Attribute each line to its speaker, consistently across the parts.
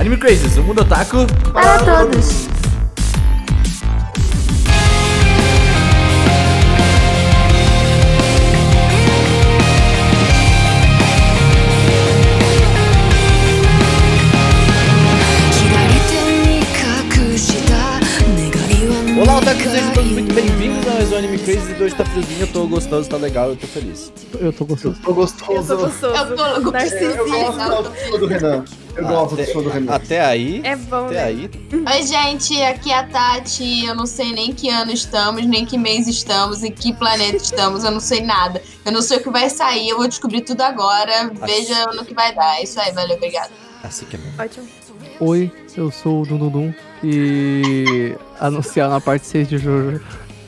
Speaker 1: Anime Crazes, o mundo otaku
Speaker 2: Para todos.
Speaker 1: Olá, otaku, sejam todos muito bem-vindos a mais um Anime Crazes. E hoje tá friozinho, eu tô gostoso, tá legal, eu tô feliz.
Speaker 3: Eu tô gostoso.
Speaker 4: Tô gostoso.
Speaker 5: Eu sou gostoso.
Speaker 4: Eu
Speaker 6: Eu tô
Speaker 4: gosto
Speaker 6: narcisista.
Speaker 4: do show do Renan. Eu gosto do
Speaker 1: até,
Speaker 4: show do Renan.
Speaker 1: Até aí,
Speaker 5: É bom,
Speaker 1: até
Speaker 5: né?
Speaker 1: aí.
Speaker 6: Oi, gente, aqui é a Tati. Eu não sei nem que ano estamos, nem que mês estamos, em que planeta estamos, eu não sei nada. Eu não sei o que vai sair, eu vou descobrir tudo agora. Veja no que vai dar. É Isso aí, valeu, obrigada.
Speaker 1: Assim que é bom.
Speaker 5: Ótimo.
Speaker 3: Oi, eu sou o Dundundum e anunciaram na parte 6 de Jojo.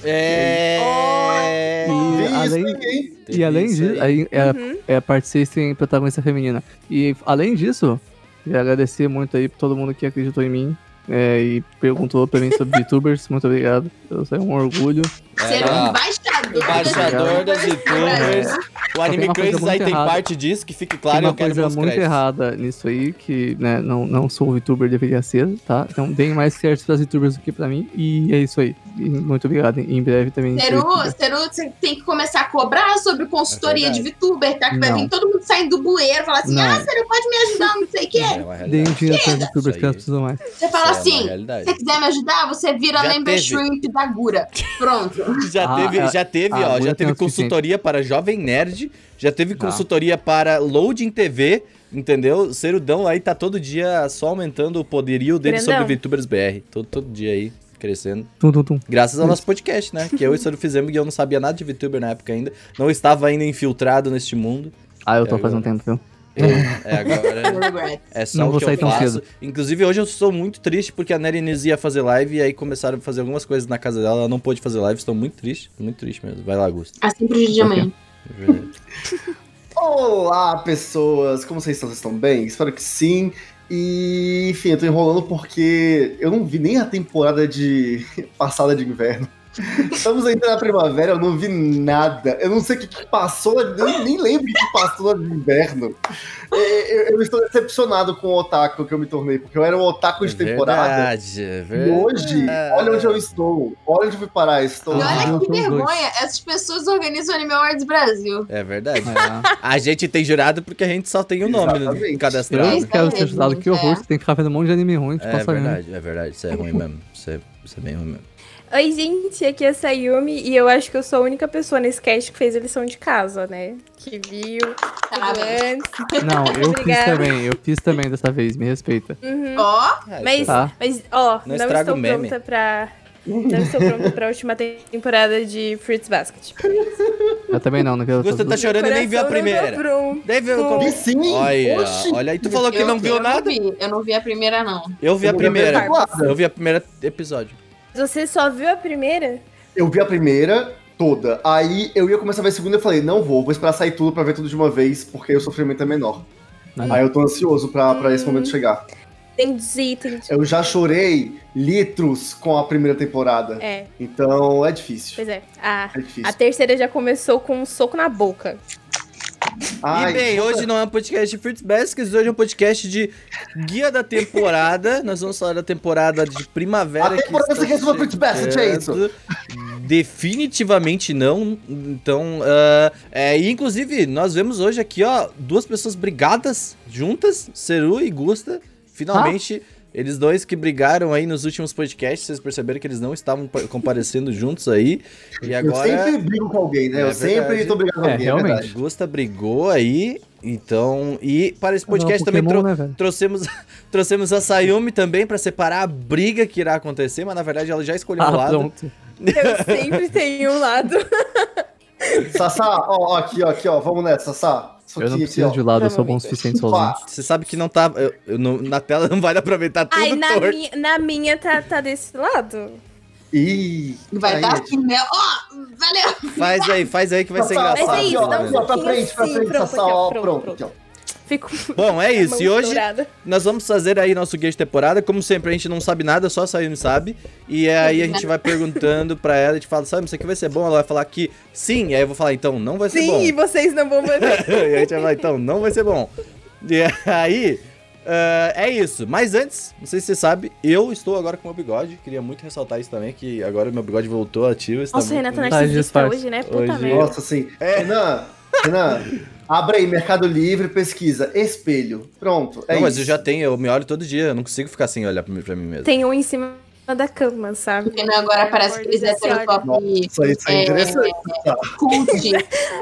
Speaker 1: É.
Speaker 3: E
Speaker 4: Isso,
Speaker 3: além,
Speaker 4: hein?
Speaker 3: e além disso, aí é,
Speaker 5: Uhum.
Speaker 3: é a parte 6 tem protagonista feminina. E além disso, queria agradecer muito aí pra todo mundo que acreditou em mim. é, e perguntou pra mim sobre VTubers, muito obrigado. Eu sou um orgulho.
Speaker 6: Ser
Speaker 1: ó.
Speaker 6: um baixador.
Speaker 1: É, ah, Embaixador das youtubers. O Anime
Speaker 3: uma coisa
Speaker 1: Crazes aí
Speaker 3: muito
Speaker 1: tem
Speaker 3: errada.
Speaker 1: parte disso, que fique
Speaker 3: Tem
Speaker 1: claro,
Speaker 3: uma
Speaker 1: eu quero
Speaker 3: coisa
Speaker 1: meus
Speaker 3: muito
Speaker 1: créditos.
Speaker 3: errada nisso aí, que né, não, não sou VTuber, deveria ser, tá? Então deem mais créditos pras VTubers do que pra mim. E é isso aí. E muito obrigado. E em breve também. serei
Speaker 6: Seru,
Speaker 3: VTuber.
Speaker 6: Seru, você tem que começar a cobrar sobre consultoria
Speaker 1: É
Speaker 6: de
Speaker 1: verdade.
Speaker 6: VTuber, tá? Que vai
Speaker 3: Não.
Speaker 6: vir todo mundo saindo do bueiro, falar assim,
Speaker 3: Não.
Speaker 6: ah, Seru, pode me ajudar, não sei o quê.
Speaker 1: É uma
Speaker 3: Deem
Speaker 1: realidade.
Speaker 3: um dinheiro pras VTubers
Speaker 1: Isso
Speaker 3: que elas
Speaker 1: aí.
Speaker 3: precisam mais.
Speaker 6: Você fala
Speaker 1: Isso é uma
Speaker 6: assim, se
Speaker 1: realidade.
Speaker 6: você quiser me ajudar, você vira
Speaker 1: Já
Speaker 6: Lember
Speaker 1: teve.
Speaker 6: Shrimp da Gura. Pronto.
Speaker 1: Já
Speaker 3: Ah,
Speaker 1: teve,
Speaker 3: é-
Speaker 1: já teve,
Speaker 3: ah,
Speaker 1: ó,
Speaker 3: agora
Speaker 1: já
Speaker 3: tem
Speaker 1: teve
Speaker 3: o suficiente.
Speaker 1: consultoria para Jovem Nerd, já teve
Speaker 3: Tá.
Speaker 1: consultoria para Loading TV, entendeu? Serudão aí tá todo dia só aumentando o poderio dele
Speaker 5: Grandão.
Speaker 1: sobre VTubers BR. Todo, todo dia aí, crescendo.
Speaker 3: Tum, tum, tum.
Speaker 1: Graças ao nosso podcast, né? Que eu e o Seru fizemos e eu não sabia nada de VTuber na época ainda. Não estava ainda infiltrado neste mundo.
Speaker 3: Ah, eu tô
Speaker 1: É,
Speaker 3: fazendo um tempo, viu?
Speaker 1: É, é agora...
Speaker 6: Regrets.
Speaker 1: É só
Speaker 3: Não
Speaker 1: o
Speaker 3: vou
Speaker 1: que
Speaker 3: sair
Speaker 1: eu
Speaker 3: tão
Speaker 1: faço.
Speaker 3: cedo.
Speaker 1: Inclusive, hoje eu sou muito triste porque a Nery Inês ia fazer live e aí começaram a fazer algumas coisas na casa dela. Ela não pôde fazer live, estou muito triste. Muito triste mesmo. Vai lá, Augusto.
Speaker 6: Assim pro dia de amanhã.
Speaker 1: É verdade.
Speaker 4: Olá, pessoas. Como vocês estão? Vocês estão bem? Espero que sim. E, enfim, eu tô enrolando porque eu não vi nem a temporada de passada de inverno. Estamos ainda na primavera, eu não vi nada. Eu não sei o que, que passou, eu nem- nem lembro o que passou no inverno. É, Eu, eu estou decepcionado com o otaku que eu me tornei, porque eu era um otaku de
Speaker 1: É
Speaker 4: temporada.
Speaker 1: Verdade, é
Speaker 4: E
Speaker 1: verdade.
Speaker 4: hoje, olha onde eu estou. Olha onde eu fui parar. Estou.
Speaker 6: E
Speaker 3: Ah,
Speaker 6: olha
Speaker 3: eu
Speaker 6: que
Speaker 3: tô os
Speaker 6: vergonha,
Speaker 3: dois.
Speaker 6: essas pessoas organizam Anime Awards Brasil.
Speaker 1: É verdade.
Speaker 3: É.
Speaker 1: A gente tem jurado porque a gente só tem o nome
Speaker 4: Exatamente.
Speaker 1: no cadastrado.
Speaker 3: Eu quero ser
Speaker 6: mesmo,
Speaker 3: ajudado, que horror.
Speaker 6: é.
Speaker 3: Você tem que ficar vendo um monte de anime ruim, tipo,
Speaker 1: É
Speaker 3: passar
Speaker 1: verdade, é verdade. Isso é ruim mesmo. Isso é, isso é bem ruim mesmo.
Speaker 5: Oi, gente, aqui é a Sayumi e eu acho que eu sou a única pessoa nesse cast que fez a lição de casa, né? Que viu tudo
Speaker 6: Parabéns.
Speaker 5: antes.
Speaker 3: Não, eu fiz
Speaker 5: Obrigada.
Speaker 3: também, eu fiz também dessa vez, me respeita.
Speaker 5: Uhum.
Speaker 6: Ó,
Speaker 1: Ah,
Speaker 5: Mas,
Speaker 1: isso é-
Speaker 3: Tá.
Speaker 5: mas, ó,
Speaker 1: Não
Speaker 5: não,
Speaker 1: estraga
Speaker 5: estou
Speaker 1: o meme.
Speaker 5: pronta pra. Não estou pronta pra última te- temporada de Fruits Basket.
Speaker 3: Eu também não, não quero.
Speaker 1: Augusto tá chorando e nem viu a
Speaker 5: Coração
Speaker 1: primeira.
Speaker 5: dobrou.
Speaker 1: Nem viu
Speaker 5: Pum.
Speaker 4: Vi
Speaker 1: como.
Speaker 4: sim!
Speaker 1: Olha,
Speaker 4: Oxi!
Speaker 1: olha aí, tu falou que
Speaker 6: eu-
Speaker 1: não viu
Speaker 6: eu
Speaker 1: nada?
Speaker 6: vi, eu não vi a primeira, não.
Speaker 1: Eu vi a
Speaker 4: Eu não vi a
Speaker 1: primeira.
Speaker 4: temporada.
Speaker 1: Eu vi a primeira episódio.
Speaker 5: Você só viu a primeira?
Speaker 4: Eu vi a primeira toda. Aí eu ia começar a ver a segunda e eu falei, não vou, vou esperar sair tudo pra ver tudo de uma vez, porque o sofrimento é menor.
Speaker 3: Uhum.
Speaker 4: Aí eu tô ansioso pra, pra esse
Speaker 6: Uhum.
Speaker 4: momento chegar.
Speaker 5: Entendi, entendi.
Speaker 4: Eu já chorei litros com a primeira temporada.
Speaker 5: É,
Speaker 4: Então é difícil.
Speaker 5: pois é. A,
Speaker 4: É
Speaker 5: a
Speaker 4: difícil.
Speaker 5: terceira já começou com um soco na boca.
Speaker 4: Ai,
Speaker 1: e bem, hoje não é um podcast de Fruits Baskets, hoje é um podcast de guia da temporada. Nós vamos falar da temporada de primavera.
Speaker 4: A temporada
Speaker 1: que está
Speaker 4: que resume Fruits Baskets, é isso?
Speaker 1: chegando. Definitivamente não. Então, ah, é, e inclusive, nós vemos hoje aqui, ó, duas pessoas brigadas juntas, Seru e Gusta. Finalmente,
Speaker 4: Ah.
Speaker 1: eles dois que brigaram aí nos últimos podcasts, vocês perceberam que eles não estavam pa- comparecendo juntos aí. E agora.
Speaker 4: Eu sempre brigo com alguém, né?
Speaker 1: É
Speaker 4: eu sempre
Speaker 1: verdade.
Speaker 4: tô brigando com
Speaker 3: É,
Speaker 4: alguém, é
Speaker 3: realmente.
Speaker 4: verdade.
Speaker 1: Gusta brigou aí, então. E para esse podcast também
Speaker 3: Pokémon,
Speaker 1: tro-
Speaker 3: né, velho?
Speaker 1: trouxemos, trouxemos a Sayumi também para separar a briga que irá acontecer, mas na verdade ela já escolheu o
Speaker 3: Ah,
Speaker 1: lado.
Speaker 3: pronto.
Speaker 5: Eu sempre tenho um lado.
Speaker 4: Sassá, ó, ó, aqui, ó, aqui, ó, vamos nessa, Sassá. Isso
Speaker 3: Eu não
Speaker 4: aqui, aqui,
Speaker 3: preciso
Speaker 4: ó.
Speaker 3: de lado, eu sou bom o
Speaker 5: Vamos ver.
Speaker 3: suficiente sozinho.
Speaker 4: Pá.
Speaker 1: Você sabe que não tá. eu- eu não- na tela não vai dar pra ver, tá tudo
Speaker 5: Ai, na,
Speaker 1: torto.
Speaker 5: minha, na minha tá, tá desse lado.
Speaker 4: Ih,
Speaker 6: Vai
Speaker 4: aí,
Speaker 6: dar
Speaker 4: gente.
Speaker 6: aqui, né? Ó, valeu!
Speaker 1: Faz aí, faz aí que vai ser
Speaker 4: Sassá,
Speaker 1: engraçado.
Speaker 5: Mas é isso,
Speaker 4: aqui, ó,
Speaker 5: dá um
Speaker 4: aqui, ó, pra
Speaker 5: pouquinho
Speaker 4: frente, pra
Speaker 5: assim,
Speaker 4: frente,
Speaker 5: pronto,
Speaker 4: Sassá,
Speaker 5: aqui, ó,
Speaker 4: ó,
Speaker 5: pronto,
Speaker 4: pronto,
Speaker 5: pronto.
Speaker 4: aqui, ó.
Speaker 5: Fico
Speaker 1: Bom, é isso. E hoje
Speaker 5: dourada.
Speaker 1: nós vamos fazer aí nosso guia de temporada. Como sempre, a gente não sabe nada, só a Sayumi sabe. E aí a gente vai perguntando pra ela, a gente fala, Sayumi, isso aqui vai ser bom? Ela vai falar que sim. E aí eu vou falar, então, não vai ser
Speaker 5: Sim,
Speaker 1: bom.
Speaker 5: e vocês não vão ver.
Speaker 1: e a gente vai falar, então, não vai ser bom. E aí, Ah, é isso. Mas antes, não sei se você sabe, eu estou agora com o meu bigode. Queria muito ressaltar isso também, que agora meu bigode voltou ativo. está
Speaker 5: Nossa, o
Speaker 1: muito-
Speaker 5: Renato
Speaker 3: Tá
Speaker 5: narcisista
Speaker 3: disfarce.
Speaker 5: hoje, né? Puta
Speaker 1: Hoje-
Speaker 5: merda.
Speaker 4: Nossa, assim.
Speaker 1: É.
Speaker 4: Renan, Renan, abre aí, Mercado Livre, pesquisa, espelho. Pronto. É
Speaker 1: Não, mas eu
Speaker 4: isso.
Speaker 1: já tenho, eu me olho todo dia, eu não consigo ficar sem olhar pra mim, pra mim mesmo.
Speaker 5: Tem um em cima da cama, sabe?
Speaker 6: Porque agora parece que eles é
Speaker 5: Olha.
Speaker 6: top
Speaker 4: Isso aí, isso aí é
Speaker 6: É.
Speaker 4: interessante.
Speaker 6: cult, que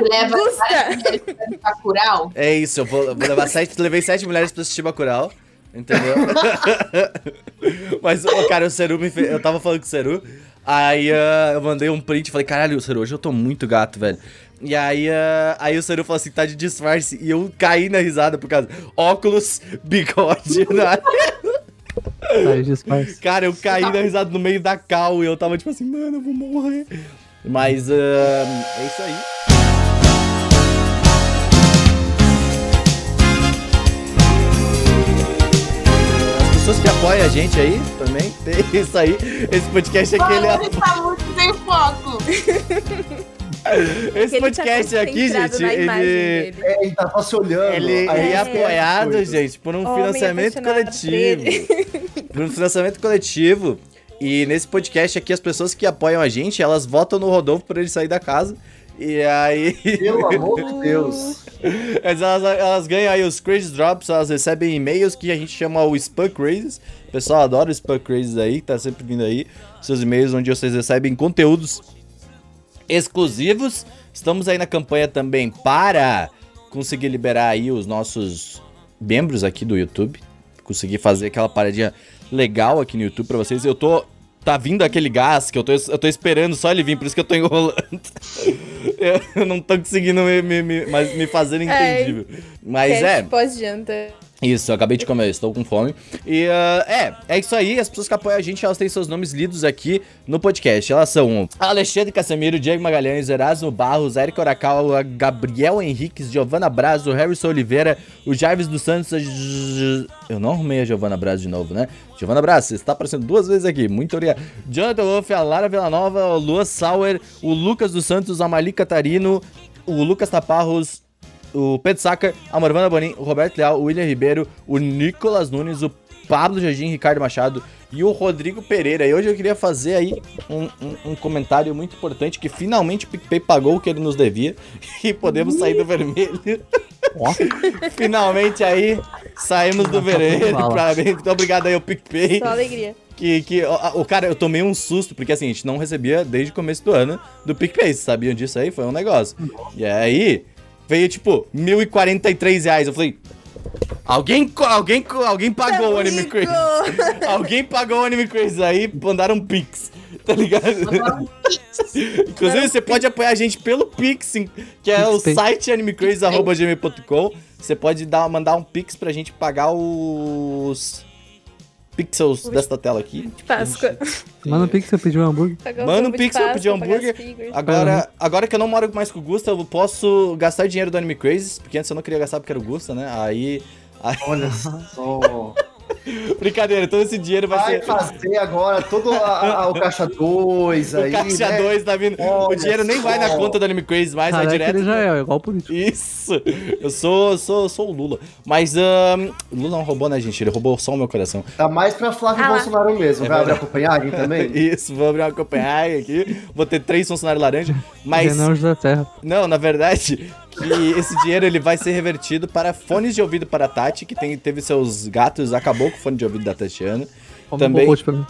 Speaker 6: leva
Speaker 5: Gusta!
Speaker 6: pra cural.
Speaker 1: É isso, eu vou, eu vou levar sete, levei sete mulheres pra assistir Bacurau, entendeu? Mas, ô, cara, o Seru me fez, eu tava falando com o Seru, aí ah, eu mandei um print e falei, caralho, Seru, hoje eu tô muito gato, velho. E aí, ah, aí o Seru falou assim, tá de disfarce, e eu caí na risada por causa, óculos, bigode, na...
Speaker 3: Tá disfarce.
Speaker 1: Cara, eu caí na risada no meio da cal e eu tava tipo assim, mano, eu vou morrer. Mas ahn, é isso aí. As pessoas que apoiam a gente aí também, tem isso aí. Esse podcast aqui, ele
Speaker 6: Mano,
Speaker 1: é-
Speaker 6: ele tá muito sem foco.
Speaker 1: esse
Speaker 5: Ele tá
Speaker 1: podcast aqui,
Speaker 5: concentrado
Speaker 1: gente,
Speaker 5: na imagem
Speaker 1: ele,
Speaker 5: dele.
Speaker 4: É, ele tá só se olhando.
Speaker 1: ele
Speaker 4: aí assim,
Speaker 1: é,
Speaker 5: é
Speaker 1: apoiado,
Speaker 4: coisa.
Speaker 1: gente, por um
Speaker 5: Homem
Speaker 1: financiamento
Speaker 5: apaixonado por
Speaker 1: coletivo. Por um financiamento coletivo. E nesse podcast aqui, as pessoas que apoiam a gente, elas votam no Rodolfo por ele sair da casa. E aí.
Speaker 4: Pelo amor de Deus.
Speaker 1: Mas elas, elas ganham aí os Crazy Drops, elas recebem e-mails que a gente chama o Spam Crazes. O pessoal adora o Spam Crazes aí, tá sempre vindo aí. Seus e-mails onde vocês recebem conteúdos exclusivos. Estamos aí na campanha também para conseguir liberar aí os nossos membros aqui do YouTube. Conseguir fazer aquela paradinha legal aqui no YouTube pra vocês. Eu tô. Tá vindo aquele gás que eu tô, eu tô esperando só ele vir, por isso que eu tô enrolando. eu não tô conseguindo me, me, me- mas me fazer entendível. Mas é.
Speaker 5: Pós-janta.
Speaker 1: Isso, eu acabei de comer, estou com fome. E ah, é, é isso aí. As pessoas que apoiam a gente, elas têm seus nomes lidos aqui no podcast. Elas são Alexandre Casemiro, Diego Magalhães, Erasmo Barros, Érico Oracal, Gabriel Henriques, Giovana Brazo, Harrison Oliveira, o Jarvis dos Santos. a J- Eu não arrumei a Giovana Brazo de novo, né? Giovana Braço, você está aparecendo duas vezes aqui. Muito obrigado. Jonathan Wolff, a Lara Villanova, o Luan Sauer, o Lucas dos Santos, a Mali Catarino, o Lucas Taparros, o Pedro Sacker, a Morvana Bonin, o Roberto Leal, o William Ribeiro, o Nicolas Nunes, o Pablo Jardim, Ricardo Machado e o Rodrigo Pereira. E hoje eu queria fazer aí um, um- um comentário muito importante que finalmente o PicPay pagou o que ele nos devia e podemos sair do vermelho.
Speaker 3: Ó.
Speaker 1: finalmente aí saímos do vermelho.
Speaker 3: fala.
Speaker 1: Parabéns. Muito obrigado aí ao PicPay.
Speaker 5: Só alegria.
Speaker 1: Que, que o, o cara, eu tomei um susto, porque assim, a gente não recebia desde o começo do ano do PicPay. Vocês sabiam disso aí? Foi um negócio. E aí, veio tipo, 1.043 reais. Eu falei. Alguém, co- alguém, co- alguém pagou
Speaker 5: é
Speaker 1: o Anime Crazy. Alguém pagou o Anime Crazy. Aí mandaram um Pix, tá ligado? Inclusive, você pode apoiar a gente pelo Pix, sim, que é o
Speaker 3: PicPay.
Speaker 1: site animecrazy.gmail.com. Você pode dar, mandar um Pix pra gente pagar os pixels
Speaker 5: Os-
Speaker 1: desta tela aqui.
Speaker 5: De Páscoa.
Speaker 3: Manda um pix, eu pedi um hambúrguer.
Speaker 5: Pagar o
Speaker 1: Mano,
Speaker 5: combo de
Speaker 1: Pix, eu pedi
Speaker 5: Páscoa, pagar
Speaker 1: hambúrguer.
Speaker 5: as figures.
Speaker 1: Agora, agora que eu não moro mais com o Gusta, eu posso gastar dinheiro do Anime Crazy, porque antes eu não queria gastar porque era o Gusta, né? Aí.
Speaker 4: Olha só.
Speaker 1: Brincadeira, todo esse dinheiro vai
Speaker 4: Vai
Speaker 1: ser.
Speaker 4: fazer agora todo a- a- o caixa 2 aí.
Speaker 1: O caixa
Speaker 4: né?
Speaker 1: 2 tá vindo. O
Speaker 4: Olha
Speaker 1: dinheiro nem vai na
Speaker 4: só.
Speaker 1: conta do Anime Crazy mais, vai
Speaker 3: Caraca,
Speaker 1: direto. então.
Speaker 3: ele já é, igual político.
Speaker 1: Isso! Eu sou, sou, sou o Lula. Mas. ahn, o Lula não roubou, né, gente? Ele roubou só o meu coração.
Speaker 4: Tá mais pra Flávio
Speaker 5: Ah lá.
Speaker 4: Bolsonaro mesmo.
Speaker 1: É
Speaker 4: Vai abrir a Copenhagen também?
Speaker 1: Isso, vou abrir uma Copenhagen aqui. Vou ter três funcionários laranja. Mas.
Speaker 3: Renan é o José Serra.
Speaker 1: Não, na verdade, que esse dinheiro ele vai ser revertido para fones de ouvido para a Tati, que tem- teve seus gatos, acabou com o fone de ouvido da Tatiana.
Speaker 3: Como
Speaker 1: Também.
Speaker 3: um popote pra mim.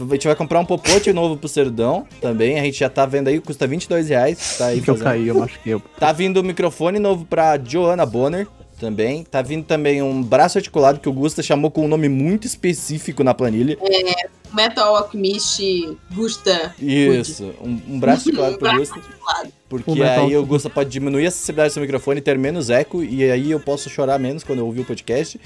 Speaker 1: A gente vai comprar um popote novo pro Cerdão também. A gente já tá vendo aí, custa 22 reais. Tá, aí
Speaker 3: Que é eu
Speaker 1: fazendo.
Speaker 3: caí, eu machuquei. eu-
Speaker 1: tá vindo um microfone novo pra Joana Bonner também. Tá vindo também um braço articulado que o Gusta chamou com um nome muito específico na planilha.
Speaker 5: É
Speaker 6: Metal Alchemist Gusta.
Speaker 1: Isso, um, um braço articulado pro Gusta.
Speaker 3: Um
Speaker 1: Porque
Speaker 3: metal
Speaker 1: aí o Gusta pode diminuir a sensibilidade do seu microfone, ter menos eco, e aí eu posso chorar menos quando eu ouvir o podcast.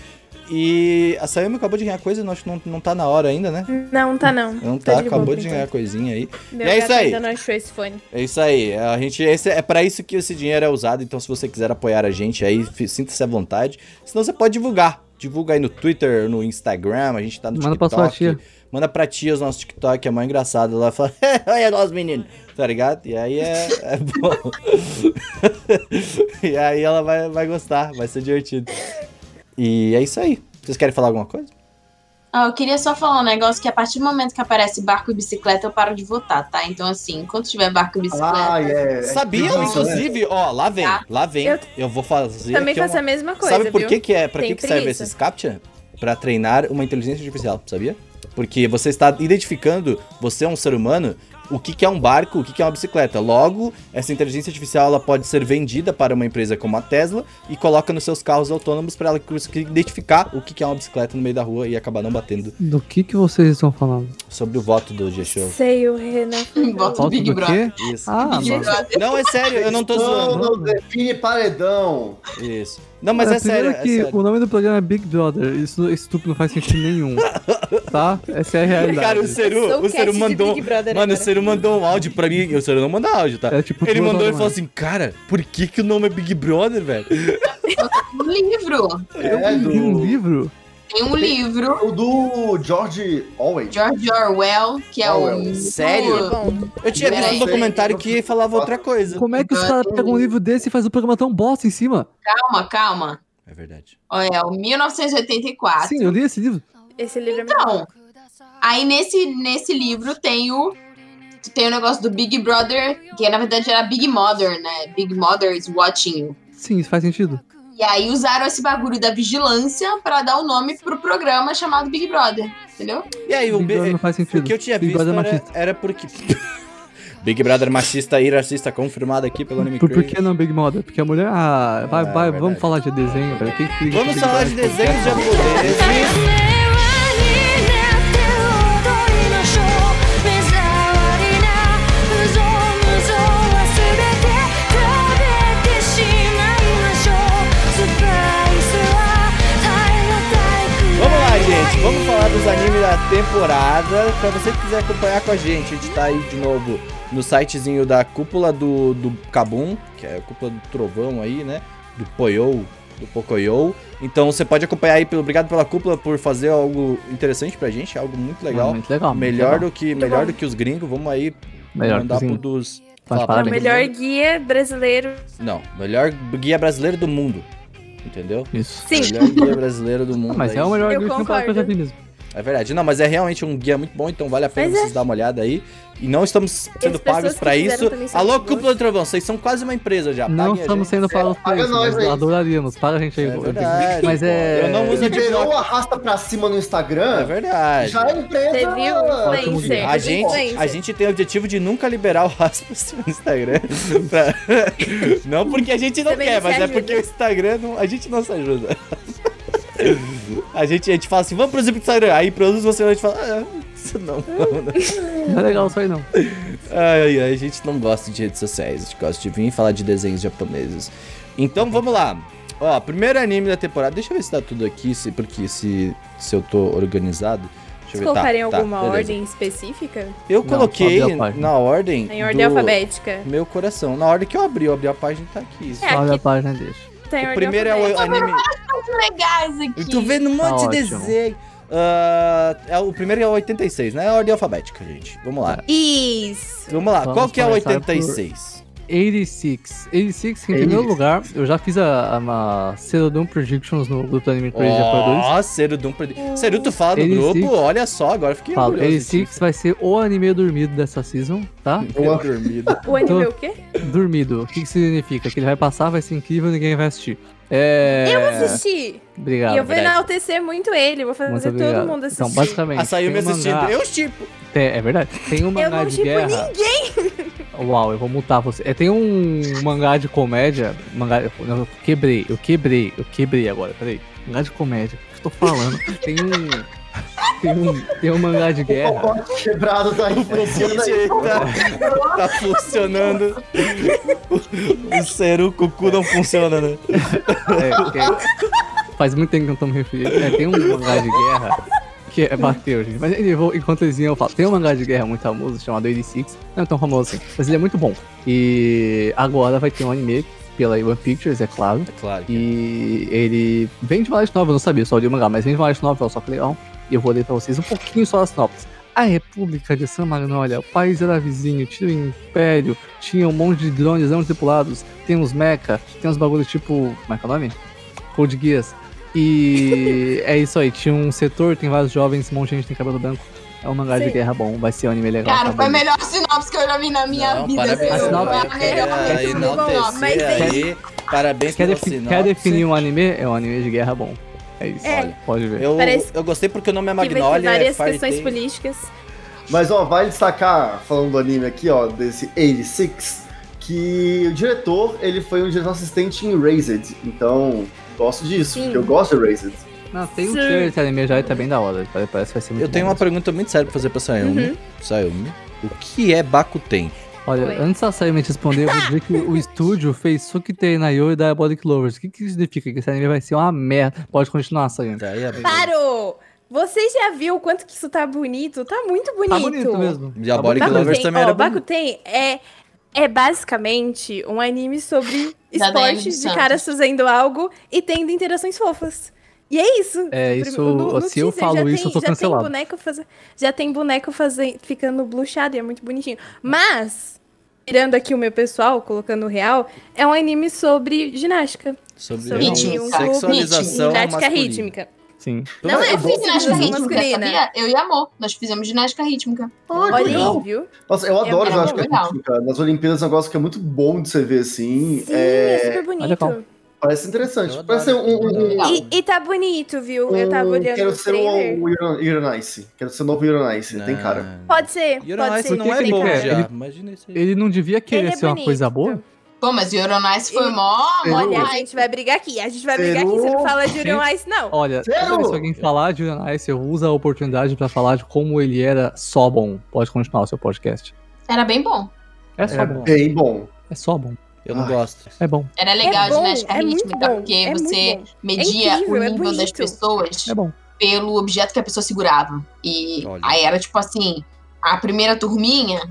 Speaker 1: E a Sayumi acabou de ganhar coisa, não, acho que não, não tá na hora ainda, né?
Speaker 5: Não, tá não.
Speaker 1: Não tá,
Speaker 5: de boa
Speaker 1: acabou
Speaker 5: por
Speaker 1: de
Speaker 5: enquanto.
Speaker 1: ganhar a coisinha aí.
Speaker 5: Meu
Speaker 1: E é
Speaker 5: gato
Speaker 1: isso aí.
Speaker 5: ainda não achou esse fone.
Speaker 1: É isso aí. A gente esse é para isso que esse dinheiro é usado. Então, se você quiser apoiar a gente aí, fi- sinta-se à vontade. Senão você pode divulgar. Divulga aí no Twitter, no Instagram, a gente tá no
Speaker 3: Manda pra
Speaker 1: TikTok.
Speaker 3: sua tia.
Speaker 1: Manda pra tia os nossos TikTok, é mó engraçado. Ela fala, olha nós meninos, tá ligado? E aí é, é bom. e aí ela vai, vai gostar, vai ser divertido. E é isso aí. Vocês querem falar alguma coisa?
Speaker 6: Ah, eu queria só falar um negócio que a partir do momento que aparece barco e bicicleta, eu paro de votar, tá? Então, assim, enquanto tiver barco e bicicleta.
Speaker 4: Ah, é.
Speaker 1: Sabia,
Speaker 4: Nossa, né?
Speaker 1: inclusive, ó, lá vem,
Speaker 6: Tá.
Speaker 1: lá vem. Eu,
Speaker 5: Eu
Speaker 1: vou fazer.
Speaker 5: Também
Speaker 1: aqui é uma-
Speaker 5: faço a mesma coisa,
Speaker 1: Sabe por
Speaker 5: viu?
Speaker 1: que, que é? Pra que,
Speaker 5: Tem
Speaker 1: que serve
Speaker 5: preguiça.
Speaker 1: esses CAPTCHA? Pra treinar uma inteligência artificial, sabia? Porque você está identificando, você é um ser humano, o que, que é um barco, o que, que é uma bicicleta. Logo, essa inteligência artificial ela pode ser vendida para uma empresa como a Tesla e coloca nos seus carros autônomos para ela conseguir identificar o que, que é uma bicicleta no meio da rua e acabar não batendo
Speaker 3: Do que que vocês estão falando?
Speaker 1: sobre o voto do G-Show.
Speaker 5: Sei o Renan.
Speaker 6: Bota o
Speaker 3: Falta
Speaker 6: Big
Speaker 3: do
Speaker 6: Brother.
Speaker 3: quê?
Speaker 1: Isso.
Speaker 3: Ah,
Speaker 6: Big
Speaker 3: mano.
Speaker 6: Brother.
Speaker 1: Não, é sério, eu não tô
Speaker 4: Não,
Speaker 1: zoando.
Speaker 4: não, define paredão.
Speaker 1: Isso. Não, mas é, sério,
Speaker 3: primeiro
Speaker 1: é
Speaker 3: que
Speaker 1: sério.
Speaker 3: o nome do programa é Big Brother. Isso estúpido não faz sentido nenhum. tá? Essa é a realidade.
Speaker 1: Cara, o Seru,
Speaker 5: Sou
Speaker 1: o Seru
Speaker 5: cat de
Speaker 1: mandou.
Speaker 5: Big Brother
Speaker 1: Mano, o
Speaker 5: agora.
Speaker 1: Seru mandou um áudio pra mim. E o Seru não manda áudio, tá?
Speaker 3: É tipo
Speaker 1: Ele
Speaker 3: duas
Speaker 1: mandou e
Speaker 3: horas
Speaker 1: falou
Speaker 3: mais.
Speaker 1: assim: Cara, por que, que o nome é Big Brother, velho?
Speaker 6: Um livro.
Speaker 4: É
Speaker 1: assim,
Speaker 3: Tem um
Speaker 4: do,
Speaker 3: livro?
Speaker 6: Tem um livro,
Speaker 4: o do George Owen.
Speaker 6: George Orwell, que é
Speaker 4: Orwell.
Speaker 6: o.
Speaker 1: Sério?
Speaker 5: Bom,
Speaker 1: Eu tinha visto um
Speaker 6: Peraí, peraí.
Speaker 1: documentário que falava outra coisa.
Speaker 3: Como é que os caras pegam um livro desse e fazem um programa tão bosta em cima?
Speaker 6: Calma, calma.
Speaker 1: É verdade.
Speaker 6: Olha, é o
Speaker 1: Ah,
Speaker 6: 1984.
Speaker 3: Sim, eu li esse livro.
Speaker 5: esse livro é muito bom.
Speaker 6: Então, aí nesse, nesse livro tem o tem o negócio do Big Brother, que na verdade era Big Mother, né? Big Mother is watching. you.
Speaker 3: Sim, isso faz sentido.
Speaker 6: E aí usaram esse bagulho da vigilância pra dar o nome pro programa chamado Big Brother, entendeu?
Speaker 1: E aí, o,
Speaker 3: Big
Speaker 1: Bi-
Speaker 3: Brother não
Speaker 1: o
Speaker 3: faz sentido.
Speaker 1: que eu tinha
Speaker 3: Big
Speaker 1: visto
Speaker 3: Brother é
Speaker 1: era,
Speaker 3: machista.
Speaker 1: era porque. Big Brother machista e racista confirmado aqui pelo Anime
Speaker 3: Por, por
Speaker 1: Crazy.
Speaker 3: que não Big Mother? Porque a mulher. Ah, vai,
Speaker 1: Ah,
Speaker 3: vai,
Speaker 1: verdade.
Speaker 3: vamos falar de desenho, velho. Quem que liga
Speaker 1: Vamos
Speaker 3: pro Big
Speaker 1: falar de
Speaker 3: Brother?
Speaker 1: desenhos japoneses.
Speaker 2: 目はになって踊りましょう目障りな無造無造は全て食べてしまいましょうスパイスは耐え
Speaker 1: Vamos lá,
Speaker 2: 難い
Speaker 1: gente.
Speaker 2: くらい
Speaker 1: Vamos falar dos animes da temporada. Pra você que quiser acompanhar com a gente, a gente tá aí de novo no sitezinho da cúpula do, do Kabum, que é a cúpula do trovão aí, né? Do Poyou, do Pocoyo. Então você pode acompanhar aí. Pelo, obrigado pela cúpula por fazer algo interessante pra gente, algo muito legal.
Speaker 3: Muito legal. muito
Speaker 1: melhor
Speaker 3: legal.
Speaker 1: do que melhor do que os gringos. Vamos aí
Speaker 3: Melhor
Speaker 1: mandar
Speaker 3: cozinha.
Speaker 1: pro dos...
Speaker 3: Mas
Speaker 1: falar
Speaker 5: É
Speaker 1: pra
Speaker 5: o
Speaker 3: parabéns.
Speaker 5: melhor guia brasileiro.
Speaker 1: Não, melhor guia brasileiro do mundo. Entendeu?
Speaker 3: Isso.
Speaker 5: Sim,
Speaker 1: Melhor guia brasileiro do mundo.
Speaker 3: Ah, mas
Speaker 1: aí.
Speaker 3: é o melhor
Speaker 5: Eu
Speaker 3: livro que eu
Speaker 5: concordo.
Speaker 3: já vi mesmo.
Speaker 1: É verdade. Não, mas é realmente um guia muito bom, então vale a pena
Speaker 5: Mas é.
Speaker 1: vocês dar uma olhada aí. E não estamos sendo
Speaker 5: pessoas
Speaker 1: pagos
Speaker 5: que
Speaker 1: pra
Speaker 5: fizeram
Speaker 1: isso.
Speaker 5: também são
Speaker 1: Alô,
Speaker 5: muito
Speaker 1: Cúpula do Trovão, vocês são quase uma empresa já.
Speaker 3: Não
Speaker 1: Paguem a
Speaker 3: estamos
Speaker 1: gente.
Speaker 3: sendo pagos pra
Speaker 4: Paga
Speaker 3: isso,
Speaker 4: nós
Speaker 3: mas
Speaker 4: aí.
Speaker 3: adoraríamos. Para a gente aí.
Speaker 1: É
Speaker 3: eu
Speaker 1: verdade,
Speaker 3: digo. Mas é.
Speaker 1: pô. Eu não uso
Speaker 4: Se gerou a arrasta pra cima no
Speaker 1: É
Speaker 4: Instagram,
Speaker 1: verdade.
Speaker 4: já é empresa.
Speaker 5: Você viu?
Speaker 3: Ótimo
Speaker 5: Influencer.
Speaker 3: guia.
Speaker 1: A gente,
Speaker 5: Influencer.
Speaker 1: a gente tem o objetivo de nunca liberar o Raspas no Instagram. Pra- Não porque a gente não
Speaker 5: Também
Speaker 1: quer,
Speaker 5: não se
Speaker 1: mas é
Speaker 5: ajuda.
Speaker 1: porque o Instagram não- a gente não se ajuda. A gente, a gente fala assim, vamos produzir pro Instagram. Aí produz você a gente fala, ah, isso não, não, não.
Speaker 3: Não é legal isso aí, não.
Speaker 5: Tá,
Speaker 1: Ai, ai, a gente não gosta de redes sociais, a gente gosta de vir falar de desenhos japoneses. Então vamos lá. Ó, primeiro anime da temporada. Deixa eu ver se tá tudo aqui, se, porque se, se eu tô organizado. Deixa eu
Speaker 5: Vocês
Speaker 1: ver.
Speaker 5: colocarem
Speaker 1: tá, tá,
Speaker 5: alguma
Speaker 1: beleza.
Speaker 5: ordem específica?
Speaker 1: Eu
Speaker 3: Não,
Speaker 1: coloquei
Speaker 3: só abri a página.
Speaker 1: na ordem.
Speaker 5: Em ordem
Speaker 1: do
Speaker 5: alfabética?
Speaker 1: Meu coração. Na ordem que eu abri, eu abri a página e tá aqui.
Speaker 5: É,
Speaker 3: Olha a
Speaker 5: aqui-
Speaker 3: página deixa.
Speaker 5: Tá em
Speaker 1: O
Speaker 5: ordem
Speaker 1: primeiro é o
Speaker 5: alfabética.
Speaker 1: anime.
Speaker 6: Legais aqui.
Speaker 1: Eu tô vendo um monte de
Speaker 3: Tá ótimo.
Speaker 1: desenho. Ah, é, o primeiro é o 86, né? É a ordem alfabética, gente. Vamos lá.
Speaker 5: Isso!
Speaker 1: Vamos lá.
Speaker 3: Tá. Vamos
Speaker 1: Qual que é o
Speaker 3: começar por-
Speaker 1: 86?
Speaker 3: 86. 86, em primeiro
Speaker 4: 86.
Speaker 3: lugar, eu já fiz a, a, uma Cerodon Predictions no grupo do Anime Crazy Japan 2.
Speaker 1: Ó, Seru Doom Prediction. Seru, tu fala do
Speaker 3: Ele
Speaker 1: grupo?
Speaker 3: six.
Speaker 1: Olha só, agora eu fiquei
Speaker 3: Falo,
Speaker 1: orgulhoso.
Speaker 3: 86 vai ser o anime dormido dessa season, tá?
Speaker 1: Boa dormida.
Speaker 5: O anime é o quê?
Speaker 3: Dormido. O que, que significa? Que ele vai passar, vai ser incrível, ninguém vai assistir. É.
Speaker 5: Eu assisti!
Speaker 3: Obrigado.
Speaker 5: e eu vou
Speaker 1: verdade.
Speaker 5: enaltecer muito ele, vou fazer
Speaker 3: Muito
Speaker 5: todo
Speaker 3: obrigado.
Speaker 5: mundo assistir.
Speaker 3: Então, basicamente.
Speaker 1: A Sayumi
Speaker 3: tem um
Speaker 1: Ah, assistindo.
Speaker 3: mangá-
Speaker 1: Eu tipo.
Speaker 3: tem- é verdade. Tem um
Speaker 5: eu
Speaker 3: mangá
Speaker 5: não
Speaker 3: de
Speaker 5: tipo
Speaker 3: guerra.
Speaker 5: ninguém!
Speaker 3: Uau, eu vou multar você. É, tem um mangá de comédia. Mangá. não, eu quebrei, eu quebrei, eu quebrei agora, peraí. Mangá de comédia, o que eu tô falando? Tem um. Tem um, tem um mangá de
Speaker 4: O
Speaker 3: guerra.
Speaker 4: pacote quebrado tá influenciando aí.
Speaker 1: Gente, tá, tá funcionando. O Seru Cucu não funciona, né?
Speaker 3: É, que é- faz muito tempo que eu não tô me referindo. É, tem um mangá de guerra que é, bateu, gente. Mas eu vou, enquanto eles iam, eu falo. Tem um mangá de guerra muito famoso chamado 86. Não é tão famoso assim, mas ele é muito bom. E agora vai ter um anime pela One Pictures, é claro.
Speaker 1: Claro.
Speaker 3: E ele vem de uma light novel, eu não sabia, só li o mangá, mas vem de uma light novel, só que legal. E eu vou ler pra vocês um pouquinho só as sinopse. A República de San Magnolia, o país era vizinho, tinha o Império, tinha um monte de drones não tripulados, tem uns mecha, tem uns bagulhos tipo. Como é que é o nome? Code Geass. E é isso aí, tinha um setor, tem vários jovens, um monte de gente tem cabelo branco. É um mangá de
Speaker 5: Sim.
Speaker 3: guerra bom, vai ser um anime legal.
Speaker 6: Cara,
Speaker 3: tá
Speaker 6: foi a
Speaker 3: bom.
Speaker 6: melhor sinopse que eu já vi na minha
Speaker 1: Não,
Speaker 6: vida.
Speaker 1: parabéns.
Speaker 6: assim,
Speaker 3: A sinopse- é
Speaker 6: foi a
Speaker 1: Eu quero
Speaker 6: melhor sinopse.
Speaker 5: Mas é
Speaker 1: enaltecer aí. Parabéns
Speaker 3: Quer,
Speaker 1: pela
Speaker 3: defi- quer
Speaker 1: sinopse.
Speaker 3: definir um anime? É um anime de guerra bom. É isso,
Speaker 5: É.
Speaker 3: olha, pode ver.
Speaker 1: Eu,
Speaker 5: Parece
Speaker 1: eu gostei porque o nome é
Speaker 5: Que vai ter
Speaker 1: Magnolia. é
Speaker 5: várias
Speaker 1: Fire
Speaker 5: questões
Speaker 1: Tail.
Speaker 5: políticas.
Speaker 4: Mas ó, vai destacar, falando do anime aqui, ó, desse 86, que o diretor, ele foi um diretor assistente em Raised. Então, gosto disso,
Speaker 5: Sim.
Speaker 4: porque eu gosto de Raised.
Speaker 3: Não, tem um
Speaker 5: Sim.
Speaker 3: trailer desse anime já e tá bem da hora. Parece parece que vai ser muito
Speaker 1: Eu tenho
Speaker 3: bom
Speaker 1: uma pergunta muito séria pra fazer pra Sayumi.
Speaker 5: Uhum.
Speaker 1: Sayumi, o que é Bakuten?
Speaker 3: Olha,
Speaker 5: Oi.
Speaker 3: antes da Sayumi te responder, eu vou dizer que o estúdio fez Sukitei Nayo e Diabolic Lovers. O que, que isso significa? Que esse anime vai ser uma merda. Pode continuar, Sayumi.
Speaker 1: Daí a-
Speaker 5: Parou! Você já viu o quanto que isso tá bonito? Tá muito bonito.
Speaker 3: Tá bonito mesmo.
Speaker 1: Diabolic
Speaker 3: Tá bonito.
Speaker 1: Lovers também
Speaker 5: ó,
Speaker 1: era bonito.
Speaker 5: Bakuten é, é basicamente um anime sobre
Speaker 6: Da Daiane
Speaker 5: esportes de
Speaker 6: Santos.
Speaker 5: caras fazendo algo e tendo interações fofas. E é isso.
Speaker 3: É,
Speaker 5: Prim-
Speaker 3: isso-
Speaker 5: no- no
Speaker 3: se eu
Speaker 5: teaser
Speaker 3: falo
Speaker 5: já
Speaker 3: isso, eu tô
Speaker 5: já
Speaker 3: cancelado.
Speaker 5: Tem boneco faze- já tem boneco faze- ficando blushado e é muito bonitinho. Mas, tirando aqui o meu pessoal, colocando o real, é um anime sobre ginástica.
Speaker 1: Sobre um
Speaker 5: Sobre
Speaker 6: Ritmo, cara.
Speaker 1: sexualização
Speaker 3: é
Speaker 5: Ginástica
Speaker 1: masculina. é
Speaker 5: rítmica.
Speaker 3: Sim.
Speaker 6: Não, eu fiz ginástica
Speaker 5: gosto de
Speaker 6: rítmica,
Speaker 5: masculina.
Speaker 6: sabia? Eu e a Amor, nós fizemos ginástica rítmica.
Speaker 3: Tá
Speaker 4: Ah, que
Speaker 5: Olha
Speaker 4: legal.
Speaker 5: aí, viu?
Speaker 4: Nossa, eu adoro
Speaker 5: é
Speaker 4: eu acho que é
Speaker 6: legal.
Speaker 4: muito, cara. Nas Olimpíadas é um negócio que é muito bom de você ver, assim.
Speaker 5: Sim, é,
Speaker 4: é,
Speaker 5: super
Speaker 3: legal.
Speaker 5: bonito.
Speaker 4: Parece
Speaker 1: Eu
Speaker 4: interessante.
Speaker 1: adoro,
Speaker 4: Parece um... um,
Speaker 1: eu
Speaker 4: um
Speaker 1: adoro.
Speaker 5: E, e tá bonito, viu? Eu tava
Speaker 4: um-
Speaker 5: olhando
Speaker 4: Quero
Speaker 5: o
Speaker 4: ser o,
Speaker 5: trailer.
Speaker 4: o Iron- Ironice. Quero ser o novo Ironice. Tem cara.
Speaker 5: Pode ser,
Speaker 1: E o
Speaker 5: pode
Speaker 1: Ice
Speaker 5: ser.
Speaker 1: não é
Speaker 5: tem
Speaker 1: bom
Speaker 5: cara.
Speaker 1: já.
Speaker 3: Ele-
Speaker 1: Imagina isso aí.
Speaker 3: Ele não devia
Speaker 5: Ele
Speaker 3: querer
Speaker 5: é
Speaker 3: ser uma
Speaker 5: bonito.
Speaker 3: coisa boa?
Speaker 6: Pô, mas o Euronice foi mó, mó
Speaker 5: Olha, a
Speaker 6: hype.
Speaker 5: gente vai brigar aqui, a gente vai brigar aqui, você não fala de Orion Ice, não.
Speaker 3: Olha,
Speaker 4: Sério?
Speaker 3: toda vez que alguém falar de Iron Ice, eu uso a oportunidade pra falar de como ele era só bom. Pode continuar o seu podcast.
Speaker 6: Era bem bom.
Speaker 3: É só
Speaker 4: É
Speaker 3: bom.
Speaker 4: bem bom.
Speaker 3: É só bom.
Speaker 1: Eu não
Speaker 4: Ai.
Speaker 1: gosto.
Speaker 3: É bom.
Speaker 6: Era legal
Speaker 5: É bom,
Speaker 6: a ginástica
Speaker 5: é muito
Speaker 6: rítmica,
Speaker 5: bom,
Speaker 6: porque
Speaker 5: é muito
Speaker 6: você
Speaker 5: bom.
Speaker 6: media
Speaker 5: É incrível,
Speaker 6: o
Speaker 5: é
Speaker 6: nível das
Speaker 5: bonito.
Speaker 6: pessoas
Speaker 3: É bom.
Speaker 6: pelo objeto que a pessoa segurava. E
Speaker 1: Olha.
Speaker 6: aí era tipo assim: a primeira turminha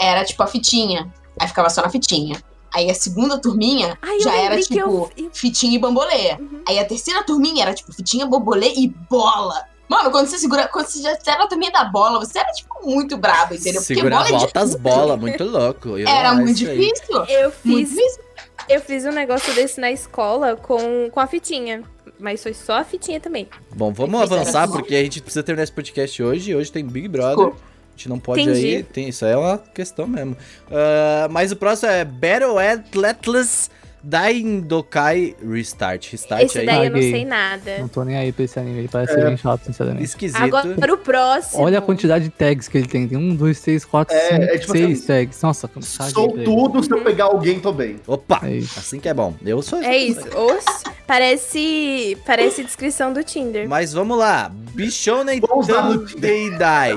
Speaker 6: era tipo a fitinha. Aí ficava só na fitinha. Aí a segunda turminha
Speaker 5: Ai, eu
Speaker 6: já era
Speaker 5: lembrei que
Speaker 6: tipo
Speaker 5: eu- eu-
Speaker 6: fitinha e bambolê.
Speaker 5: Uhum.
Speaker 6: Aí a terceira turminha era tipo fitinha, bambolê e bola. Mano, quando você segura, quando você já era a turminha da bola, você era tipo muito brabo, entendeu? Porque
Speaker 1: Segurava
Speaker 6: bola é
Speaker 1: altas
Speaker 6: difícil.
Speaker 1: bolas, muito louco. Eu
Speaker 6: Era
Speaker 1: acho
Speaker 6: muito
Speaker 1: isso aí.
Speaker 6: difícil.
Speaker 5: Eu
Speaker 6: Muito
Speaker 5: fiz,
Speaker 6: difícil.
Speaker 5: eu fiz um negócio desse na escola com, com a fitinha. Mas foi só a fitinha também.
Speaker 1: Bom, vamos
Speaker 5: Isso era
Speaker 1: avançar,
Speaker 6: bom.
Speaker 1: porque a gente precisa terminar esse podcast hoje. Hoje tem Big Brother. A gente não pode
Speaker 5: Entendi.
Speaker 1: aí. Tem, isso aí é uma questão mesmo. Ah, mas o próximo é Battle Atlas da Indokai Restart. Restart
Speaker 5: Esse
Speaker 1: aí.
Speaker 5: daí eu não
Speaker 3: Paguei.
Speaker 5: sei nada.
Speaker 3: Não tô nem aí pra esse anime. Ele
Speaker 1: É.
Speaker 3: parece ser bem chato, sinceramente.
Speaker 1: Esquisito.
Speaker 5: Agora para o próximo.
Speaker 3: Olha a quantidade de tags que ele tem. Tem um, dois, três, quatro,
Speaker 4: É,
Speaker 3: cinco,
Speaker 4: é tipo
Speaker 3: seis
Speaker 4: assim,
Speaker 3: tags. Nossa, como
Speaker 4: Sou tudo,
Speaker 5: Uhum.
Speaker 4: se eu pegar alguém, tô bem.
Speaker 1: Opa!
Speaker 3: É isso.
Speaker 1: Assim que é bom. Eu sou.
Speaker 5: É isso. Os, parece, parece descrição do Tinder.
Speaker 1: Mas vamos lá. Bishonen
Speaker 4: Vamos lá.
Speaker 1: Tendai.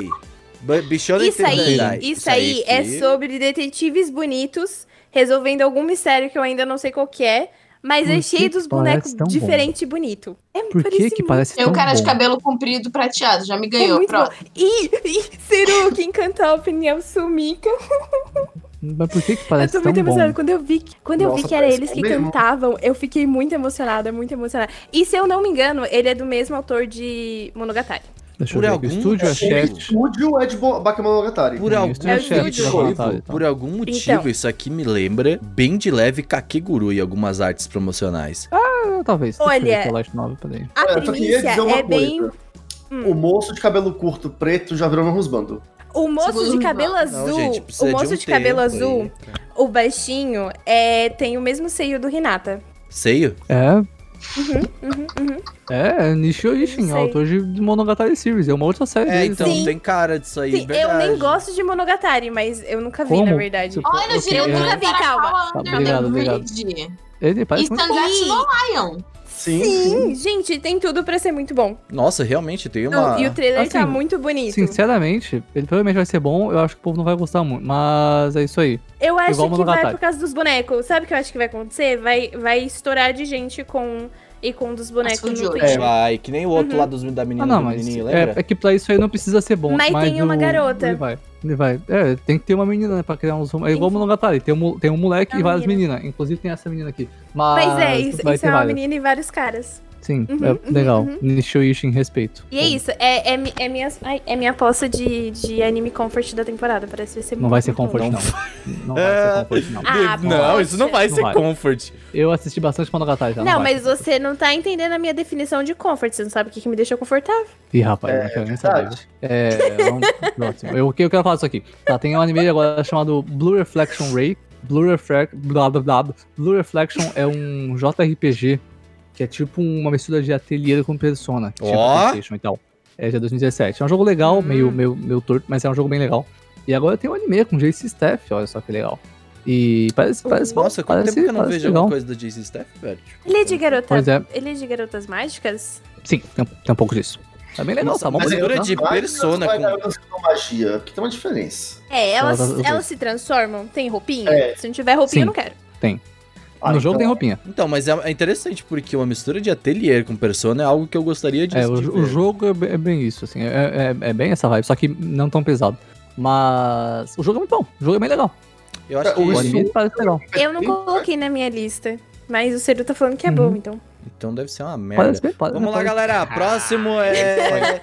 Speaker 1: B- Bishonen
Speaker 5: Isso aí,
Speaker 1: Tendai.
Speaker 5: isso aí é
Speaker 1: que-
Speaker 5: sobre detetives bonitos resolvendo algum mistério que eu ainda não sei qual que é, mas
Speaker 3: Por
Speaker 5: é
Speaker 3: que
Speaker 5: cheio
Speaker 3: que
Speaker 5: dos
Speaker 3: parece
Speaker 5: bonecos
Speaker 3: tão bom?
Speaker 5: diferente e bonito. É
Speaker 3: Por que que
Speaker 5: muito-
Speaker 3: parece
Speaker 6: Tem
Speaker 3: tão
Speaker 6: um cara de
Speaker 3: bom?
Speaker 6: cabelo comprido prateado, já me
Speaker 5: É
Speaker 6: ganhou.
Speaker 5: muito bom.
Speaker 6: Pronto.
Speaker 5: Ih, ih, Seru, quem cantou a opinião sumica.
Speaker 3: Mas por que que
Speaker 5: Eu
Speaker 3: parece
Speaker 5: tô
Speaker 3: tão
Speaker 5: muito emocionada.
Speaker 3: bom?
Speaker 5: Quando eu vi, quando eu
Speaker 4: Nossa,
Speaker 5: vi que era
Speaker 4: parece
Speaker 5: eles
Speaker 4: bom
Speaker 5: que
Speaker 4: mesmo.
Speaker 5: cantavam, eu fiquei muito emocionada, muito emocionada. E se eu não me engano, ele é do mesmo autor de Monogatari.
Speaker 3: Deixa
Speaker 1: Por
Speaker 3: eu ver.
Speaker 1: algum
Speaker 3: aqui. O estúdio é
Speaker 1: motivo-
Speaker 4: O
Speaker 3: Chat.
Speaker 4: estúdio é de Bo- Bakemonogatari.
Speaker 1: Por
Speaker 3: Sim,
Speaker 1: algum
Speaker 3: isso é
Speaker 5: chefe de
Speaker 3: laboratório,
Speaker 1: motivo,
Speaker 3: então.
Speaker 1: por algum motivo,
Speaker 5: Então.
Speaker 1: isso aqui me lembra bem de leve Kakeguru e algumas artes promocionais.
Speaker 3: Ah, talvez.
Speaker 5: Olha.
Speaker 3: Deixa eu ver aqui o Light Novel, peraí.
Speaker 5: A
Speaker 4: É, só que ia
Speaker 5: primícia
Speaker 4: dizer uma
Speaker 5: é bem. Hum.
Speaker 4: coisa. O moço de cabelo curto preto já virou meu husbando.
Speaker 5: O moço de
Speaker 6: Segundo
Speaker 5: cabelo azul. o moço de, cabelo
Speaker 1: um tempo
Speaker 5: azul.
Speaker 1: aí.
Speaker 5: O baixinho é, tem o mesmo seio do Renata.
Speaker 1: Seio?
Speaker 3: É,
Speaker 5: Uhum, uhum.
Speaker 3: é, é Nishio Ishin,
Speaker 5: sei.
Speaker 3: é o autor de de Monogatari Series. É uma outra série
Speaker 1: É,
Speaker 3: dele.
Speaker 1: então
Speaker 5: Sim.
Speaker 1: tem cara disso aí,
Speaker 5: Sim, eu
Speaker 1: verdade.
Speaker 5: nem gosto de Monogatari, mas eu nunca vi, na
Speaker 3: Como? Tipo,
Speaker 5: verdade.
Speaker 3: Você-
Speaker 6: Olha,
Speaker 3: Eu
Speaker 6: eu virei o
Speaker 5: queria- Tá,
Speaker 6: Dura Caracala,
Speaker 3: tá,
Speaker 6: Under
Speaker 3: obrigado,
Speaker 6: the
Speaker 3: obrigado.
Speaker 6: Bridge.
Speaker 3: é, Ele
Speaker 6: E
Speaker 3: parece muito
Speaker 6: Sangatsu
Speaker 5: Ih.
Speaker 6: no Lion.
Speaker 4: Sim,
Speaker 5: Sim, gente, tem tudo pra ser muito bom.
Speaker 1: Nossa, realmente, tem uma...
Speaker 5: E o trailer tá
Speaker 3: Assim,
Speaker 5: muito bonito.
Speaker 3: Sinceramente, ele provavelmente vai ser bom. Eu acho que o povo não vai gostar muito. Mas é isso aí.
Speaker 5: eu acho que vai
Speaker 3: Monogatari.
Speaker 5: por causa dos bonecos. Sabe o que eu acho que vai acontecer? Vai, vai estourar de gente com e com um dos bonecos
Speaker 6: Nossa,
Speaker 5: no
Speaker 1: né?
Speaker 6: juro.
Speaker 5: Twitter.
Speaker 1: Vai, que nem o
Speaker 5: Uhum.
Speaker 1: outro lá dos, da menina
Speaker 3: Ah, não,
Speaker 1: do
Speaker 3: mas.
Speaker 1: menininho,
Speaker 3: É,
Speaker 1: lembra?
Speaker 3: é que pra isso aí não precisa ser bom.
Speaker 5: Mas tem uma
Speaker 3: o-
Speaker 5: garota.
Speaker 3: Ele vai. Ele vai. É, tem que ter uma menina, né? Pra criar uns. É igual o Monogatari. Tem um, mo- tem um moleque
Speaker 5: É uma
Speaker 3: e várias
Speaker 5: menina.
Speaker 3: meninas. Inclusive tem essa menina aqui. Mas.
Speaker 5: Pois é, isso,
Speaker 3: vai
Speaker 5: isso
Speaker 3: ter
Speaker 5: é uma
Speaker 3: várias.
Speaker 5: menina e vários caras.
Speaker 3: Sim,
Speaker 5: Uhum,
Speaker 3: é,
Speaker 5: uhum,
Speaker 3: legal.
Speaker 5: uhum.
Speaker 3: Nishoyushin, respeito.
Speaker 5: E é isso, é, é, mi- é minha, ai, é minha aposta de, de anime comfort da temporada. Parece que vai ser
Speaker 3: Não
Speaker 5: muito
Speaker 3: vai ser
Speaker 5: muito bom.
Speaker 3: comfort, não. Não vai ser comfort, não.
Speaker 5: Então, Ah,
Speaker 1: não, isso não vai
Speaker 3: Não
Speaker 1: ser
Speaker 3: vai.
Speaker 1: comfort.
Speaker 3: Eu assisti bastante Monogatari já.
Speaker 5: Não,
Speaker 3: Então vai.
Speaker 5: mas você não tá entendendo a minha definição de comfort. Você não sabe o que, que me deixa confortável.
Speaker 3: Ih, rapaz, não quero nem saber. É, vamos pro próximo. Eu, o que eu quero falar disso aqui? Tá, tem um anime agora chamado Blue Reflection Ray. Blue, Reflec blá, blá, blá, blá. Blue Reflection é um JRPG que é tipo uma mistura de ateliê com Persona. que tinha pra
Speaker 1: Ó. Hum.
Speaker 3: PlayStation e tal. É de 2017. É um jogo legal, meio, meio, meio torto, mas é um jogo bem legal. E agora tem um anime com Jace Staff, olha só que legal. E parece, parece bom,
Speaker 1: Nossa, quanto
Speaker 3: parece,
Speaker 1: tempo que eu não
Speaker 3: parece
Speaker 1: vejo
Speaker 3: legal.
Speaker 1: alguma coisa do JC Staff, velho?
Speaker 5: Ele é de garota.
Speaker 3: Pois é.
Speaker 5: Ele é de garotas mágicas?
Speaker 3: Sim, tem, tem um pouco disso. Tá bem legal,
Speaker 1: Nossa,
Speaker 3: tá bom.
Speaker 1: mas
Speaker 3: pra
Speaker 1: é
Speaker 3: legal,
Speaker 1: dura
Speaker 3: tá?
Speaker 1: de persona
Speaker 4: Mas
Speaker 1: com.
Speaker 4: não vai com magia, porque tem uma diferença.
Speaker 5: É, elas,
Speaker 3: Elas- os dois.
Speaker 5: elas se transformam? Tem roupinha?
Speaker 4: É.
Speaker 5: Se não tiver roupinha,
Speaker 3: Sim.
Speaker 5: eu não quero.
Speaker 4: Ah,
Speaker 3: No jogo
Speaker 4: então,
Speaker 3: tem roupinha.
Speaker 1: Então, mas é é interessante, porque uma mistura de ateliê com persona é algo que eu gostaria de
Speaker 3: É, o,
Speaker 1: de
Speaker 3: o
Speaker 1: ver.
Speaker 3: jogo é, be- é bem isso, assim. É, é- é bem essa vibe, só que não tão pesado. Mas o jogo é muito bom, o jogo é bem legal.
Speaker 1: Eu acho que.
Speaker 4: O
Speaker 3: O
Speaker 4: Isso.
Speaker 3: anime parece legal.
Speaker 5: Eu não
Speaker 4: Sim,
Speaker 5: coloquei na minha lista. Mas o Ceru tá falando que é
Speaker 3: Uhum.
Speaker 5: bom, então.
Speaker 1: Então deve ser uma merda.
Speaker 3: Parece bem, parece,
Speaker 1: Vamos lá,
Speaker 3: parece- Ah.
Speaker 1: galera. Próximo é.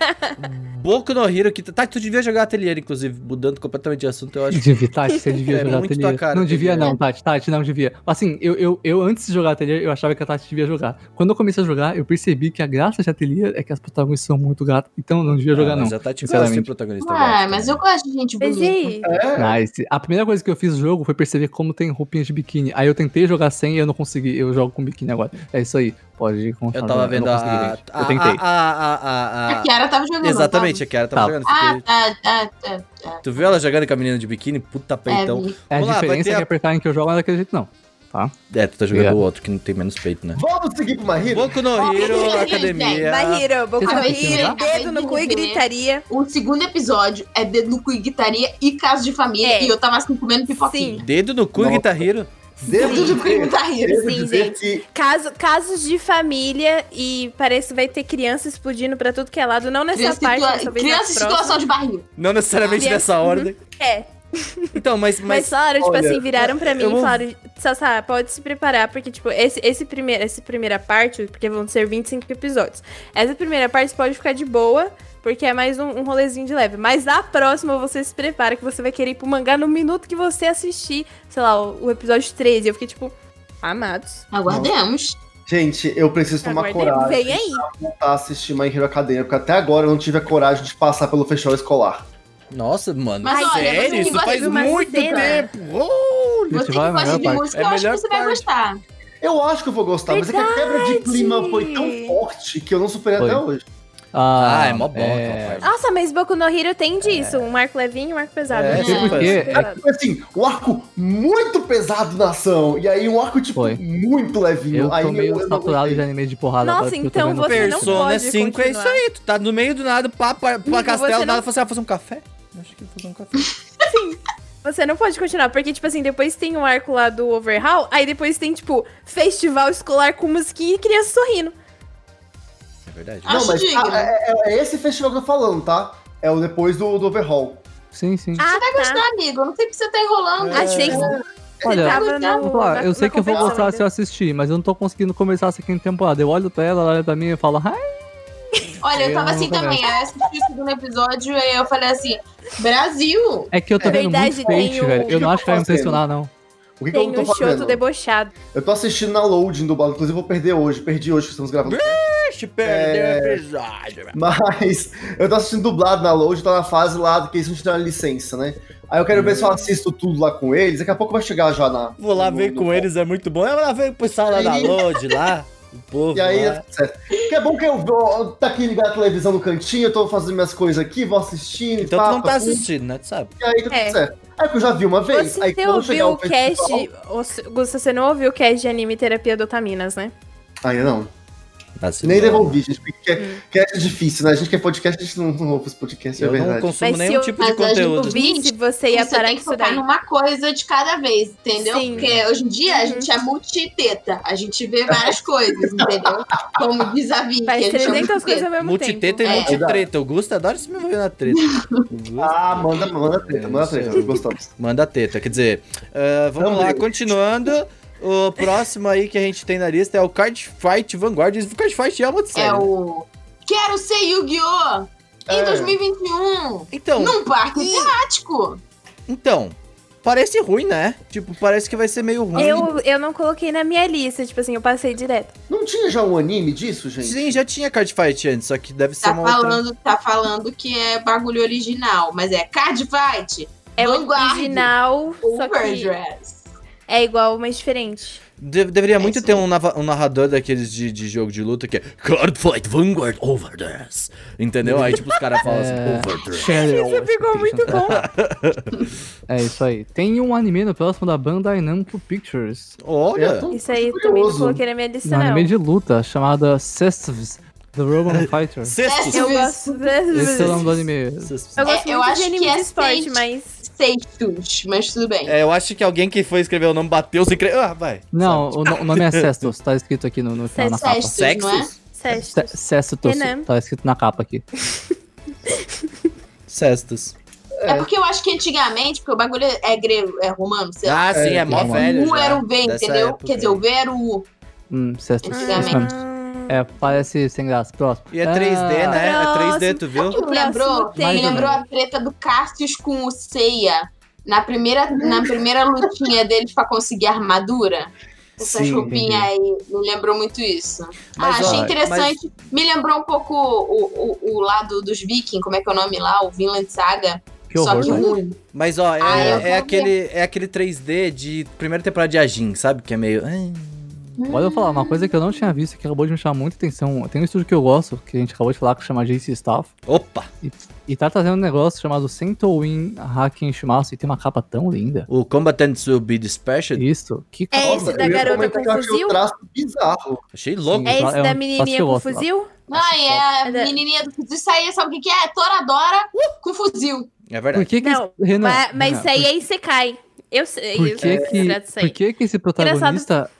Speaker 1: Boku no Hero. Que... Tá, tu devia jogar ateliê, inclusive, mudando completamente de assunto, eu acho.
Speaker 3: Devia, Tati, você devia
Speaker 1: É
Speaker 3: jogar
Speaker 1: muito
Speaker 3: ateliê.
Speaker 1: tua cara,
Speaker 3: não devia
Speaker 1: ateliê.
Speaker 3: não, Tati, Tati, não devia. Assim, eu, eu, eu antes de jogar ateliê, eu achava que a Tati devia jogar. Quando eu comecei a jogar, eu percebi que a graça de ateliê é que as protagonistas são muito gatas, então eu não devia jogar
Speaker 1: Ah,
Speaker 3: não.
Speaker 1: mas Já tá te
Speaker 3: sinceramente.
Speaker 1: assim, protagonista.
Speaker 6: Ah,
Speaker 1: gosta,
Speaker 6: mas
Speaker 1: né?
Speaker 6: eu gosto de gente
Speaker 5: Mas e
Speaker 6: bonita.
Speaker 5: aí?
Speaker 4: então, é.
Speaker 3: Nice. Ah, A primeira coisa que eu fiz no jogo foi perceber como tem roupinha de biquíni. Aí eu tentei jogar sem e eu não consegui. Eu jogo com biquíni agora. É isso aí. Pode contar.
Speaker 1: Eu tava
Speaker 3: não-
Speaker 1: vendo
Speaker 3: não
Speaker 1: a.
Speaker 3: consegui,
Speaker 1: a,
Speaker 3: gente.
Speaker 1: a,
Speaker 3: Eu tentei. Tá.
Speaker 1: a- a- a-
Speaker 6: A Kiara tava jogando. não
Speaker 1: Exatamente, a Kiara tava
Speaker 3: Tava.
Speaker 1: jogando.
Speaker 6: tava? Ah, tá, tá, tá.
Speaker 1: Tu viu ela jogando com a menina de biquíni? Puta
Speaker 6: É,
Speaker 1: peitão.
Speaker 6: vi.
Speaker 3: É, a
Speaker 1: Vamos lá, vai
Speaker 3: diferença
Speaker 1: ter
Speaker 3: é
Speaker 1: a-
Speaker 3: que apertar em que eu jogo não é daquele jeito, não.
Speaker 1: É, tu tá jogando
Speaker 3: Yeah.
Speaker 1: o outro que não tem menos peito, né?
Speaker 4: Vamos seguir pro Mahiro?
Speaker 1: Boku no Hero Academia.
Speaker 5: Vai, Hiro, Boku
Speaker 3: Vocês
Speaker 5: no
Speaker 3: sabem que
Speaker 5: Hero,
Speaker 3: não dá?
Speaker 5: dedo no cu e
Speaker 6: Acabei de ver.
Speaker 5: gritaria.
Speaker 6: O segundo episódio é dedo no cu e guitaria e caso de família.
Speaker 5: É.
Speaker 6: E eu tava assim comendo pipoquinha.
Speaker 1: Dedo no cu,
Speaker 4: Nossa.
Speaker 1: Guitar Hero.
Speaker 4: Devo
Speaker 6: Dedo no cu e
Speaker 4: dizer,
Speaker 6: guitarria.
Speaker 4: devo
Speaker 5: Sim,
Speaker 4: dizer
Speaker 5: gente.
Speaker 4: que
Speaker 5: Caso, casos de família e parece que vai ter criança explodindo pra tudo que é lado. Não nessa
Speaker 6: Criança,
Speaker 5: parte,
Speaker 6: situa-
Speaker 5: mas talvez
Speaker 6: criança em
Speaker 5: na próxima.
Speaker 6: situação de barril.
Speaker 1: Não necessariamente
Speaker 5: Criança,
Speaker 1: nessa
Speaker 5: uhum.
Speaker 1: ordem.
Speaker 5: É,
Speaker 1: Então, mas.
Speaker 5: mas
Speaker 1: mas...
Speaker 5: falaram, tipo
Speaker 4: olha,
Speaker 5: assim, viraram pra mim
Speaker 1: eu vou-
Speaker 5: e falaram, Sassá, pode se preparar, porque, tipo, esse, esse primeiro, essa primeira parte, porque vão ser 25 episódios, essa primeira parte pode ficar de boa, porque é mais um, um rolezinho de leve. Mas a próxima você se prepara, que você vai querer ir pro mangá no minuto que você assistir, sei lá, o, o episódio 13. Eu fiquei, tipo, amados.
Speaker 6: Aguardemos.
Speaker 4: Gente, eu preciso tomar
Speaker 5: Aguardei,
Speaker 4: coragem
Speaker 5: vem aí.
Speaker 4: pra voltar a assistir My tá Hero Academia, porque até agora eu não tive a coragem de passar pelo festival escolar.
Speaker 1: Nossa, mano.
Speaker 6: Mas olha,
Speaker 1: sério?
Speaker 6: você que
Speaker 1: Isso
Speaker 6: gosta
Speaker 1: faz
Speaker 6: de uma
Speaker 1: muito
Speaker 5: cena.
Speaker 1: tempo. Oh!
Speaker 3: Gente,
Speaker 6: Você que
Speaker 3: vai,
Speaker 6: gosta
Speaker 3: melhor
Speaker 6: de
Speaker 3: parte.
Speaker 6: música,
Speaker 1: É
Speaker 6: eu acho
Speaker 1: melhor
Speaker 6: que você vai
Speaker 1: parte.
Speaker 6: gostar.
Speaker 4: Eu acho que eu vou gostar, mas é que a quebra de clima foi tão
Speaker 5: Verdade.
Speaker 4: forte que eu não superei
Speaker 3: Foi.
Speaker 4: até hoje.
Speaker 1: Ah, é mó bom aquela parte.
Speaker 5: Nossa, mas Boku no Hero tem disso, um marco levinho e um marco pesado.
Speaker 1: É,
Speaker 5: né?
Speaker 1: sempre
Speaker 3: Porque é,
Speaker 4: Foi assim, um arco muito pesado na ação, e aí um arco, tipo,
Speaker 3: Foi.
Speaker 4: muito levinho.
Speaker 3: eu
Speaker 4: aí
Speaker 3: tô meio
Speaker 4: eu não
Speaker 3: saturado de
Speaker 4: gostei.
Speaker 3: anime de porrada.
Speaker 5: Nossa,
Speaker 3: agora, porque eu tô
Speaker 5: então
Speaker 3: vendo-
Speaker 5: você não
Speaker 1: Persona
Speaker 5: pode
Speaker 1: 5 é isso
Speaker 5: continuar.
Speaker 1: aí. Tu tá no meio do nada, pá, pra, pra
Speaker 5: Amigo,
Speaker 1: castelo,
Speaker 5: você
Speaker 1: nada.
Speaker 5: não-
Speaker 1: Fala assim, ah, fazer um café? Acho que vou fazer um café.
Speaker 5: Você não pode continuar, porque, tipo assim, depois tem o arco lá do Overhaul, aí depois tem, tipo, festival escolar com musiquinha e criança sorrindo.
Speaker 1: É verdade.
Speaker 6: Ah,
Speaker 4: Não, mas
Speaker 6: Acho digno.
Speaker 4: ah, é, é- é esse festival que eu tô falando, tá? É o depois do, do overhaul.
Speaker 3: Sim, sim.
Speaker 5: Ah,
Speaker 6: Vai
Speaker 5: tá.
Speaker 6: gostar, amigo. Não sei porque você tá enrolando.
Speaker 5: Achei que você
Speaker 3: Olha,
Speaker 5: tava
Speaker 6: eu
Speaker 5: no,
Speaker 3: vou falar,
Speaker 5: na-
Speaker 3: eu sei
Speaker 5: na
Speaker 3: que eu vou
Speaker 5: competição,
Speaker 3: gostar se eu assistir, mas eu não tô conseguindo começar a segunda temporada. Eu olho pra ela, ela olha pra mim e fala, ai,
Speaker 6: Olha, eu
Speaker 3: Eu
Speaker 6: tava
Speaker 3: não
Speaker 6: assim
Speaker 3: começo.
Speaker 6: também. Aí eu assisti o segundo episódio e eu falei assim: Brasil!
Speaker 3: é que eu tô
Speaker 5: É
Speaker 3: vendo
Speaker 5: verdade,
Speaker 3: muito peixe,
Speaker 5: tem o-
Speaker 3: velho. Eu não
Speaker 4: O que
Speaker 3: acho que vai me
Speaker 4: eu tô fazendo?
Speaker 3: impressionar, não.
Speaker 4: O que, que eu
Speaker 5: Tem
Speaker 4: tô
Speaker 5: um show
Speaker 4: fazendo?
Speaker 5: debochado.
Speaker 4: Eu tô assistindo na loading do balão, inclusive eu vou perder hoje, perdi hoje que estamos gravando.
Speaker 1: Deixa eu perder o episódio, velho.
Speaker 4: Mas eu tô assistindo dublado na load, tô na fase lá que eles não tiveram a licença, né? Aí eu quero ver se eu assisto tudo lá com eles, daqui a pouco vai chegar já na.
Speaker 1: Vou lá
Speaker 4: no-
Speaker 1: ver
Speaker 4: no-
Speaker 1: com eles, é muito bom. Eu vou lá ver o pessoal lá da
Speaker 4: Aí-
Speaker 1: Lodge, lá. O povo
Speaker 4: E aí,
Speaker 1: lá.
Speaker 4: tá certo. Que é bom que eu vou. Tá aqui ligado a televisão no cantinho, eu tô fazendo minhas coisas aqui, vou assistindo.
Speaker 1: Então
Speaker 4: pá,
Speaker 1: tu não tá
Speaker 4: pá,
Speaker 1: assistindo, né? Tu sabe?
Speaker 4: E aí tá tudo
Speaker 5: É.
Speaker 4: certo. É que eu já vi uma vez. aí
Speaker 5: Você
Speaker 4: quando chegar
Speaker 5: ouviu o cast...
Speaker 4: festival-
Speaker 5: o- Gusta, você não ouviu o cast de anime Terapia Dotaminas, né?
Speaker 4: Ainda não.
Speaker 1: Vacilou.
Speaker 4: Nem devolvi, gente, porque que-
Speaker 5: Hum.
Speaker 4: cast é difícil, né? A gente que é podcast, a gente não, não ouve os podcasts, é
Speaker 1: Eu não
Speaker 4: verdade.
Speaker 1: consumo
Speaker 5: Mas se
Speaker 1: nenhum
Speaker 5: eu-
Speaker 1: tipo de
Speaker 6: mas a gente
Speaker 1: conteúdo.
Speaker 6: ouvi-
Speaker 5: Vi se você ia
Speaker 6: você
Speaker 5: parar com
Speaker 6: tem que
Speaker 5: isso
Speaker 6: focar
Speaker 5: daí.
Speaker 6: numa coisa de cada vez, entendeu?
Speaker 5: Sim. Uhum.
Speaker 6: Porque hoje em dia a gente é multiteta. A gente vê várias coisas, entendeu? Como diz a Vicky. a
Speaker 5: Faz
Speaker 6: gente é
Speaker 5: 300 coisas
Speaker 6: multiteta.
Speaker 5: ao mesmo
Speaker 1: Multiteta e
Speaker 5: tempo.
Speaker 6: É.
Speaker 1: multitreta. O Gusta adora se me envolver na treta. O Gusta-
Speaker 4: Ah, manda, manda treta,
Speaker 1: É,
Speaker 4: manda
Speaker 1: isso aí.
Speaker 4: treta, gostamos.
Speaker 1: Manda teta, quer dizer. ah, vamos
Speaker 4: Não,
Speaker 1: lá,
Speaker 4: Rodrigo.
Speaker 1: continuando. O próximo aí que a gente tem na lista é o Card Fight Vanguard. O Card Fight é uma de
Speaker 6: É o. Quero ser Yu-Gi-Oh! Em
Speaker 4: É.
Speaker 6: 2021!
Speaker 1: Então,
Speaker 6: Num parque temático!
Speaker 1: então, parece ruim, né? Tipo, parece que vai ser meio ruim.
Speaker 5: Eu, eu não coloquei na minha lista, tipo assim, eu passei direto.
Speaker 4: Não tinha já um anime disso, gente?
Speaker 1: Sim, já tinha Card Fight antes, só que deve ser
Speaker 6: Tá
Speaker 1: uma outra.
Speaker 6: falando, tá falando que é bagulho original, mas é Card Fight!
Speaker 5: É o
Speaker 6: Vanguard,
Speaker 5: original, só que
Speaker 6: Overdress!
Speaker 5: é igual, mas diferente.
Speaker 1: De- deveria
Speaker 6: É
Speaker 1: muito
Speaker 6: isso
Speaker 1: ter um, nava- um narrador daqueles de, de jogo de luta que é Card Fight Vanguard Overdress. Entendeu? Aí, tipo, os caras falam assim,
Speaker 3: É.
Speaker 1: Overdress.
Speaker 5: Isso ficou muito bom.
Speaker 3: É isso aí. Tem um anime no próximo da Bandai Namco Pictures.
Speaker 1: Olha,
Speaker 4: tô
Speaker 5: Isso aí eu também não
Speaker 4: curioso.
Speaker 5: coloquei na minha
Speaker 3: Um
Speaker 5: lista, não.
Speaker 3: anime de luta chamada Sestivs, The Roman Fighter.
Speaker 1: sexto.
Speaker 5: Eu gosto
Speaker 3: Esse é o nome do anime.
Speaker 5: Eu
Speaker 6: É,
Speaker 5: gosto muito
Speaker 6: eu acho
Speaker 5: de anime
Speaker 6: que é
Speaker 5: de esporte,
Speaker 6: stage.
Speaker 5: mas
Speaker 6: Sextos, mas tudo bem.
Speaker 1: É, eu acho que alguém que foi escrever o nome bateu sem crer. Ah, vai.
Speaker 3: Não, o, no- o nome é Sestos, tá escrito aqui no, no, na, na capa.
Speaker 6: Sestos, não é?
Speaker 1: Sextos?
Speaker 5: sexto.
Speaker 3: Se- Sestos,
Speaker 5: Renan.
Speaker 3: tá escrito na capa aqui.
Speaker 1: Sextos.
Speaker 6: É porque eu acho que antigamente, porque o bagulho é grego, é romano, sei lá.
Speaker 1: Ah, sim, é mó
Speaker 3: é,
Speaker 1: velho.
Speaker 6: o
Speaker 1: já,
Speaker 6: Um era o V,
Speaker 1: dessa
Speaker 6: entendeu?
Speaker 1: época
Speaker 6: Quer dizer,
Speaker 1: aí.
Speaker 6: o V era o U.
Speaker 3: Hum, Sestos.
Speaker 5: Ah.
Speaker 6: Antigamente.
Speaker 3: isso mesmo. É, parece sem graça. Próximo.
Speaker 1: E é 3D,
Speaker 3: Ah,
Speaker 1: né?
Speaker 5: Próximo.
Speaker 1: É 3D, tu viu?
Speaker 6: Me lembrou,
Speaker 5: Próximo
Speaker 6: me
Speaker 3: tem.
Speaker 6: lembrou a treta do Cassius com o Seiya na primeira, na primeira lutinha deles pra conseguir a armadura. Essas
Speaker 1: Sim,
Speaker 6: roupinhas aí, me lembrou muito isso.
Speaker 1: Mas,
Speaker 6: ah, achei
Speaker 1: ó,
Speaker 6: interessante. Me lembrou um pouco o, o, o lado dos Vikings, como é que é o nome lá? O Vinland Saga.
Speaker 3: Que
Speaker 6: só
Speaker 3: horror,
Speaker 6: que
Speaker 3: velho.
Speaker 6: ruim.
Speaker 1: Mas, ó, é,
Speaker 6: Ah, eu
Speaker 1: é
Speaker 6: vou
Speaker 1: aquele, é aquele 3D de primeira temporada de Ajin, sabe? Que é meio... "Ai,
Speaker 3: Olha, eu falar uma coisa que eu não tinha visto que acabou de me chamar muita atenção. Tem um estúdio que eu gosto, que a gente acabou de falar, que chama JC Staff.
Speaker 1: Opa!
Speaker 3: E tá trazendo um negócio chamado Centowin Hacking Shimasu. E tem uma capa tão linda.
Speaker 1: O Combatants Will Be Dispatched.
Speaker 3: Isso. Que capa.
Speaker 5: É esse
Speaker 4: eu
Speaker 5: da
Speaker 4: ia
Speaker 5: garota
Speaker 4: comentar que eu
Speaker 5: com
Speaker 4: achei
Speaker 5: fuzil?
Speaker 4: o traço bizarro.
Speaker 1: Achei louco.
Speaker 3: Sim.
Speaker 5: É
Speaker 3: É
Speaker 5: esse
Speaker 3: um-
Speaker 5: da
Speaker 3: acho que
Speaker 5: menininha
Speaker 3: eu
Speaker 5: com
Speaker 3: gosto lá.
Speaker 5: fuzil?
Speaker 6: Ah,
Speaker 5: É
Speaker 6: é
Speaker 5: da-
Speaker 6: a menininha do fuzil. Isso aí, sabe o que, que é? Toradora
Speaker 1: Uh!
Speaker 6: com fuzil.
Speaker 1: É
Speaker 3: Por
Speaker 1: verdade.
Speaker 3: que que...
Speaker 5: Não,
Speaker 3: esse- Renan,
Speaker 5: Mas, mas
Speaker 3: Renan,
Speaker 5: isso aí é Isekai. Eu sei.
Speaker 3: por,
Speaker 5: eu
Speaker 3: por que
Speaker 5: sei
Speaker 3: que,
Speaker 5: direto isso aí.
Speaker 3: por que que esse protagonista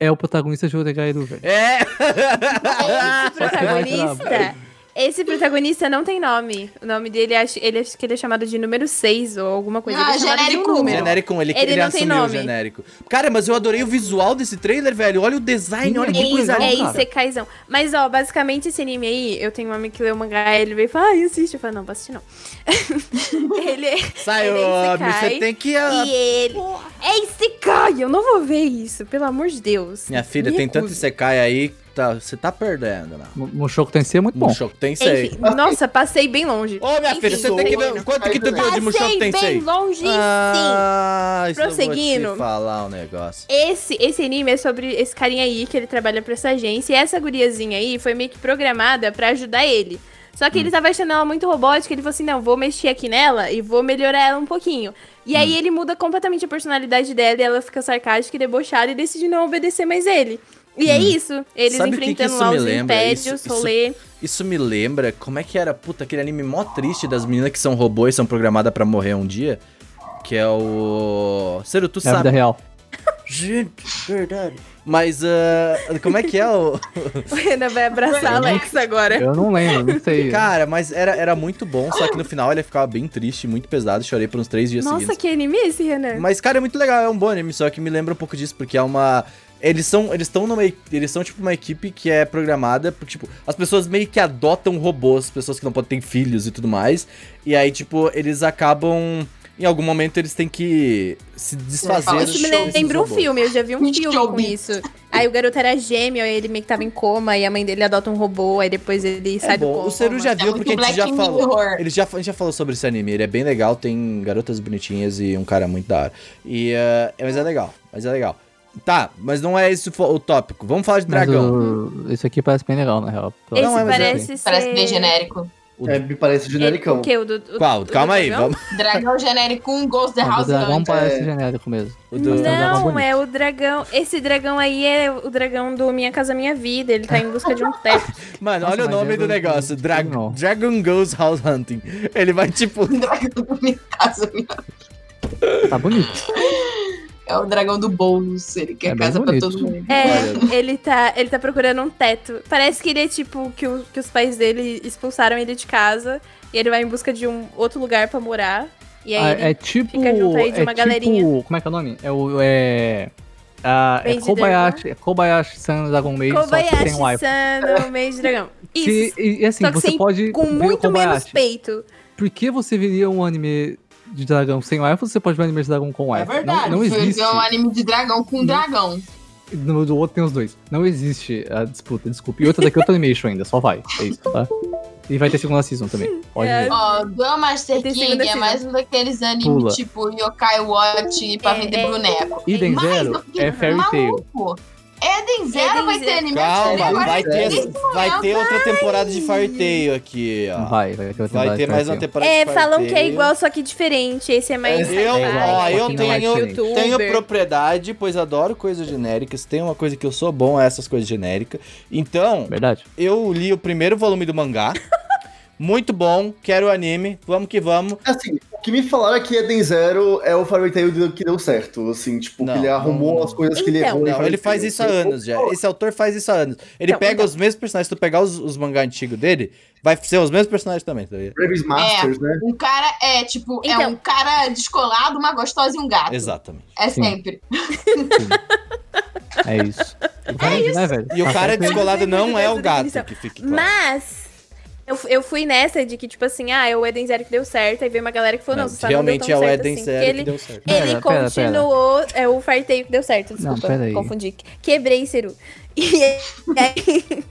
Speaker 3: é o protagonista de Otegairu, velho?
Speaker 1: É!
Speaker 5: Esse
Speaker 3: Vai
Speaker 5: protagonista. Esse protagonista não tem nome. O nome dele, acho, ele, acho que ele é chamado de número 6 ou alguma coisa.
Speaker 6: Ah,
Speaker 5: ele é chamado
Speaker 6: genérico.
Speaker 5: de um número.
Speaker 1: Genérico, ele,
Speaker 5: Ele
Speaker 1: ele,
Speaker 5: não tem
Speaker 1: assumiu o
Speaker 5: nome.
Speaker 1: genérico. Cara, mas eu adorei o visual desse trailer, velho. Olha o design,
Speaker 3: Sim,
Speaker 1: olha
Speaker 3: é
Speaker 1: que
Speaker 3: muito
Speaker 1: coisa
Speaker 3: legal,
Speaker 5: É
Speaker 3: cara.
Speaker 5: Isekaizão. Mas, ó, basicamente esse anime aí, eu tenho um amigo que lê o mangá, ele veio e fala, ah, assiste. Eu falo, não, vou assistir não. ele,
Speaker 1: Sai,
Speaker 5: Ele é
Speaker 1: homem,
Speaker 5: isekai.
Speaker 1: você tem que. ah,
Speaker 5: E ele. É Isekai! Eu não vou ver isso, pelo amor de Deus.
Speaker 1: Minha filha,
Speaker 5: Me
Speaker 1: tem
Speaker 5: recuso.
Speaker 1: tanto Isekai aí, que tá, você tá perdendo, né?
Speaker 3: Mo- Mushoku Tensei é muito bom.
Speaker 1: Mushoku Tensei.
Speaker 5: Enfim, nossa, passei bem longe.
Speaker 1: Ô, minha
Speaker 5: Enfim,
Speaker 1: filha, você tem que ver.
Speaker 4: Sou-
Speaker 1: Quanto que tu viu de
Speaker 5: Passei
Speaker 1: Mushoku
Speaker 5: bem
Speaker 1: Tensei?
Speaker 5: longe, sim.
Speaker 1: Ah, isso Eu
Speaker 5: Prosseguindo.
Speaker 1: vou te falar um negócio.
Speaker 5: Esse, esse anime é sobre esse carinha aí que ele trabalha pra essa agência. E essa guriazinha aí foi meio que programada pra ajudar ele. Só que
Speaker 1: Hum.
Speaker 5: ele tava achando ela muito robótica. Ele falou assim: não, vou mexer aqui nela e vou melhorar ela um pouquinho. E aí
Speaker 1: Hum.
Speaker 5: ele muda completamente a personalidade dela e ela fica sarcástica e debochada e decide não obedecer mais ele. E é isso. Eles
Speaker 1: Hum. Sabe o que que
Speaker 5: enfrentando
Speaker 1: isso
Speaker 5: lá
Speaker 1: me
Speaker 5: os
Speaker 1: lembra?
Speaker 5: impérios,
Speaker 1: Isso- isso-
Speaker 5: rolê.
Speaker 1: Isso me lembra como é que era, puta, aquele anime mó triste das meninas que são robôs e são programadas pra morrer um dia. Que é o. Sério, tu
Speaker 3: É a vida
Speaker 1: sabe.
Speaker 3: real.
Speaker 1: Gente, verdade. Mas, ah, como é que é o.
Speaker 5: O Renan vai abraçar a Alex agora.
Speaker 3: Eu não lembro, não sei.
Speaker 1: Cara, mas era, era muito bom, só que no final ele ficava bem triste, muito pesado. Chorei por uns três dias
Speaker 5: Nossa,
Speaker 1: seguidos.
Speaker 5: que anime é esse, Renan?
Speaker 1: Mas, cara, é muito legal, é um bom anime, só que me lembra um pouco disso, porque é uma. Eles são. Eles estão numa. e- Eles são, tipo, uma equipe que é programada. Porque, tipo, as pessoas meio que adotam robôs, pessoas que não podem ter filhos e tudo mais. E aí, tipo, eles acabam. Em algum momento eles têm que se desfazer.
Speaker 6: fala,
Speaker 5: Isso me
Speaker 1: desses
Speaker 5: lembra um
Speaker 1: robôs.
Speaker 5: filme, eu já vi um
Speaker 6: Me
Speaker 5: filme
Speaker 6: show
Speaker 5: com
Speaker 6: me.
Speaker 5: isso. Aí o garoto era gêmeo, aí ele meio que tava em coma, e a mãe dele adota um robô, aí depois ele
Speaker 1: É
Speaker 5: sai do
Speaker 1: bom.
Speaker 5: coma.
Speaker 1: O Seru já
Speaker 6: É
Speaker 1: viu,
Speaker 6: muito
Speaker 1: porque a gente
Speaker 6: Black
Speaker 1: já falou.
Speaker 6: Mirror.
Speaker 1: Ele já, a gente já falou sobre esse anime, ele é bem legal, tem garotas bonitinhas e um cara muito da hora. E, eh, é, mas é legal, mas é legal. Tá, mas não é esse o fo- o tópico. Vamos falar de
Speaker 3: Mas
Speaker 1: dragão.
Speaker 3: o- isso aqui parece bem legal, na real.
Speaker 5: Esse
Speaker 1: Não, é, mas
Speaker 5: parece ser...
Speaker 6: Parece bem genérico.
Speaker 4: É, me parece
Speaker 5: genérico.
Speaker 4: genericão.
Speaker 5: O quê? O do, o-
Speaker 1: Qual?
Speaker 5: o do
Speaker 1: Calma aí,
Speaker 5: dragão?
Speaker 1: vamos.
Speaker 6: Dragão genérico 1, Ghost the
Speaker 3: Não, É, o
Speaker 6: House
Speaker 3: dragão
Speaker 6: Gun.
Speaker 3: parece genérico mesmo.
Speaker 1: O do-
Speaker 3: Mas tem um dragão
Speaker 5: Não,
Speaker 3: bonito.
Speaker 5: é o dragão. Esse dragão aí é o dragão do Minha Casa Minha Vida. Ele tá em busca de um teto.
Speaker 1: Mano,
Speaker 3: Nossa,
Speaker 1: olha o
Speaker 3: mas
Speaker 1: nome
Speaker 3: eu
Speaker 1: do
Speaker 3: não-
Speaker 1: negócio. Dra-
Speaker 3: não.
Speaker 1: Dragon Goes House Hunting. Ele vai tipo.
Speaker 6: Dragão do minha casa, minha-
Speaker 3: Tá bonito.
Speaker 6: É o dragão do Boulos, ele quer
Speaker 3: É bem
Speaker 6: casa pra
Speaker 3: bonito.
Speaker 6: todo mundo.
Speaker 5: É, ele tá, ele tá procurando um teto. Parece que ele é tipo que, o- que os pais dele expulsaram ele de casa e ele vai em busca de um outro lugar pra morar. E aí
Speaker 3: Ah,
Speaker 5: ele
Speaker 3: é tipo.
Speaker 5: fica junto aí de
Speaker 3: é
Speaker 5: uma galerinha.
Speaker 3: tipo- Como é que é o nome? É o. É. Ah, é
Speaker 5: Bem de
Speaker 3: Kobayashi, é Kobayashi-san Dragon Maid, só um que
Speaker 5: Kobayashi
Speaker 3: sem o waifu.
Speaker 5: Sano, Meio de Dragão.
Speaker 3: Se-
Speaker 5: Isso.
Speaker 3: e, e assim,
Speaker 5: Só que
Speaker 3: você
Speaker 5: sem-
Speaker 3: pode
Speaker 5: Com
Speaker 3: ver o
Speaker 5: muito menos
Speaker 3: Kobayashi.
Speaker 5: peito.
Speaker 3: Por que você veria um anime de dragão sem waifu você pode ver um anime de dragão com
Speaker 6: É
Speaker 3: waifu?
Speaker 6: verdade.
Speaker 3: Não, não
Speaker 6: foi
Speaker 3: existe.
Speaker 6: ver um anime de dragão
Speaker 3: Hum.
Speaker 6: com um dragão.
Speaker 3: No do outro tem os dois. Não existe a disputa, desculpa. E outra daqui é outra animation ainda, só vai. É isso, tá? E vai ter segunda season também. Pode
Speaker 5: É.
Speaker 3: ver.
Speaker 6: Ó, Duel Master
Speaker 5: Tem
Speaker 6: King
Speaker 5: segunda
Speaker 6: é
Speaker 5: season.
Speaker 6: mais um daqueles animes
Speaker 3: Pula.
Speaker 6: tipo Yokai Watch pra
Speaker 5: É,
Speaker 6: vender
Speaker 5: é.
Speaker 6: boneco.
Speaker 3: Eden
Speaker 6: Mas eu
Speaker 3: Zero
Speaker 6: fiquei
Speaker 3: é Fairy Tail.
Speaker 6: maluco. Eden Zero
Speaker 5: Eden
Speaker 6: vai ter
Speaker 5: Zero.
Speaker 6: anime
Speaker 1: Calma,
Speaker 6: agora.
Speaker 1: vai ter,
Speaker 6: nesse
Speaker 1: vai ter outra temporada de Fairy Tail aqui, ó.
Speaker 3: Vai, vai ter, outra
Speaker 1: Vai ter
Speaker 3: temporada
Speaker 1: mais uma
Speaker 6: um
Speaker 3: de Fairy
Speaker 1: temporada
Speaker 5: É,
Speaker 1: de Fairy
Speaker 5: falam que é
Speaker 1: Tail.
Speaker 5: igual, só que diferente. Esse é mais.
Speaker 1: Eu,
Speaker 5: sci-fi.
Speaker 1: ó, eu
Speaker 3: Pouquinho mais
Speaker 1: tenho,
Speaker 3: diferente.
Speaker 1: tenho
Speaker 5: Youtuber.
Speaker 1: propriedade, pois adoro coisas genéricas. Tem uma coisa que eu sou bom, é essas coisas genéricas. Então,
Speaker 3: Tail. Verdade.
Speaker 1: eu li o primeiro volume do mangá. Muito bom, quero o anime, vamos que vamos.
Speaker 4: Assim, o que me falaram é que Eden Zero é o Fairy Tail do- que deu certo. Assim, tipo,
Speaker 1: Não,
Speaker 4: que ele
Speaker 1: não,
Speaker 4: arrumou
Speaker 1: não.
Speaker 4: as coisas que ele
Speaker 5: Então.
Speaker 4: errou. em
Speaker 1: Não,
Speaker 4: Fairy
Speaker 1: ele
Speaker 4: Tail.
Speaker 1: faz isso há anos já. Esse autor faz isso há anos. Ele
Speaker 5: Então,
Speaker 1: pega
Speaker 5: então.
Speaker 1: os mesmos personagens, se tu pegar os, os mangá antigos dele, vai ser os mesmos personagens também. Tá ligado?
Speaker 5: É.
Speaker 4: Braves Masters, né?
Speaker 6: Um cara é, tipo, é
Speaker 5: Então.
Speaker 6: um cara descolado, uma gostosa e um gato.
Speaker 1: Exatamente.
Speaker 6: É
Speaker 3: Sim.
Speaker 6: sempre.
Speaker 3: É isso. É isso. Né, velho?
Speaker 1: E o
Speaker 3: Tá
Speaker 1: cara
Speaker 3: certo, né?
Speaker 1: descolado não é o gato,
Speaker 5: Definição.
Speaker 1: que fique claro.
Speaker 5: Mas. Eu, fu- eu fui nessa de que, tipo assim, ah, é o Eden Zero que deu certo. Aí veio uma galera que falou, não,
Speaker 1: Não,
Speaker 5: você só não
Speaker 1: realmente é
Speaker 5: deu
Speaker 1: o
Speaker 5: tão certo
Speaker 1: Eden
Speaker 5: assim.
Speaker 1: Zero
Speaker 5: porque
Speaker 1: que
Speaker 5: ele
Speaker 1: deu certo.
Speaker 5: Ele
Speaker 3: Pera, pera,
Speaker 5: continuou. É o farteio que deu certo, desculpa.
Speaker 3: pera aí.
Speaker 5: confundi. Quebrei, Ciru. E aí,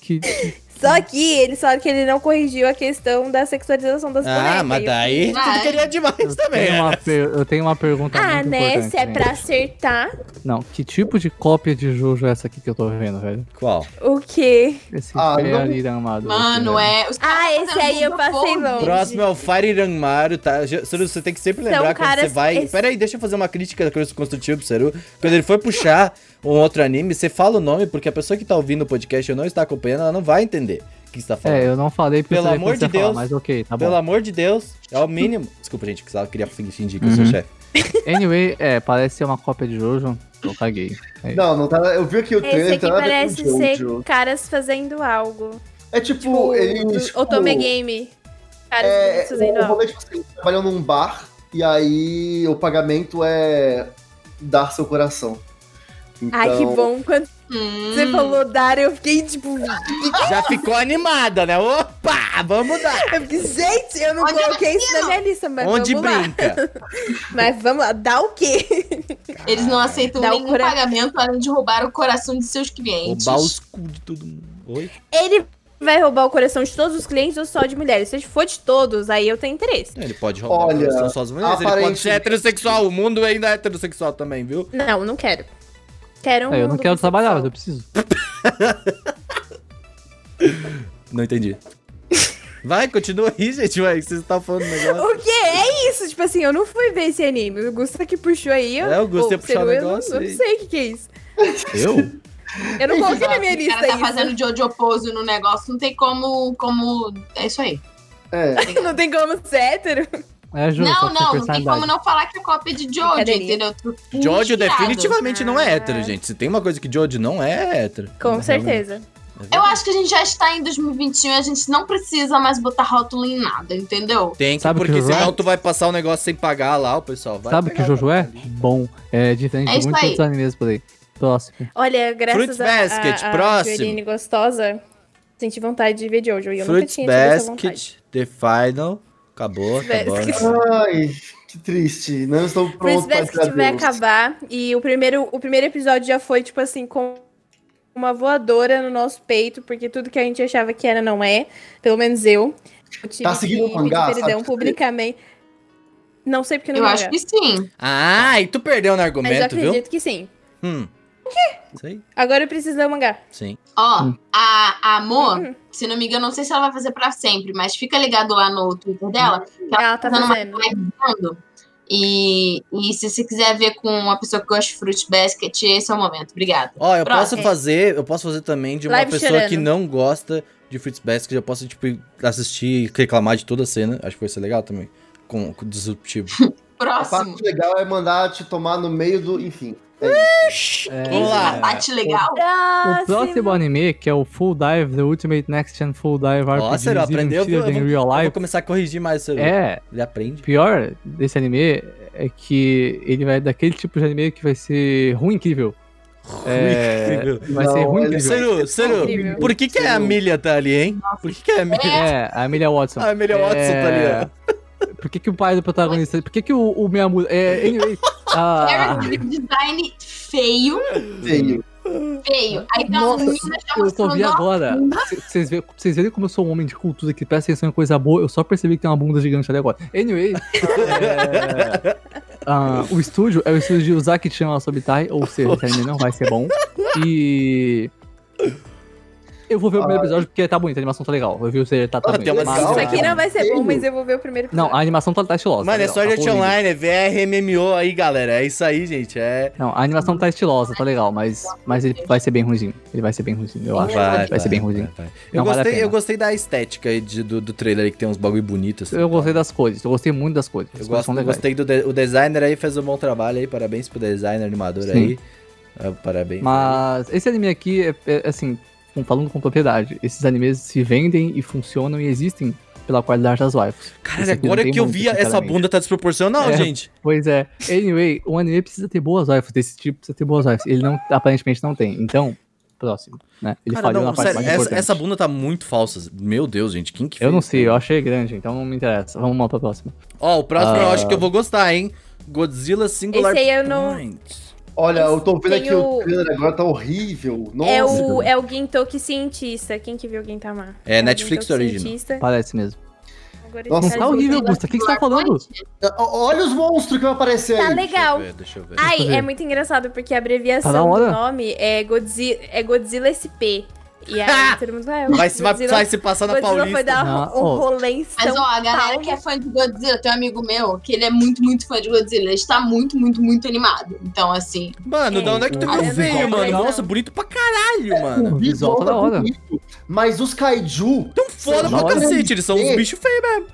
Speaker 3: Que-
Speaker 5: só que eles falaram que ele não corrigiu a questão da sexualização das bonecas.
Speaker 1: Ah, mas
Speaker 5: E-
Speaker 1: daí
Speaker 6: Ah,
Speaker 1: tu queria é demais
Speaker 3: Eu
Speaker 1: também.
Speaker 3: tenho, uma
Speaker 1: né?
Speaker 3: per- eu tenho uma pergunta
Speaker 5: Ah,
Speaker 3: Tá muito
Speaker 5: né?
Speaker 3: importante.
Speaker 5: Se é
Speaker 3: gente.
Speaker 5: pra acertar,
Speaker 3: Não, que tipo de cópia de Jojo é essa aqui que eu tô vendo, velho?
Speaker 1: Qual?
Speaker 5: o quê?
Speaker 3: Esse
Speaker 4: Ah, não.
Speaker 3: Fairy amado.
Speaker 6: Mano, é. os caras
Speaker 5: Ah,
Speaker 6: fazendo
Speaker 5: esse aí eu
Speaker 6: bunda
Speaker 5: passei
Speaker 6: folded.
Speaker 5: longe.
Speaker 1: Próximo é o Fire Ranmaru, tá? Je- Seru, você tem que sempre
Speaker 5: São
Speaker 1: lembrar quando
Speaker 5: caras-
Speaker 1: você vai.
Speaker 5: esse-
Speaker 1: Pera aí, deixa eu fazer uma crítica construtiva pro Seru. Quando ele for puxar um outro anime, você fala o nome, porque a pessoa que tá ouvindo o podcast ou não está acompanhando, ela não vai entender o que você tá falando.
Speaker 3: É, eu não falei porque
Speaker 1: Pelo
Speaker 3: eu sabia
Speaker 1: amor
Speaker 3: que você
Speaker 1: de
Speaker 3: ia falar,
Speaker 1: Deus.
Speaker 3: mas ok, tá bom.
Speaker 1: Pelo amor de Deus, é o mínimo. Desculpa, gente, que eu queria fingir que eu sou
Speaker 3: Uhum.
Speaker 1: chefe.
Speaker 3: Anyway, é, parece ser uma cópia de Jojo. Eu caguei. É
Speaker 4: Não, não tá. Eu vi aqui o trailer.
Speaker 5: Esse aqui
Speaker 4: tá nada a ver com
Speaker 5: parece
Speaker 4: o
Speaker 5: ser
Speaker 4: Jojo.
Speaker 5: caras fazendo algo.
Speaker 4: É tipo,
Speaker 5: Tipo,
Speaker 4: eles.
Speaker 5: do- Otome Game. Caras
Speaker 4: É,
Speaker 5: fazendo
Speaker 4: o
Speaker 5: algo.
Speaker 4: rolê, tipo assim, eles trabalham num bar e aí o pagamento é dar seu coração. Então,
Speaker 5: Ai, que bom. Quando
Speaker 6: Hum.
Speaker 1: Hum.
Speaker 5: você falou Dara, eu fiquei tipo.
Speaker 1: Já ficou animada, né? Opa, vamos dar.
Speaker 5: Eu fiquei, gente, eu não
Speaker 6: Onde
Speaker 5: coloquei isso na minha lista, mas
Speaker 1: é Onde
Speaker 5: vamos lá.
Speaker 1: brinca?
Speaker 5: Mas vamos lá, dá o quê?
Speaker 6: Eles não aceitam
Speaker 5: Dá o
Speaker 6: nenhum
Speaker 5: coração.
Speaker 6: pagamento além de roubar o coração de seus clientes.
Speaker 1: Roubar os cu de todo mundo. Oi?
Speaker 5: Ele vai roubar o coração de todos os clientes ou só de mulheres? Se for de todos, aí eu tenho interesse.
Speaker 1: Ele pode roubar
Speaker 4: Olha,
Speaker 1: Olha, são só as mulheres, ele pode
Speaker 4: aparentemente-
Speaker 1: ser heterossexual. O mundo ainda é heterossexual também, viu?
Speaker 5: Não, não quero. Quero um.
Speaker 3: É, eu não
Speaker 5: mundo
Speaker 3: quero trabalhar, mas eu
Speaker 5: bissexual.
Speaker 3: preciso.
Speaker 1: Não entendi. Vai, continua aí, gente, vai, que vocês estão falando um negócio.
Speaker 5: O quê? É isso? Tipo assim, eu não fui ver esse anime. O Gusta que puxou aí. Eu...
Speaker 1: É, o Gusta
Speaker 5: Ô,
Speaker 1: ia puxar o
Speaker 5: Seru, eu não-
Speaker 1: negócio
Speaker 5: Eu não,
Speaker 1: aí.
Speaker 5: sei o que, que é isso.
Speaker 1: Eu?
Speaker 5: Eu não coloquei na minha
Speaker 6: O
Speaker 5: lista
Speaker 6: cara tá
Speaker 5: isso.
Speaker 6: fazendo Jojo Pose no negócio, não tem como. como... É isso aí.
Speaker 4: É,
Speaker 5: Não tem como ser hétero.
Speaker 3: É Jojo, só que sem
Speaker 6: não, não, não tem como
Speaker 3: personalidade.
Speaker 6: não falar que é cópia de Jojo,
Speaker 5: Brincadeirinha.
Speaker 6: entendeu? Tu- tu
Speaker 1: Jojo
Speaker 6: inspirado.
Speaker 1: definitivamente não é hétero,
Speaker 5: Ah.
Speaker 1: gente. Se tem uma coisa que Jojo não é, é hétero.
Speaker 5: Com
Speaker 1: Não,
Speaker 5: certeza.
Speaker 6: Eu acho que a gente já está em 2021 e a gente não precisa mais botar rótulo em nada, entendeu?
Speaker 1: Tem que,
Speaker 3: Sabe
Speaker 1: porque
Speaker 3: que o
Speaker 1: senão
Speaker 3: Ryan-
Speaker 1: tu vai passar o negócio sem pagar lá, o pessoal vai.
Speaker 3: Sabe o que
Speaker 1: pegar
Speaker 3: Jojo
Speaker 1: lá.
Speaker 3: é? Bom. É diferente
Speaker 6: É
Speaker 3: de
Speaker 6: isso
Speaker 3: muitos
Speaker 6: aí.
Speaker 3: outros animes por aí. Próximo.
Speaker 5: Olha, graças
Speaker 1: Fruits
Speaker 5: a,
Speaker 1: Basket,
Speaker 5: a, a
Speaker 1: próximo.
Speaker 5: Jordine gostosa, senti vontade de ver Jojo. E eu nunca
Speaker 1: Fruits
Speaker 5: tinha tido essa vontade.
Speaker 1: Basket, The Final. Acabou, acabou. né?
Speaker 5: Basket.
Speaker 4: ai, que triste. Não estou
Speaker 5: Fruits
Speaker 4: pronto pra
Speaker 5: Basket
Speaker 4: dizer
Speaker 5: vai
Speaker 4: adeus.
Speaker 5: acabar e o primeiro, o primeiro episódio já foi, tipo assim, com uma voadora no nosso peito, porque tudo que a gente achava que era não é, pelo menos eu. Eu tive
Speaker 4: Tá seguindo
Speaker 5: que
Speaker 4: o mangá,
Speaker 5: pedir perdão
Speaker 4: sabe?
Speaker 5: publicamente. Não sei porque não
Speaker 6: Eu
Speaker 5: é
Speaker 6: acho
Speaker 5: mangá,
Speaker 6: que sim.
Speaker 1: Ah, e tu perdeu no
Speaker 5: Mas eu
Speaker 1: argumento,
Speaker 5: acredito
Speaker 1: viu?
Speaker 5: que sim.
Speaker 1: Hum. Isso aí?
Speaker 5: Agora eu preciso ler o mangá.
Speaker 1: Sim.
Speaker 6: Ó,
Speaker 1: Hum.
Speaker 6: a, a Amor,
Speaker 5: Uhum.
Speaker 6: se não me engano, não sei se ela vai fazer pra sempre, mas fica ligado lá no Twitter dela,
Speaker 5: Ela tá
Speaker 6: fazendo uma
Speaker 5: fazendo.
Speaker 6: falando. E, e se você quiser ver com uma pessoa que gosta de Fruit Basket, esse é o momento. Obrigada.
Speaker 1: Ó, eu
Speaker 6: Próximo.
Speaker 1: posso fazer, eu posso fazer também de uma
Speaker 5: Live
Speaker 1: pessoa
Speaker 5: chorando.
Speaker 1: que não gosta de Fruits Basket, eu posso, tipo, assistir e reclamar de toda a cena. Acho que vai ser legal também. Com, com disruptivo.
Speaker 5: Assim,
Speaker 4: A
Speaker 6: Próximo.
Speaker 4: parte legal é mandar te tomar no meio do. Enfim.
Speaker 3: É,
Speaker 1: Vamos lá.
Speaker 6: A parte Ah, legal.
Speaker 5: Ah,
Speaker 3: O próximo anime, que é o Full Dive, The Ultimate Next Gen Full Dive RPG
Speaker 1: Ó, Seru, aprendeu? Tá
Speaker 3: Zero
Speaker 1: viu? Eu
Speaker 3: Shielded
Speaker 1: vou,
Speaker 3: in Real
Speaker 1: eu vou
Speaker 3: Life.
Speaker 1: começar a corrigir mais, Seru.
Speaker 3: É,
Speaker 1: Ele aprende.
Speaker 3: pior desse anime é que ele vai daquele tipo de anime que vai ser ruim incrível. É,
Speaker 1: Incrível.
Speaker 3: Vai ser
Speaker 4: Não, é
Speaker 3: ruim
Speaker 4: olha,
Speaker 1: Seru,
Speaker 3: incrível.
Speaker 1: Seru,
Speaker 5: Incrível.
Speaker 1: por que, que a Amelia tá ali, hein? Por que, que a Amelia,
Speaker 3: É, a Amelia Watson. É.
Speaker 1: a Amelia Watson tá ali, ó?
Speaker 3: Por que, que o pai do protagonista. Por que, que o, o Miyamura. É, anyway. ah,
Speaker 6: Era um design feio,
Speaker 4: Feio.
Speaker 6: feio. Aí tá um
Speaker 3: Nossa,
Speaker 6: menino já
Speaker 3: eu só vi
Speaker 6: mostrando, ó,
Speaker 3: agora. Vocês vê- vocês verem como eu sou um homem de cultura que presta atenção em coisa boa, eu só percebi que tem uma bunda gigante ali agora. Anyway. é, ah, o estúdio é o estúdio de Uzaki Chama Sobitai, ou seja, esse anime não vai ser bom. E. Eu vou ver o primeiro episódio porque tá bonito, a animação tá legal. Eu vi o trailer, tá, tá
Speaker 4: Ah, tem
Speaker 3: bonito.
Speaker 4: uma
Speaker 3: Mas-
Speaker 4: Não,
Speaker 5: Isso aqui não vai ser bom,
Speaker 4: feio.
Speaker 5: mas eu vou ver o primeiro episódio.
Speaker 3: Não, a animação tá, tá estilosa.
Speaker 1: Mano,
Speaker 3: tá
Speaker 1: é
Speaker 3: legal,
Speaker 1: só
Speaker 3: tá
Speaker 1: gente
Speaker 3: polido.
Speaker 1: online, é VRMMO aí, galera. É isso aí, gente. É.
Speaker 3: Não, a animação tá estilosa, tá legal, mas, mas ele vai ser bem ruimzinho. Ele vai ser bem ruimzinho, eu acho. Vai, ser bem ruimzinho.
Speaker 1: vai, vai. Eu,
Speaker 3: Não vale a
Speaker 1: gostei,
Speaker 3: pena.
Speaker 1: eu gostei da estética aí de- do, do trailer aí, que tem uns bagulho assim. bonitos.
Speaker 3: Eu gostei das cores, eu gostei muito das cores.
Speaker 1: Eu
Speaker 3: As cores
Speaker 1: gosto,
Speaker 3: são
Speaker 1: eu
Speaker 3: legais.
Speaker 1: gostei do de- o designer aí, fez um bom trabalho aí. Parabéns pro designer animador
Speaker 3: Sim.
Speaker 1: aí. Ah, Parabéns.
Speaker 3: Mas esse anime aqui, é, é, assim, com- falando com propriedade, esses animes se vendem e funcionam e existem pela qualidade das waifus. Esse
Speaker 1: Caralho,
Speaker 3: aqui não
Speaker 1: agora
Speaker 3: tem
Speaker 1: que eu
Speaker 3: muito,
Speaker 1: vi essa
Speaker 3: sinceramente.
Speaker 1: bunda tá desproporcional,
Speaker 3: É.
Speaker 1: gente.
Speaker 3: Pois é. Anyway, um anime precisa ter boas waifus desse tipo, precisa ter boas waifus. Ele não, aparentemente não tem. Então, próximo, né? Ele
Speaker 1: Cara,
Speaker 3: falhou
Speaker 1: não,
Speaker 3: na parte
Speaker 1: sério,
Speaker 3: mais
Speaker 1: essa,
Speaker 3: importante.
Speaker 1: essa bunda tá muito falsa. Meu Deus, gente, quem que fez?
Speaker 3: Eu não sei, eu achei grande, então não me interessa. Vamos lá pra próxima.
Speaker 1: Ó, o próximo eu
Speaker 3: Ah.
Speaker 1: acho que eu vou gostar, hein? Godzilla Singular
Speaker 5: Esse aí eu não-
Speaker 1: Point.
Speaker 4: Olha, eu tô vendo
Speaker 5: Tem
Speaker 4: aqui o...
Speaker 5: o-
Speaker 4: trailer agora, tá horrível. Nossa.
Speaker 5: É o, é o Gintoki Cientista. Quem que viu o Gintama?
Speaker 1: É, Netflix
Speaker 5: o Gintoki
Speaker 1: original.
Speaker 5: Cientista.
Speaker 3: Parece mesmo.
Speaker 5: Agora
Speaker 4: Nossa,
Speaker 3: Não
Speaker 5: ele
Speaker 3: tá
Speaker 5: tá
Speaker 3: horrível,
Speaker 5: junto.
Speaker 3: Gusta. O que, que você tá falando?
Speaker 4: Olha os monstros que vão aparecer
Speaker 5: Tá
Speaker 4: aí.
Speaker 5: legal.
Speaker 1: Deixa eu ver, deixa eu ver.
Speaker 3: Deixa eu
Speaker 5: Aí,
Speaker 3: ver.
Speaker 5: é muito engraçado, porque a abreviação
Speaker 3: Tá na hora?
Speaker 5: do nome é Godzilla, é Godzilla SP. E aí, todo mundo vai...
Speaker 1: Vai, se- vai,
Speaker 5: Godzilla,
Speaker 1: vai se passar na
Speaker 5: Godzilla foi
Speaker 1: Paulista.
Speaker 5: dar
Speaker 3: Ah,
Speaker 5: um, um
Speaker 3: ó.
Speaker 5: rolê em
Speaker 6: Mas,
Speaker 5: São
Speaker 6: ó, a galera
Speaker 5: Paulo.
Speaker 6: que é fã de Godzilla, tem um amigo meu que ele é muito, muito fã de Godzilla. Ele está muito, muito, muito animado. Então, assim,
Speaker 1: Mano,
Speaker 5: É,
Speaker 1: da onde é que tu
Speaker 5: é,
Speaker 1: viu
Speaker 5: é,
Speaker 1: veio,
Speaker 5: é,
Speaker 1: mano?
Speaker 5: é,
Speaker 1: Nossa,
Speaker 5: não.
Speaker 1: bonito pra caralho, mano.
Speaker 3: O visual tá da hora. Tá
Speaker 4: bonito, Mas os kaiju.
Speaker 1: Tão foda
Speaker 3: Não,
Speaker 1: pra
Speaker 3: olha.
Speaker 1: cacete, eles são uns
Speaker 4: É.
Speaker 1: bichos feios.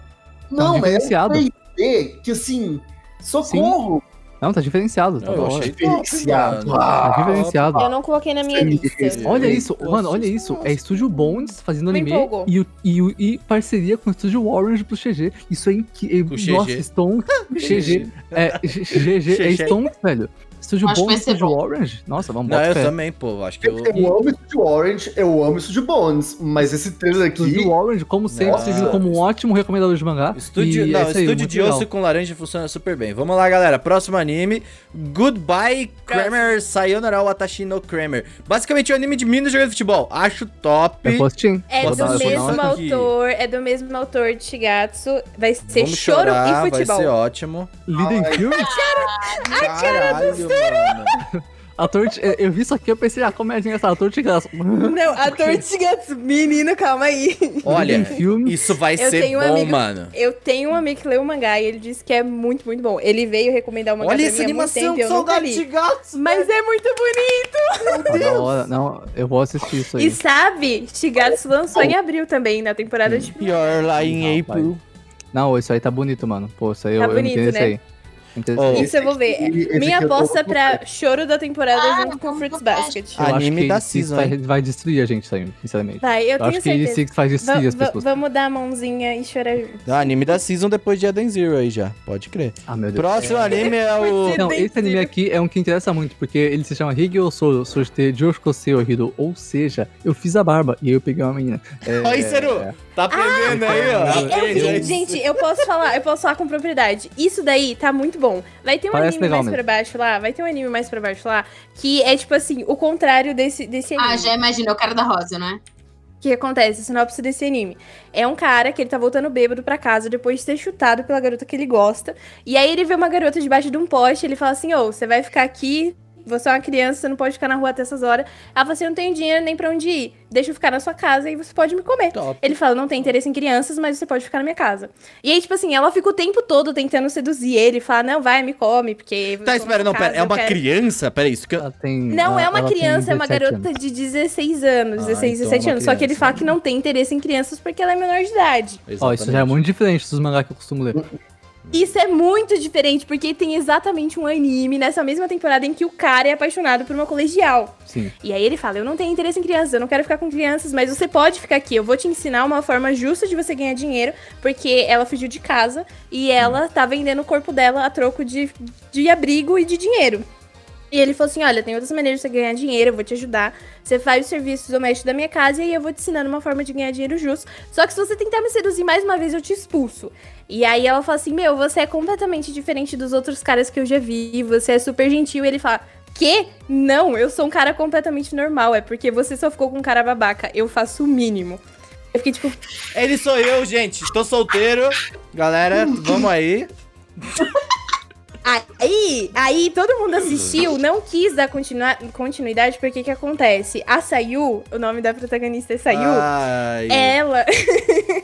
Speaker 4: Não, mas é um
Speaker 3: Tá diferenciado.
Speaker 4: 3D que assim. Socorro! É
Speaker 3: Não, tá diferenciado. Tá da
Speaker 1: Eu
Speaker 3: hora.
Speaker 1: achei
Speaker 4: Diferenciado.
Speaker 1: top, mano.
Speaker 3: Tá diferenciado.
Speaker 5: Eu não coloquei na minha lista.
Speaker 3: Olha isso,
Speaker 1: Eu
Speaker 3: mano, olha
Speaker 1: assisto
Speaker 3: isso.
Speaker 1: muito.
Speaker 3: É estúdio Bones fazendo
Speaker 5: Me
Speaker 3: anime
Speaker 5: empolgou.
Speaker 3: e, o- e, o- e parceria com o estúdio Orange pro GG. Isso é
Speaker 1: Com
Speaker 3: incrível.
Speaker 1: o GG.
Speaker 3: Nossa, Stone. GG. É, GG é
Speaker 1: GG.
Speaker 3: Stone, velho. Estúdio
Speaker 6: Acho que
Speaker 3: Bones,
Speaker 6: vai ser
Speaker 3: estúdio
Speaker 6: bom.
Speaker 3: Orange. Nossa, vamos
Speaker 1: Não,
Speaker 3: bota
Speaker 1: eu
Speaker 3: um fé.
Speaker 1: também, pô. Acho que eu.
Speaker 4: Ah, Eu amo isso de Orange, eu amo isso de Bones, mas esse trailer aqui.
Speaker 3: Estúdio Orange, como sempre,
Speaker 1: Nossa.
Speaker 3: servindo como um ótimo recomendador de mangá.
Speaker 1: Estúdio,
Speaker 3: E
Speaker 1: não,
Speaker 3: é isso aí,
Speaker 1: estúdio
Speaker 3: muito
Speaker 1: de
Speaker 3: legal.
Speaker 1: osso com laranja funciona super bem. Vamos lá, galera. Próximo anime: Goodbye Kramer Sayonara Watashi no Kramer. Basicamente, é um anime de meninas jogando futebol. Acho top.
Speaker 3: Eu posso te-
Speaker 5: É
Speaker 1: Vou
Speaker 3: posso
Speaker 1: dar
Speaker 5: do
Speaker 1: uma
Speaker 3: dar-
Speaker 1: olhada
Speaker 5: mesmo
Speaker 1: aqui.
Speaker 5: autor, é do mesmo autor de Shigatsu. Vai ser
Speaker 1: Vamos
Speaker 5: choro
Speaker 1: chorar,
Speaker 5: e
Speaker 1: Vai ser
Speaker 5: futebol.
Speaker 1: ótimo.
Speaker 3: Liden Kyumi?
Speaker 1: Caralho, mano.
Speaker 3: Ator de- é, Eu vi isso aqui, eu pensei, ah, comédia engraçada, ator de graça.
Speaker 5: Não, autor de Shigatsu. Menino, calma aí.
Speaker 1: Olha,
Speaker 3: filme.
Speaker 1: isso vai
Speaker 5: Eu
Speaker 1: ser
Speaker 5: tenho um
Speaker 1: bom,
Speaker 5: amigo-
Speaker 1: mano.
Speaker 5: Eu tenho um amigo que leu o mangá e ele disse que é muito, muito bom. Ele veio recomendar o mangá
Speaker 1: Olha
Speaker 5: pra
Speaker 1: essa
Speaker 5: mim há é muito
Speaker 1: animação,
Speaker 5: tempo e
Speaker 1: que
Speaker 5: eu nunca
Speaker 1: saudade de
Speaker 5: li.
Speaker 1: gatos.
Speaker 5: Mas é muito bonito.
Speaker 3: Tá da hora. Não, eu vou assistir isso aí.
Speaker 5: E sabe, Shigatsu lançou em abril também, na temporada de...
Speaker 1: Pior lá em
Speaker 3: Rapaz.
Speaker 1: April.
Speaker 3: Não, isso aí tá bonito, mano. Pô, isso aí
Speaker 5: Tá
Speaker 3: eu, eu
Speaker 5: bonito,
Speaker 3: entendo isso
Speaker 5: né?
Speaker 3: aí. Entendo
Speaker 1: Oh.
Speaker 3: isso aí.
Speaker 5: Isso eu vou ver.
Speaker 4: Esse- esse
Speaker 5: Minha
Speaker 4: aqui eu tô
Speaker 5: aposta
Speaker 4: com
Speaker 5: pra choro da temporada
Speaker 6: Ah,
Speaker 5: junto com
Speaker 6: como
Speaker 5: Fruits
Speaker 6: que
Speaker 5: Basket.
Speaker 3: Eu acho
Speaker 1: Anime
Speaker 3: que
Speaker 1: da
Speaker 3: Elite Six
Speaker 1: season,
Speaker 3: vai,
Speaker 1: hein?
Speaker 3: vai destruir a gente isso aí, sinceramente.
Speaker 5: Vai, eu,
Speaker 3: Eu,
Speaker 5: tenho
Speaker 3: acho que Elite
Speaker 5: certeza.
Speaker 3: Six vai destruir as
Speaker 5: Va- va-
Speaker 3: pessoas.
Speaker 5: vamos dar a mãozinha e chorar junto.
Speaker 1: Ah, anime da season depois de Eden Zero aí já. Pode crer.
Speaker 3: Ah, meu Deus.
Speaker 1: Próximo anime é o.
Speaker 3: Não, esse anime aqui é um que interessa muito, porque ele se chama Higyo Soro Soshite Joshikoseo Hiro, ou seja, eu fiz a barba e aí eu peguei uma menina. É,
Speaker 1: Aí, Seru, tá aprendendo aí, ó.
Speaker 5: Eu
Speaker 1: Aprende aí.
Speaker 5: vi, gente, eu posso falar, eu posso falar com propriedade. Isso daí tá muito bom. Vai ter um
Speaker 3: Parece
Speaker 5: anime
Speaker 3: legal
Speaker 5: mais
Speaker 3: mesmo.
Speaker 5: pra baixo lá, vai ter um anime mais pra baixo lá, que é tipo assim, o contrário desse, desse anime.
Speaker 6: ah, já imaginei o cara da rosa, não é?
Speaker 5: O que acontece? A sinopse desse anime. É um cara que ele tá voltando bêbado pra casa depois de ser chutado pela garota que ele gosta. E aí ele vê uma garota debaixo de um poste, ele fala assim: Ô, você vai ficar aqui, você é uma criança, você não pode ficar na rua até essas horas. Ela fala assim: não tenho dinheiro nem pra onde ir. Deixa eu ficar na sua casa e você pode me comer.
Speaker 1: Top.
Speaker 5: Ele fala, não tem interesse em crianças, mas você pode ficar na minha casa. E aí, tipo assim, ela fica o tempo todo tentando seduzir ele, fala, não, vai, me come, porque... eu
Speaker 1: Tá,
Speaker 5: tô
Speaker 1: espera,
Speaker 5: na
Speaker 1: não,
Speaker 5: casa,
Speaker 1: pera. É
Speaker 5: eu
Speaker 1: uma
Speaker 5: quero-
Speaker 1: criança? Pera aí, isso que eu...
Speaker 3: Ela tem-
Speaker 5: Não
Speaker 3: ela-
Speaker 5: é uma
Speaker 3: ela tem
Speaker 5: criança, é uma
Speaker 3: 17
Speaker 5: garota
Speaker 3: anos.
Speaker 5: de 16 anos,
Speaker 1: Ah,
Speaker 5: 16,
Speaker 1: então é
Speaker 5: 17
Speaker 1: uma
Speaker 5: anos. Só que ele
Speaker 1: criança,
Speaker 5: fala
Speaker 1: né?
Speaker 5: que não tem interesse em crianças porque ela é menor de idade.
Speaker 3: Ó, isso já é muito diferente dos mangá que eu costumo ler.
Speaker 5: Isso é muito diferente, porque tem exatamente um anime nessa mesma temporada em que o cara é apaixonado por uma colegial.
Speaker 3: Sim.
Speaker 5: E aí ele fala: Eu não tenho interesse em crianças, eu não quero ficar com crianças, mas você pode ficar aqui. Eu vou te ensinar uma forma justa de você ganhar dinheiro, porque ela fugiu de casa e ela tá vendendo o corpo dela a troco de, de abrigo e de dinheiro. E ele falou assim: Olha, tem outras maneiras de você ganhar dinheiro, eu vou te ajudar. Você faz os serviços domésticos da minha casa e aí eu vou te ensinando uma forma de ganhar dinheiro justo. Só que se você tentar me seduzir mais uma vez, eu te expulso. E aí ela fala assim: Meu, você é completamente diferente dos outros caras que eu já vi, você é super gentil. E ele fala: Que? Não, eu sou um cara completamente normal, é porque você só ficou com um cara babaca, eu faço o mínimo. Eu fiquei tipo,
Speaker 1: Ele sou eu, gente. Tô solteiro. Galera, vamos aí.
Speaker 5: Aí, aí todo mundo assistiu, não quis dar continua- continuidade, porque que acontece? A Sayu, o nome da protagonista é Sayu,
Speaker 1: Ah, Ai.
Speaker 5: ela.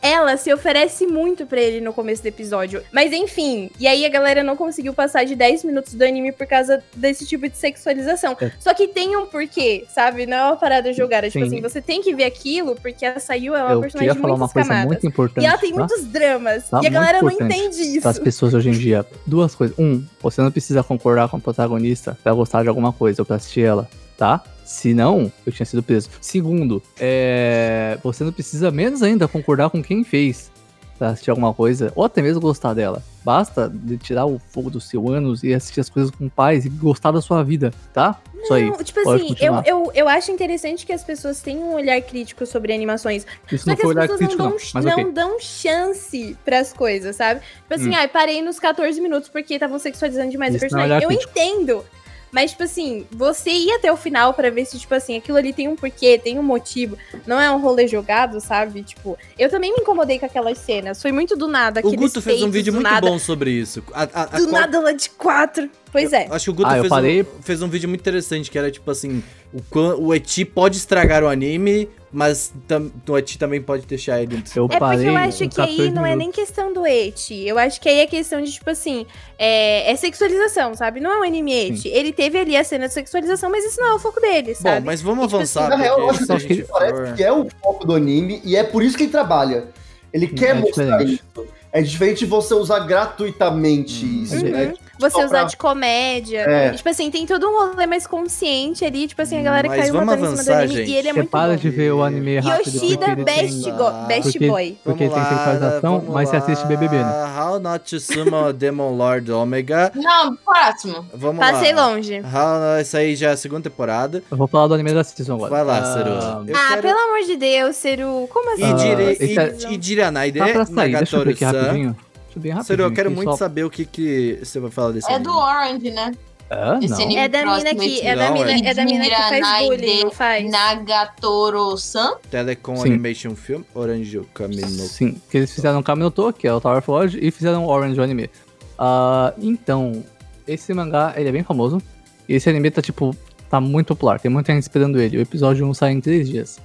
Speaker 5: ela se oferece muito pra ele no começo do episódio. Mas enfim, e aí a galera não conseguiu passar de 10 minutos do anime por causa desse tipo de sexualização.
Speaker 3: É.
Speaker 5: Só que tem um porquê, sabe? Não é uma parada jogada. Tipo
Speaker 3: Sim.
Speaker 5: assim, você tem que ver aquilo, porque a Sayu é uma
Speaker 3: Eu
Speaker 5: personagem
Speaker 3: queria
Speaker 5: de
Speaker 3: falar uma
Speaker 5: muitas
Speaker 3: coisa
Speaker 5: camadas.
Speaker 3: muito importante.
Speaker 5: e ela tem
Speaker 3: tá?
Speaker 5: muitos dramas. e
Speaker 3: Tá
Speaker 5: a
Speaker 3: muito
Speaker 5: galera não
Speaker 3: importante Tá,
Speaker 5: entende
Speaker 3: das
Speaker 5: isso.
Speaker 3: pessoas hoje em dia. Duas coisas. Um, você não precisa concordar com a protagonista pra gostar de alguma coisa ou pra assistir ela, tá? Se não, eu tinha sido preso. Segundo, é... você não precisa menos ainda concordar com quem fez pra assistir alguma coisa ou até mesmo gostar dela. Basta de tirar o fogo do seu ânus e assistir as coisas com paz e gostar da sua vida, tá? Só aí.
Speaker 5: Não, tipo
Speaker 3: Pode
Speaker 5: assim, eu,
Speaker 3: continuar.
Speaker 5: eu, eu acho interessante que as pessoas tenham um olhar crítico sobre animações.
Speaker 3: Isso
Speaker 5: Só
Speaker 3: não
Speaker 5: que
Speaker 3: foi
Speaker 5: as
Speaker 3: um
Speaker 5: pessoas
Speaker 3: olhar crítico,
Speaker 5: não,
Speaker 3: não.
Speaker 5: dão, um
Speaker 3: Mas
Speaker 5: não
Speaker 3: ok. Hum.
Speaker 5: dão chance pras coisas, sabe? Tipo assim, ai, parei nos 14 minutos porque estavam sexualizando demais
Speaker 3: Isso
Speaker 5: o
Speaker 3: não é
Speaker 5: personagem.
Speaker 3: olhar
Speaker 5: eu
Speaker 3: crítico.
Speaker 5: entendo. Mas, tipo assim, você ir até o final pra ver se, tipo assim, aquilo ali tem um porquê, tem um motivo. Não é um rolê jogado, sabe? Tipo, eu também me incomodei com aquelas cenas. Foi muito do nada.
Speaker 1: O
Speaker 5: aqueles
Speaker 1: Guto fez um
Speaker 5: peitos
Speaker 1: vídeo
Speaker 5: do
Speaker 1: muito
Speaker 5: nada.
Speaker 1: bom sobre isso. A- a- a
Speaker 5: Do
Speaker 1: qual-
Speaker 5: nada lá de quatro. Pois é.
Speaker 1: Acho que o Guto
Speaker 3: Ah, eu
Speaker 1: fez,
Speaker 3: falei-
Speaker 1: um, fez um vídeo muito interessante que era tipo assim: o, quan- o Eti pode estragar o anime, mas tam- o Eti também pode deixar ele.
Speaker 3: Eu
Speaker 5: É porque
Speaker 3: parei
Speaker 5: eu acho
Speaker 3: em
Speaker 5: que aí
Speaker 3: 14
Speaker 5: não é
Speaker 3: minutos.
Speaker 5: nem questão do eti. Eu acho que aí é questão de, tipo assim, é, é sexualização, sabe? Não é um anime eti. Ele teve ali a cena de sexualização, mas isso não é o foco dele,
Speaker 1: Bom,
Speaker 5: sabe?
Speaker 1: mas vamos
Speaker 5: E, tipo
Speaker 1: avançar.
Speaker 5: assim,
Speaker 4: Na real, eu
Speaker 1: porque
Speaker 4: acho
Speaker 1: se a
Speaker 3: que
Speaker 1: gente
Speaker 4: Parece
Speaker 1: for-
Speaker 4: que é o foco do anime e é por isso que ele trabalha. Ele quer
Speaker 3: é
Speaker 4: mostrar
Speaker 3: diferente.
Speaker 4: isso. É diferente de você usar gratuitamente
Speaker 1: Uhum.
Speaker 4: isso.
Speaker 5: Uhum.
Speaker 4: né?
Speaker 5: Você
Speaker 4: só
Speaker 5: usar
Speaker 4: pra-
Speaker 5: de comédia.
Speaker 4: É.
Speaker 5: E, Tipo assim, tem todo um rolê mais consciente ali. Tipo assim, a galera
Speaker 1: Mas
Speaker 5: caiu
Speaker 1: vamos
Speaker 5: matando em cima do
Speaker 1: avançar,
Speaker 5: anime.
Speaker 1: gente.
Speaker 5: E ele é
Speaker 3: Você
Speaker 5: muito
Speaker 3: para
Speaker 5: bom.
Speaker 3: de ver o anime rápido.
Speaker 5: Yoshida
Speaker 3: porque ele tem-
Speaker 5: Best, go- best
Speaker 3: Porque-
Speaker 5: Boy.
Speaker 3: Porque
Speaker 1: Vamos
Speaker 3: ele tem
Speaker 1: lá,
Speaker 3: sexualização,
Speaker 1: vamos
Speaker 3: mas você
Speaker 1: lá.
Speaker 3: assiste BBB, né?
Speaker 1: How Not to Summon a Demon Lord Omega.
Speaker 6: Não, próximo.
Speaker 1: Vamos
Speaker 5: Passei
Speaker 1: lá.
Speaker 5: longe.
Speaker 1: How, isso aí já é a segunda temporada.
Speaker 3: Eu vou falar do anime da Season agora.
Speaker 1: Vai lá,
Speaker 3: Ah,
Speaker 1: Seru. Eu
Speaker 5: Ah,
Speaker 1: quero-
Speaker 5: pelo amor de Deus, Seru. Como assim?
Speaker 1: E dire-
Speaker 3: Ah,
Speaker 1: e-
Speaker 3: esse
Speaker 5: é-
Speaker 1: e Diranaide
Speaker 3: Tá pra sair, deixa eu ver aqui
Speaker 1: Nagatoru-san.
Speaker 3: rapidinho. Deixa eu ver rapidinho.
Speaker 1: Seru, eu quero
Speaker 3: aqui,
Speaker 1: muito
Speaker 3: só-
Speaker 1: saber o que, que você vai falar desse
Speaker 6: É
Speaker 1: anime.
Speaker 6: do Orange, né?
Speaker 3: Ah,
Speaker 6: Esse
Speaker 3: não.
Speaker 6: anime-
Speaker 5: É da mina
Speaker 6: Próximo
Speaker 5: que, é da
Speaker 1: não,
Speaker 5: mina,
Speaker 1: é.
Speaker 5: é da mina que faz
Speaker 6: Jiranaide
Speaker 5: bullying, não faz?
Speaker 6: É Nagatoro-san.
Speaker 1: Telecom
Speaker 3: Sim.
Speaker 1: Animation Film, Orange Camino.
Speaker 3: Sim, que eles fizeram o Kaminoto, que é o Tower of Lodge, e fizeram o Orange o anime. Ah, então, esse mangá, ele é bem famoso. E esse anime tá, tipo, tá muito popular. Tem muita gente esperando ele. O episódio 1 sai em 3 dias.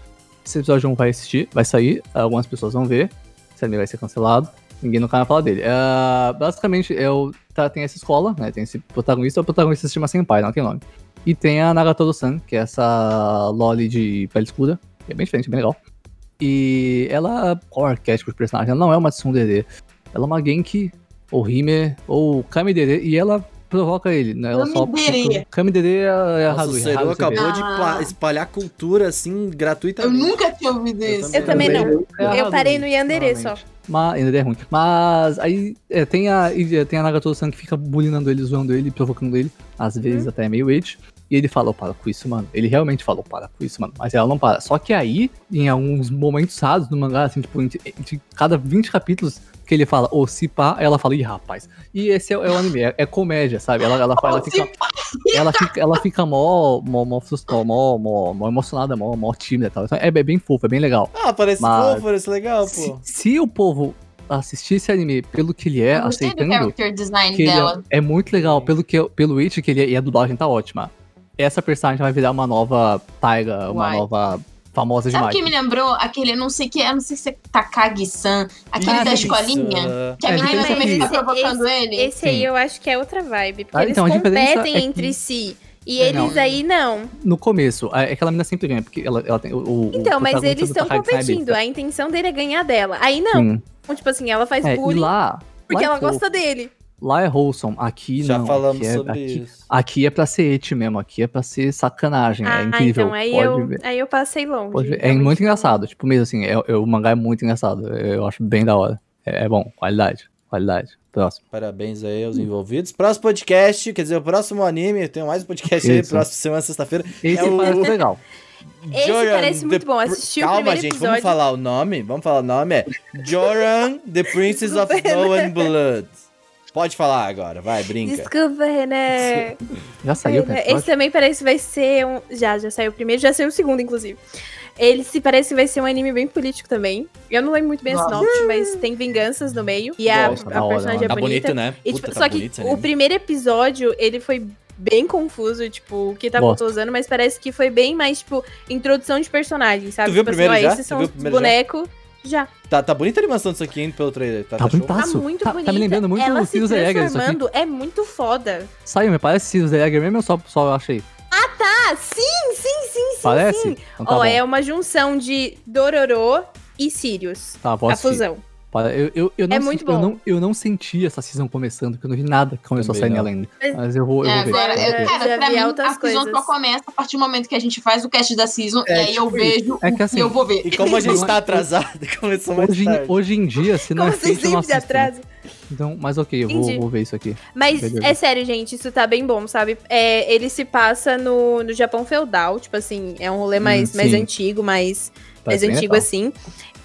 Speaker 3: Esse episódio 1 vai assistir, vai sair. Algumas pessoas vão ver. Esse anime vai ser cancelado. Ninguém no canal fala dele. Ah, basicamente, é o, tá, tem essa escola, né? Tem esse protagonista. O protagonista se chama Senpai, não tem nome. E tem a Nagatoro-san, que é essa loli de pele escura. que É bem diferente, bem legal. E ela. Qual é o arquétipo de personagem? Ela não é uma tsundere. Ela é uma genki, ou hime, ou kamidere, e ela provoca ele, né? Ela só.
Speaker 6: Kamidere.
Speaker 3: Kamidere é a é a
Speaker 1: Nossa, o
Speaker 3: Haruhi.
Speaker 1: Seru
Speaker 3: Haruhi você vê.
Speaker 1: acabou de
Speaker 6: Ah.
Speaker 1: pla- espalhar cultura assim
Speaker 6: Eu
Speaker 1: gratuitamente.
Speaker 6: nunca tinha ouvido
Speaker 1: Eu
Speaker 6: isso.
Speaker 5: Eu também não.
Speaker 3: É a
Speaker 5: Eu parei
Speaker 3: Haruhi,
Speaker 5: no Yandere só.
Speaker 3: normalmente. Mas, ainda é ruim. Mas aí é, tem a, e, é, tem a Nagatoru-san que fica bullyingando ele, zoando ele, provocando ele.
Speaker 5: Uhum.
Speaker 3: Às vezes até é meio age. E ele fala, eu para com isso, mano. Ele realmente falou, para com isso, mano. Mas ela não para. Só que aí, em alguns momentos raros no mangá, assim, tipo, entre- entre cada 20 capítulos que ele fala, ô, se pá, ela fala, ih, rapaz. E esse é, é o anime, é, é comédia, sabe? Ela, ela,
Speaker 5: Oh,
Speaker 3: fala, ela
Speaker 6: Se
Speaker 3: fica, ela fica, ela fica mó, mó, mó, frustrada, mó, mó, mó emocionada, mó, mó tímida e tal. Então, é, é bem fofo, é bem legal.
Speaker 1: Ah, parece
Speaker 3: Mas-
Speaker 1: fofo, parece legal,
Speaker 3: Se,
Speaker 1: pô.
Speaker 3: se o povo assistir esse anime pelo que ele é,
Speaker 6: Eu gostei do
Speaker 3: aceitando,
Speaker 6: character design
Speaker 3: que ele
Speaker 6: dela.
Speaker 3: é, é muito legal pelo que pelo it que ele é, e a dublagem tá ótima. Essa personagem vai virar uma nova Taiga, uma
Speaker 6: Uai.
Speaker 3: nova famosa
Speaker 6: Sabe o
Speaker 3: demais.
Speaker 6: que me lembrou? Aquele, eu não sei que é, eu não sei se é Takagi-san. Aquele
Speaker 3: Ah,
Speaker 6: da
Speaker 3: sim.
Speaker 6: escolinha.
Speaker 1: Nossa.
Speaker 6: Que a
Speaker 3: É,
Speaker 6: menina
Speaker 3: diferente
Speaker 6: também fica
Speaker 5: disso.
Speaker 6: provocando ele.
Speaker 5: Esse aí eu acho que é outra vibe, porque
Speaker 3: Ah,
Speaker 5: eles
Speaker 3: então, a diferença
Speaker 5: competem
Speaker 3: é que-
Speaker 5: entre si. E
Speaker 3: É,
Speaker 5: eles
Speaker 3: não.
Speaker 5: aí não.
Speaker 3: No começo, é, a- aquela menina sempre ganha, porque ela, ela tem o- o.
Speaker 5: Então,
Speaker 3: o
Speaker 5: mas
Speaker 3: protagonista
Speaker 5: eles
Speaker 3: do
Speaker 5: estão
Speaker 3: Takagi Sai
Speaker 5: competindo.
Speaker 3: besta.
Speaker 5: A intenção dele é ganhar dela. Aí não.
Speaker 3: Sim.
Speaker 5: Tipo assim, ela faz
Speaker 3: É, e
Speaker 5: bullying.
Speaker 3: lá,
Speaker 5: Porque
Speaker 3: lá
Speaker 5: ela
Speaker 3: é fofo,
Speaker 5: gosta dele.
Speaker 3: Lá é wholesome, aqui
Speaker 1: Já
Speaker 3: não.
Speaker 1: falamos
Speaker 3: aqui é,
Speaker 1: sobre
Speaker 3: aqui,
Speaker 1: isso.
Speaker 3: aqui é pra ser et mesmo, aqui é pra ser sacanagem, é incrível.
Speaker 5: então aí
Speaker 3: pode
Speaker 5: eu,
Speaker 3: ver.
Speaker 5: aí eu passei longe. então.
Speaker 3: Pode ver. É
Speaker 5: realmente.
Speaker 3: muito engraçado, tipo, mesmo assim, é, é- o mangá é muito engraçado, eu, eu acho bem da hora. É, é bom, qualidade, qualidade. Próximo.
Speaker 1: Parabéns aí aos envolvidos. Próximo podcast, quer dizer, o próximo anime, tem mais um podcast aí,
Speaker 3: Isso.
Speaker 1: próxima semana, sexta-feira.
Speaker 3: Esse
Speaker 1: É o-
Speaker 3: parece legal.
Speaker 5: Esse
Speaker 1: Joran
Speaker 5: parece muito
Speaker 1: the
Speaker 5: bom,
Speaker 1: Pr-
Speaker 5: assisti o
Speaker 1: Calma,
Speaker 5: primeiro
Speaker 1: gente, vamos
Speaker 5: episódio.
Speaker 1: falar o nome? Vamos falar o nome? É Joran, The Princess of
Speaker 5: Super. né?
Speaker 1: Snow and Blood. Pode falar agora, vai, brinca.
Speaker 5: Desculpa, René.
Speaker 3: Já saiu, né?
Speaker 5: Pois é,
Speaker 3: cara.
Speaker 5: Esse também parece que vai ser um. Já, já saiu o primeiro, já saiu o segundo, inclusive. Ele se parece que vai ser um anime bem político também. Eu não lembro muito bem a
Speaker 6: Nossa.
Speaker 5: sinopse, mas tem vinganças no meio. E a,
Speaker 4: Nossa,
Speaker 5: a
Speaker 3: da hora,
Speaker 5: personagem é
Speaker 3: mano.
Speaker 1: Tá
Speaker 5: bonita.
Speaker 1: bonito, né?
Speaker 5: E,
Speaker 1: Puta,
Speaker 5: tipo,
Speaker 1: tá
Speaker 5: só que
Speaker 1: bonito esse
Speaker 5: o
Speaker 1: anime.
Speaker 5: primeiro episódio, ele foi bem confuso, tipo, o que tava
Speaker 3: Gosto.
Speaker 5: usando, mas parece que foi bem mais, tipo, introdução de personagens, sabe?
Speaker 1: Tu viu o
Speaker 5: tipo,
Speaker 1: primeiro já?
Speaker 5: esses
Speaker 1: Tu
Speaker 5: são
Speaker 1: viu
Speaker 5: os
Speaker 1: o primeiro já?
Speaker 5: bonecos. Já.
Speaker 1: Tá, tá bonita a animação disso aqui, hein, pelo trailer. Tá,
Speaker 3: Tá
Speaker 1: show?
Speaker 5: Tá
Speaker 3: bonitaço.
Speaker 5: muito
Speaker 3: Tá,
Speaker 5: bonita.
Speaker 3: tá me lembrando muito
Speaker 5: Ela
Speaker 3: do
Speaker 5: se
Speaker 3: Sirius Egg, isso aqui.
Speaker 5: transformando é muito foda.
Speaker 3: Saiu, me parece Sirius The Egger mesmo, eu só, só achei.
Speaker 5: Ah, sim, sim, sim, sim,
Speaker 3: Parece?
Speaker 5: sim.
Speaker 3: Então tá
Speaker 5: Ó,
Speaker 3: bom.
Speaker 5: é uma junção de Dororo e Sirius.
Speaker 3: Tá, vou
Speaker 5: a
Speaker 3: assistir.
Speaker 5: fusão.
Speaker 3: Para- Eu, eu, eu não
Speaker 5: É
Speaker 3: senti-
Speaker 5: muito
Speaker 3: Eu
Speaker 5: bom.
Speaker 3: não, eu não senti essa season começando, porque eu não vi nada que começou
Speaker 1: Também
Speaker 3: a sair
Speaker 1: não.
Speaker 3: nela ainda.
Speaker 5: Mas-
Speaker 3: Mas eu vou, eu vou
Speaker 6: É,
Speaker 3: ver.
Speaker 6: agora,
Speaker 3: eu vou
Speaker 6: eu,
Speaker 3: ver.
Speaker 5: Já
Speaker 6: cara, pra
Speaker 5: vi
Speaker 6: mim,
Speaker 5: altas
Speaker 6: a season
Speaker 5: coisas.
Speaker 6: só começa a partir do momento que a gente faz o cast da season,
Speaker 4: É,
Speaker 6: e aí eu
Speaker 4: tipo
Speaker 6: vejo
Speaker 3: É que assim,
Speaker 6: e eu vou ver.
Speaker 1: E como a gente tá atrasado, começou mais
Speaker 3: hoje, em-
Speaker 1: tarde.
Speaker 3: hoje em dia, se não
Speaker 5: Como
Speaker 3: é
Speaker 5: vocês
Speaker 3: feito, eu não
Speaker 5: sempre se
Speaker 1: né?
Speaker 3: assisto.
Speaker 5: atrasam.
Speaker 3: Então, mas ok, eu vou,
Speaker 5: Entendi.
Speaker 3: vou ver isso aqui.
Speaker 5: Mas
Speaker 3: Beleza.
Speaker 5: é sério, gente, isso tá bem bom, sabe? É, ele se passa no, no Japão feudal, tipo assim, é um rolê
Speaker 3: Hum,
Speaker 5: mais, mais
Speaker 3: sim.
Speaker 5: antigo, mais, mais
Speaker 3: Parece Tá, bem
Speaker 5: antigo
Speaker 3: legal.
Speaker 5: assim.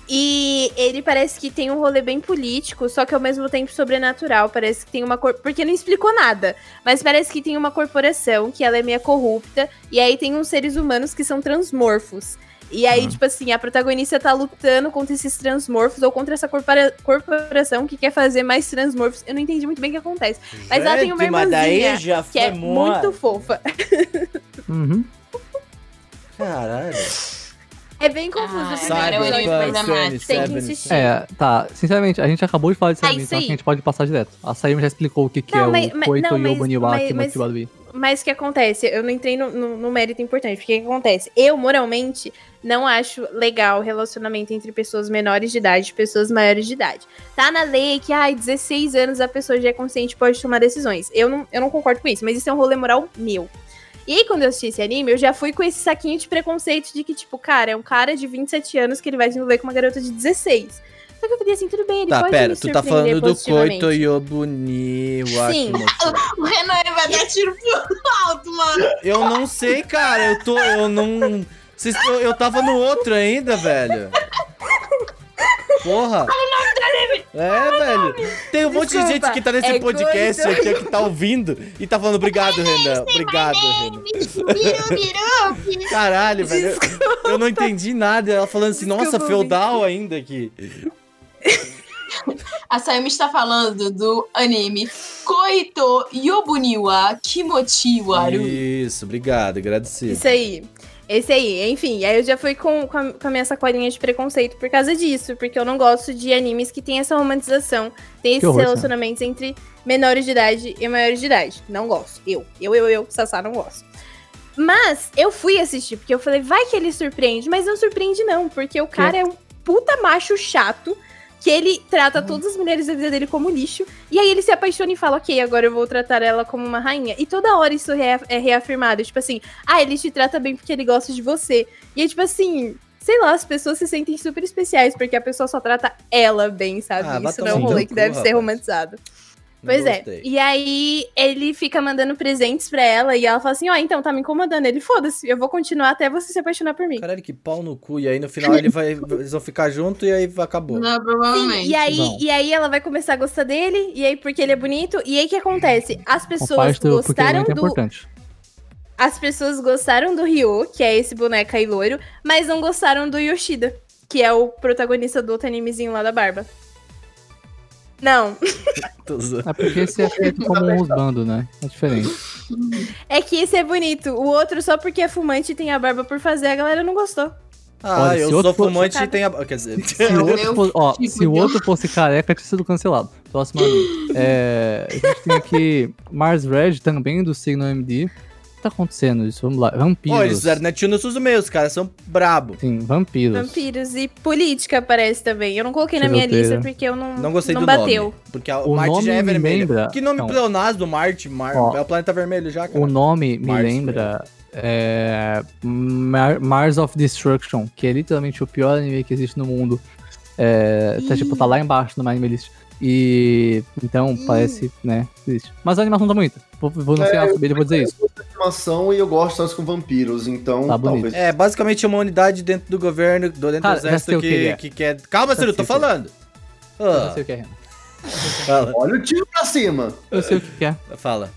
Speaker 5: E ele parece que tem um rolê bem político, só que ao mesmo tempo sobrenatural. Parece que tem uma cor. Porque não explicou nada. Mas parece que tem uma corporação que ela é meio corrupta. E aí tem uns seres humanos que são transmorfos. E aí,
Speaker 3: Hum.
Speaker 5: tipo assim, a protagonista tá lutando contra esses transmorfos ou contra essa corpora- corporação que quer fazer mais transmorfos. Eu não entendi muito bem o que acontece. Mas ela tem uma
Speaker 1: Gente, mas daí
Speaker 5: irmãzinha
Speaker 1: já
Speaker 5: que
Speaker 1: foi
Speaker 5: é
Speaker 1: mó-
Speaker 5: muito fofa.
Speaker 3: Uhum.
Speaker 1: Caralho.
Speaker 5: É bem confuso.
Speaker 6: Ah,
Speaker 5: o primeiro
Speaker 1: é
Speaker 6: agora eu
Speaker 5: episódio, mas
Speaker 6: olhei
Speaker 5: é
Speaker 6: pra
Speaker 1: Cyberpunk,
Speaker 6: dramático.
Speaker 1: Sonic,
Speaker 5: Tem que
Speaker 1: Cyberpunk.
Speaker 5: insistir.
Speaker 3: É, tá. Sinceramente, a gente acabou de falar de
Speaker 5: Ah,
Speaker 3: Sayumi,
Speaker 5: isso
Speaker 3: então acho
Speaker 5: aí.
Speaker 3: que a gente pode passar direto. A Sayumi já explicou o que, que
Speaker 5: Não,
Speaker 3: é
Speaker 5: mas-
Speaker 3: o
Speaker 5: mas-
Speaker 3: Koito
Speaker 5: não, mas- mas-
Speaker 3: Yoboniwaki no
Speaker 5: mas-
Speaker 3: Kibarui.
Speaker 5: Mas o que acontece? Eu não entrei no, no- no mérito importante. Porque o que acontece? Eu, moralmente, não acho legal o relacionamento entre pessoas menores de idade e pessoas maiores de idade. Tá na lei que, ai, 16 anos a pessoa já é consciente e pode tomar decisões. Eu não, eu não concordo com isso, mas isso é um rolê moral meu. E aí, quando eu assisti esse anime, eu já fui com esse saquinho de preconceito de que, tipo, cara, é um cara de 27 anos que ele vai se envolver com uma garota de 16. Só que eu falei assim, tudo bem, ele
Speaker 1: Tá,
Speaker 5: pode me
Speaker 1: pera, tu
Speaker 5: surpreender
Speaker 1: tá falando do
Speaker 5: positivamente.
Speaker 1: Koito Yobuni
Speaker 5: Sim.
Speaker 6: O Renan ele vai dar tiro pro alto, mano.
Speaker 1: Eu não sei, cara, eu tô, eu não... Vocês- eu- eu tava no outro ainda, velho. Porra. É, velho. Tem um monte de
Speaker 5: Desculpa,
Speaker 1: gente que tá nesse
Speaker 5: é
Speaker 1: podcast
Speaker 5: Koito.
Speaker 1: aqui, que tá ouvindo e tá falando obrigado, Renan. Obrigado, Renan.
Speaker 6: Biru, biru.
Speaker 1: Caralho, velho. eu- Eu não entendi nada. Ela falando assim,
Speaker 5: Desculpa,
Speaker 1: nossa, feudal ainda aqui.
Speaker 6: A Sayumi está falando do anime Koito Yobuniwa Kimochiwaru.
Speaker 1: Isso, obrigado, agradecido.
Speaker 5: Isso aí. Esse aí, enfim, aí eu já fui com, com, a, com a minha sacolinha de preconceito por causa disso, porque eu não gosto de animes que tem essa romantização, tem esses
Speaker 3: horror, Sam.
Speaker 5: relacionamentos entre menores de idade e maiores de idade. Não gosto. Eu, eu, eu, eu, Sassá, não gosto. Mas eu fui assistir, porque eu falei, vai que ele surpreende, mas não surpreende não, porque o cara é um puta macho chato, que ele trata todas as mulheres da vida dele como lixo, e aí ele se apaixona e fala, ok, agora eu vou tratar ela como uma rainha. E toda hora isso rea- é reafirmado, tipo assim, ah, ele te trata bem porque ele gosta de você. E é tipo assim, sei lá, as pessoas se sentem super especiais porque a pessoa só trata ela bem, sabe?
Speaker 1: Ah, vai
Speaker 5: Isso não é um
Speaker 3: tomar no
Speaker 5: rolê
Speaker 1: cu,
Speaker 5: que deve ser
Speaker 1: rapaz.
Speaker 5: romantizado.
Speaker 1: Não
Speaker 5: Pois é.
Speaker 1: gostei.
Speaker 5: E aí ele fica mandando presentes pra ela e ela fala assim: ó, então tá me incomodando. Ele, foda-se, eu vou continuar até você se apaixonar por mim.
Speaker 1: Caralho, que pau no cu. E aí no final ele vai, eles vão ficar junto e aí acabou.
Speaker 6: Não,
Speaker 5: Sim,
Speaker 6: provavelmente.
Speaker 5: e aí,
Speaker 3: Bom.
Speaker 5: e aí ela vai começar a gostar dele, e aí porque ele é bonito, e aí o que acontece? As
Speaker 3: A
Speaker 5: pessoas
Speaker 3: parte do porque
Speaker 5: gostaram
Speaker 3: é
Speaker 5: do.
Speaker 3: importante.
Speaker 5: As pessoas gostaram do Ryu, que é esse boneco aí loiro, mas não gostaram do Yoshida, que é o protagonista do outro animezinho lá da barba. Não,
Speaker 1: Tô zoando.
Speaker 3: É porque esse é feito como um husbando, né? É diferente.
Speaker 5: é que esse é bonito. O outro, só porque é fumante e tem a barba por fazer, a galera não gostou.
Speaker 1: Ah,
Speaker 3: Olha,
Speaker 1: eu
Speaker 3: se
Speaker 1: sou
Speaker 3: outro-
Speaker 1: fumante e tenho a. Quer dizer,
Speaker 3: Se o
Speaker 6: o
Speaker 3: outro,
Speaker 6: meu
Speaker 3: fosse, ó,
Speaker 6: tipo
Speaker 3: se o
Speaker 6: de-
Speaker 3: outro fosse careca, tinha sido cancelado. Próximo anime. É, a gente tem aqui Mars Red, também do signo MD. que tá acontecendo? Isso, vamos lá. Vampiros.
Speaker 1: Pô, eles fizeram Netuno Suzume, é os caras são brabo.
Speaker 3: Sim, vampiros.
Speaker 5: Vampiros e política aparece também. Eu não coloquei na minha
Speaker 3: Tiroteira.
Speaker 5: lista porque eu não
Speaker 1: Não gostei
Speaker 5: não
Speaker 1: do
Speaker 5: bateu.
Speaker 1: nome. Porque a
Speaker 3: O
Speaker 1: Marte
Speaker 3: nome
Speaker 1: já é
Speaker 3: me
Speaker 1: vermelho.
Speaker 3: lembra-
Speaker 1: Que nome
Speaker 3: Não.
Speaker 1: pleonasmo, Marte, Mar...
Speaker 3: Ó.
Speaker 1: é o planeta vermelho já, cara.
Speaker 3: O nome me
Speaker 1: Mars,
Speaker 3: lembra é, Mar- Mars of Destruction, que é literalmente o pior anime que existe no mundo. É, tá, tipo, tá lá embaixo no anime list. E então parece, né, triste. Mas a animação tá bonita. Vou,
Speaker 1: É,
Speaker 3: vou no final dele, vou dizer isso.
Speaker 4: Animação e eu gosto de histórias com vampiros, então
Speaker 3: Tá bonito.
Speaker 4: talvez.
Speaker 1: É, basicamente é uma unidade dentro do governo, do- dentro
Speaker 3: Cara,
Speaker 1: do
Speaker 3: já
Speaker 1: exército
Speaker 3: sei o que ele
Speaker 1: que,
Speaker 3: é.
Speaker 1: que quer. Calma,
Speaker 3: Já
Speaker 1: Ciro, eu tô
Speaker 3: sei o que
Speaker 1: falando.
Speaker 3: Eu
Speaker 1: Ah,
Speaker 3: sei o que é, Renan.
Speaker 1: fala,
Speaker 4: Olha o tiro pra cima!
Speaker 3: Eu sei o que é.
Speaker 1: fala.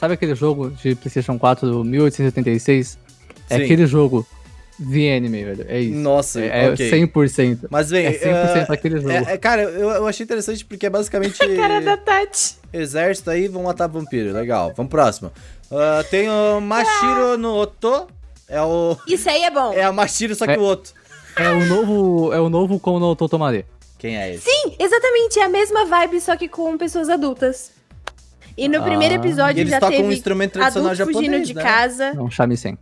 Speaker 3: Sabe aquele jogo de PlayStation 4 do 1886? É
Speaker 1: Sim.
Speaker 3: aquele jogo. The Anime, velho. É isso.
Speaker 1: Nossa,
Speaker 3: é é
Speaker 1: ok.
Speaker 3: 100%.
Speaker 1: Mas vem,
Speaker 3: É 100%
Speaker 1: ah,
Speaker 3: aquele jogo.
Speaker 1: é- é, cara, eu, eu achei interessante porque é basicamente
Speaker 5: Cara da Tati.
Speaker 1: exército aí, vão matar vampiro, legal. Vamos próximo. Ah, tem o Mashiro no Oto, é o
Speaker 5: Isso aí é bom.
Speaker 1: é a Mashiro só que
Speaker 3: É.
Speaker 1: o outro.
Speaker 3: É o novo, é o novo Kono no Totomare.
Speaker 1: Quem é esse?
Speaker 5: Sim, exatamente. É a mesma vibe, só que com pessoas adultas. E no
Speaker 3: Ah.
Speaker 5: primeiro
Speaker 1: E
Speaker 5: episódio
Speaker 1: eles
Speaker 5: já
Speaker 1: tocam um
Speaker 5: teve
Speaker 1: instrumento tradicional
Speaker 5: adulto fugindo
Speaker 1: japonês,
Speaker 5: de
Speaker 1: né?
Speaker 5: casa.
Speaker 3: É um shamisen.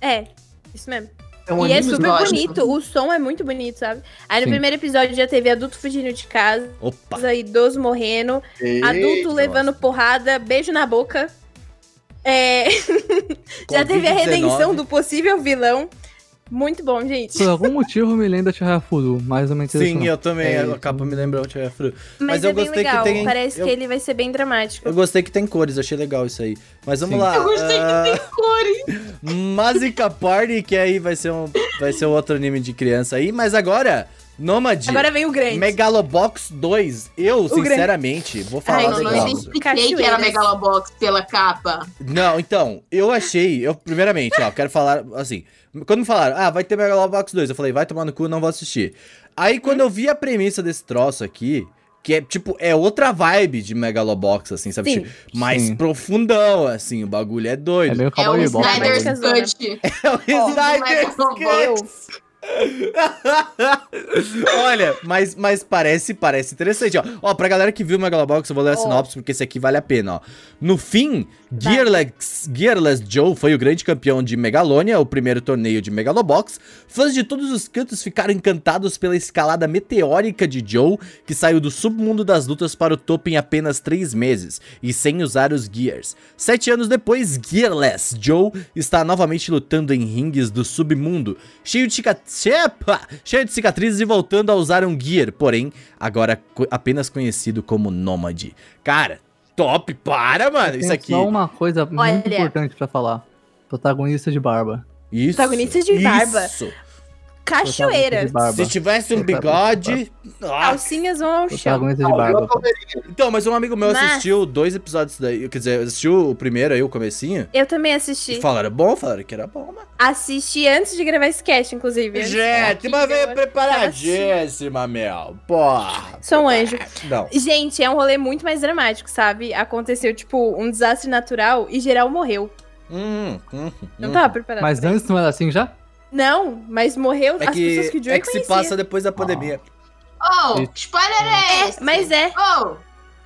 Speaker 5: É, isso mesmo.
Speaker 4: É um
Speaker 5: e é
Speaker 4: anime
Speaker 5: super
Speaker 6: lógico.
Speaker 5: bonito, o som é muito bonito, sabe? Aí no
Speaker 3: Sim.
Speaker 5: primeiro episódio já teve adulto fugindo de casa,
Speaker 1: Opa.
Speaker 5: idoso morrendo,
Speaker 4: Ei,
Speaker 5: adulto levando porrada, beijo na boca. É, já teve a redenção
Speaker 1: Covid-19.
Speaker 5: do possível vilão. Muito bom, gente.
Speaker 3: Por algum motivo me lembra Chihafuru, mas eu não entendo isso
Speaker 1: Sim,
Speaker 3: não.
Speaker 1: eu também,
Speaker 3: É
Speaker 1: a
Speaker 3: isso.
Speaker 1: capa me lembrou o Fru.
Speaker 5: Mas,
Speaker 1: Mas
Speaker 5: é
Speaker 1: eu
Speaker 5: bem
Speaker 1: gostei que
Speaker 5: legal.
Speaker 1: tem-
Speaker 5: Parece
Speaker 1: eu-
Speaker 5: que ele vai ser bem dramático.
Speaker 1: Eu gostei que tem cores, achei legal isso aí. Mas vamos
Speaker 3: Sim.
Speaker 1: lá.
Speaker 6: Eu gostei
Speaker 1: ah,
Speaker 6: que tem cores.
Speaker 1: Magica Party, que aí vai ser, um, vai ser outro anime de criança aí, mas agora, Nomad,
Speaker 5: Agora vem o grande.
Speaker 1: Megalobox 2. Eu,
Speaker 5: grande.
Speaker 1: sinceramente, vou
Speaker 5: Ai,
Speaker 1: falar
Speaker 6: não,
Speaker 1: um
Speaker 6: não
Speaker 1: negócio.
Speaker 6: identifiquei que era
Speaker 5: Cachoeiras.
Speaker 6: Megalobox pela capa.
Speaker 1: Não, então, eu achei, eu primeiramente, ó, quero falar assim, quando me falaram, ah, vai ter Megalobox 2, eu falei, vai tomar no cu, não vou assistir. Aí quando eu vi a premissa desse troço aqui, que é tipo, é outra vibe de Megalobox, assim, sabe?
Speaker 5: Sim.
Speaker 1: Tipo, mais
Speaker 3: Sim.
Speaker 1: profundão, assim, o bagulho é
Speaker 3: É
Speaker 1: doido.
Speaker 3: meio
Speaker 6: É o
Speaker 3: cowboy bop.
Speaker 5: um Snyder
Speaker 3: né?
Speaker 6: Snyder's
Speaker 5: Zona.
Speaker 6: Cut.
Speaker 1: É o Snyder
Speaker 6: Megalobox.
Speaker 1: Olha, mas, mas parece, parece interessante, ó. Ó, pra galera que viu o Megalobox, eu vou ler a
Speaker 5: Ó.
Speaker 1: sinopse, porque esse aqui vale a pena, ó. No fim, Gearless, Gearless Joe foi o grande campeão de Megalônia, o primeiro torneio de Megalobox. Fãs de todos os cantos ficaram encantados pela escalada meteórica de Joe, que saiu do submundo das lutas para o topo em apenas três meses, e sem usar os Gears. Sete anos depois, Gearless Joe está novamente lutando em ringues do submundo, cheio de, cica- Epa! cheio de cicatrizes e voltando a usar um Gear, porém, agora co- apenas conhecido como Nômade. Cara, top, para, mano, isso
Speaker 3: Tem
Speaker 1: aqui.
Speaker 3: Só uma coisa muito
Speaker 5: Olha.
Speaker 3: importante pra falar. Protagonista de barba.
Speaker 1: Isso.
Speaker 5: Protagonista de barba.
Speaker 1: Isso.
Speaker 5: Cachoeira.
Speaker 3: Protagonista de barba. tá
Speaker 1: Se tivesse um
Speaker 3: Protagonista.
Speaker 1: bigode. Ah,
Speaker 5: Calcinhas vão ao chão.
Speaker 3: Protagonista de barba. pô.
Speaker 1: Então, mas um amigo meu
Speaker 5: Mas-
Speaker 1: assistiu dois episódios daí. Quer dizer, assistiu o primeiro aí, o comecinho.
Speaker 5: Eu também
Speaker 1: E
Speaker 5: assisti.
Speaker 1: falaram bom, falaram que era bom, mano.
Speaker 5: Assisti antes de gravar esse cast, inclusive.
Speaker 1: Gente, mas veio
Speaker 5: preparado.
Speaker 1: preparadíssima, meu. Porra.
Speaker 5: Sou um anjo.
Speaker 1: Não.
Speaker 5: Gente, é um rolê muito mais dramático, sabe? Aconteceu, tipo, um desastre natural e geral morreu.
Speaker 1: Hum, hum,
Speaker 5: Não
Speaker 1: hum.
Speaker 5: tava preparado.
Speaker 3: Mas antes não era assim já?
Speaker 5: Não, mas morreu
Speaker 1: É
Speaker 5: as pessoas
Speaker 1: que,
Speaker 5: que o Joey
Speaker 1: é que se
Speaker 5: conhecia.
Speaker 1: passa depois da pandemia.
Speaker 6: Oh,
Speaker 3: Isso.
Speaker 6: spoiler é esse?
Speaker 5: Mas é.
Speaker 6: Oh,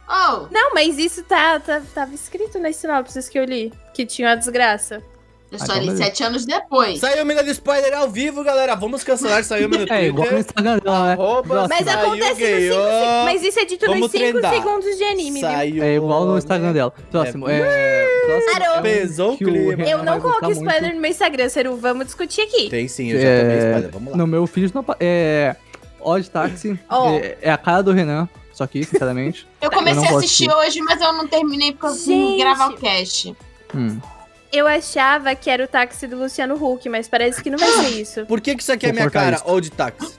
Speaker 3: Ah,
Speaker 6: oh.
Speaker 5: Não, mas isso tá, tá- tava escrito nas sinopses que eu li, que tinha a desgraça.
Speaker 6: Eu
Speaker 3: Ah,
Speaker 6: só
Speaker 3: então
Speaker 6: li
Speaker 3: beleza.
Speaker 6: sete anos
Speaker 3: Ah.
Speaker 6: depois.
Speaker 1: Saiu o Mina do Spoiler ao vivo, galera. Vamos cancelar, saiu o Mina do
Speaker 3: É, igual no
Speaker 1: Twitter.
Speaker 3: Instagram dela, né?
Speaker 1: Arroba
Speaker 5: Mas
Speaker 1: Saiu,
Speaker 5: acontece nos cinco
Speaker 1: ganhou.
Speaker 5: seg- Mas isso é dito
Speaker 1: Vamos
Speaker 5: nos 5
Speaker 1: trendar.
Speaker 5: segundos de anime, viu?
Speaker 1: Saiu.
Speaker 3: É igual no Instagram dela. Próximo. É. próximo é um
Speaker 1: Pesou o
Speaker 3: que o
Speaker 1: clima.
Speaker 3: Renan
Speaker 5: Eu
Speaker 3: vai
Speaker 5: não
Speaker 3: gostar
Speaker 5: coloquei
Speaker 3: muito.
Speaker 5: spoiler no meu Instagram, Seru. Vamos discutir aqui.
Speaker 1: Tem sim, eu já
Speaker 3: É,
Speaker 1: tomei spoiler. Vamos lá.
Speaker 3: No meu feed não apa- é Odd Taxi
Speaker 5: Ó.
Speaker 3: é, é a cara do Renan, só que sinceramente.
Speaker 6: Eu
Speaker 3: Eu
Speaker 6: comecei
Speaker 3: não
Speaker 6: a
Speaker 3: vou
Speaker 6: assistir hoje, mas eu não terminei porque eu
Speaker 5: Gente.
Speaker 6: vim gravar o cast.
Speaker 3: hum.
Speaker 5: Eu achava que era o táxi do Luciano Huck, mas parece que não vai ser isso.
Speaker 1: Por que, que isso aqui é
Speaker 3: Vou
Speaker 1: minha
Speaker 3: cortar
Speaker 1: cara,
Speaker 3: isso.
Speaker 1: ou de táxi?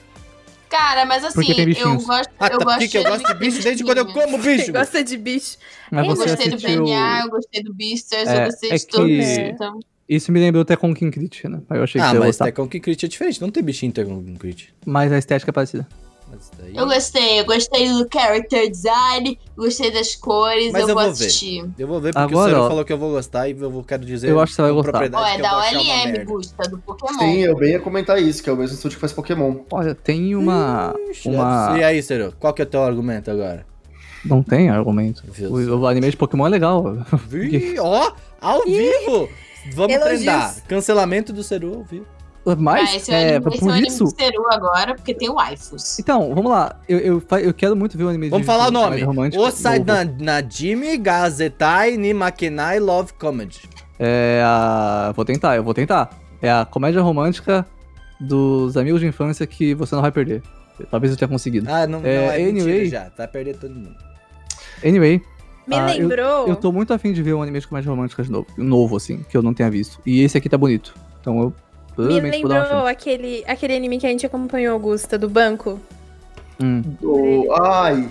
Speaker 6: Cara, mas assim,
Speaker 3: Porque tem
Speaker 6: eu
Speaker 3: bichinhos.
Speaker 6: gosto.
Speaker 1: Ah,
Speaker 6: eu
Speaker 1: tá,
Speaker 6: gosto
Speaker 1: porque que eu gosto de bicho desde quando eu como bicho.
Speaker 5: Você gosta de bicho.
Speaker 3: Mas
Speaker 5: Eu
Speaker 6: Eu
Speaker 3: você
Speaker 6: gostei
Speaker 3: assistiu.
Speaker 6: do BNA, eu gostei do Beasters,
Speaker 3: É,
Speaker 6: eu gostei
Speaker 3: é
Speaker 6: de todos.
Speaker 3: que-
Speaker 6: Então,
Speaker 3: Isso me lembrou até com King Crit, né? Aí Eu achei que
Speaker 1: Ah,
Speaker 3: você ia
Speaker 1: mas
Speaker 3: gostar.
Speaker 1: Tekken Crit é diferente. Não tem bichinho em Tekken Crit.
Speaker 3: Mas a estética é parecida.
Speaker 1: Mas daí...
Speaker 6: eu gostei, eu gostei do character design, gostei das cores,
Speaker 1: Mas
Speaker 6: eu,
Speaker 1: eu vou
Speaker 6: vou
Speaker 1: ver.
Speaker 6: assistir.
Speaker 1: Eu vou ver porque o
Speaker 3: Agora,
Speaker 1: Ciro
Speaker 3: ó.
Speaker 1: falou que eu vou gostar e eu vou, quero dizer.
Speaker 3: Eu acho que você vai
Speaker 1: com
Speaker 3: gostar.
Speaker 1: propriedade
Speaker 6: Ó, é
Speaker 1: que
Speaker 6: da
Speaker 1: eu vou achar uma
Speaker 6: OLM,
Speaker 1: merda.
Speaker 6: Gusta, do Pokémon.
Speaker 4: Sim, eu bem ia comentar isso, que é o mesmo estúdio que faz Pokémon.
Speaker 3: Olha, tem uma. uma...
Speaker 1: é assim. E aí, Ciro, qual que é o teu argumento agora?
Speaker 3: Não tem argumento.
Speaker 1: Viu?
Speaker 3: O, o anime de Pokémon é legal.
Speaker 1: Ih, Ó, ao vivo! Vamos
Speaker 5: Elogios.
Speaker 1: trendar. Cancelamento do Seru ao vivo.
Speaker 6: Ah,
Speaker 3: Mas,
Speaker 6: esse é,
Speaker 3: é,
Speaker 6: o anime, esse é
Speaker 3: por
Speaker 6: o anime
Speaker 3: isso...
Speaker 6: do Seru agora, porque tem waifus.
Speaker 3: Então, vamos lá. Eu, eu, fa- eu quero muito ver o anime de-
Speaker 1: Vamos falar o
Speaker 3: de
Speaker 1: nome.
Speaker 3: comédia romântica
Speaker 1: Osai
Speaker 3: novo.
Speaker 1: na, Najimi Gazetai ni Makenai Love Comedy.
Speaker 3: É a. Vou tentar, eu vou tentar. É a comédia romântica dos amigos de infância que você não vai perder. Talvez eu tenha conseguido.
Speaker 1: Ah, não,
Speaker 3: É,
Speaker 1: não é mentira
Speaker 3: anyway.
Speaker 1: já. Tá perdendo todo mundo.
Speaker 3: Anyway,
Speaker 5: Me
Speaker 3: Ah, eu-
Speaker 5: lembrou.
Speaker 3: eu tô muito afim de ver um anime de comédia romântica de novo, novo, assim, que eu não tenha visto. E esse aqui tá bonito. Então eu
Speaker 5: Me
Speaker 3: provavelmente vou dar uma
Speaker 5: lembrou
Speaker 3: chance.
Speaker 5: aquele, aquele anime que a gente acompanhou, Augusta, do banco.
Speaker 3: Hum.
Speaker 4: Do- Ai.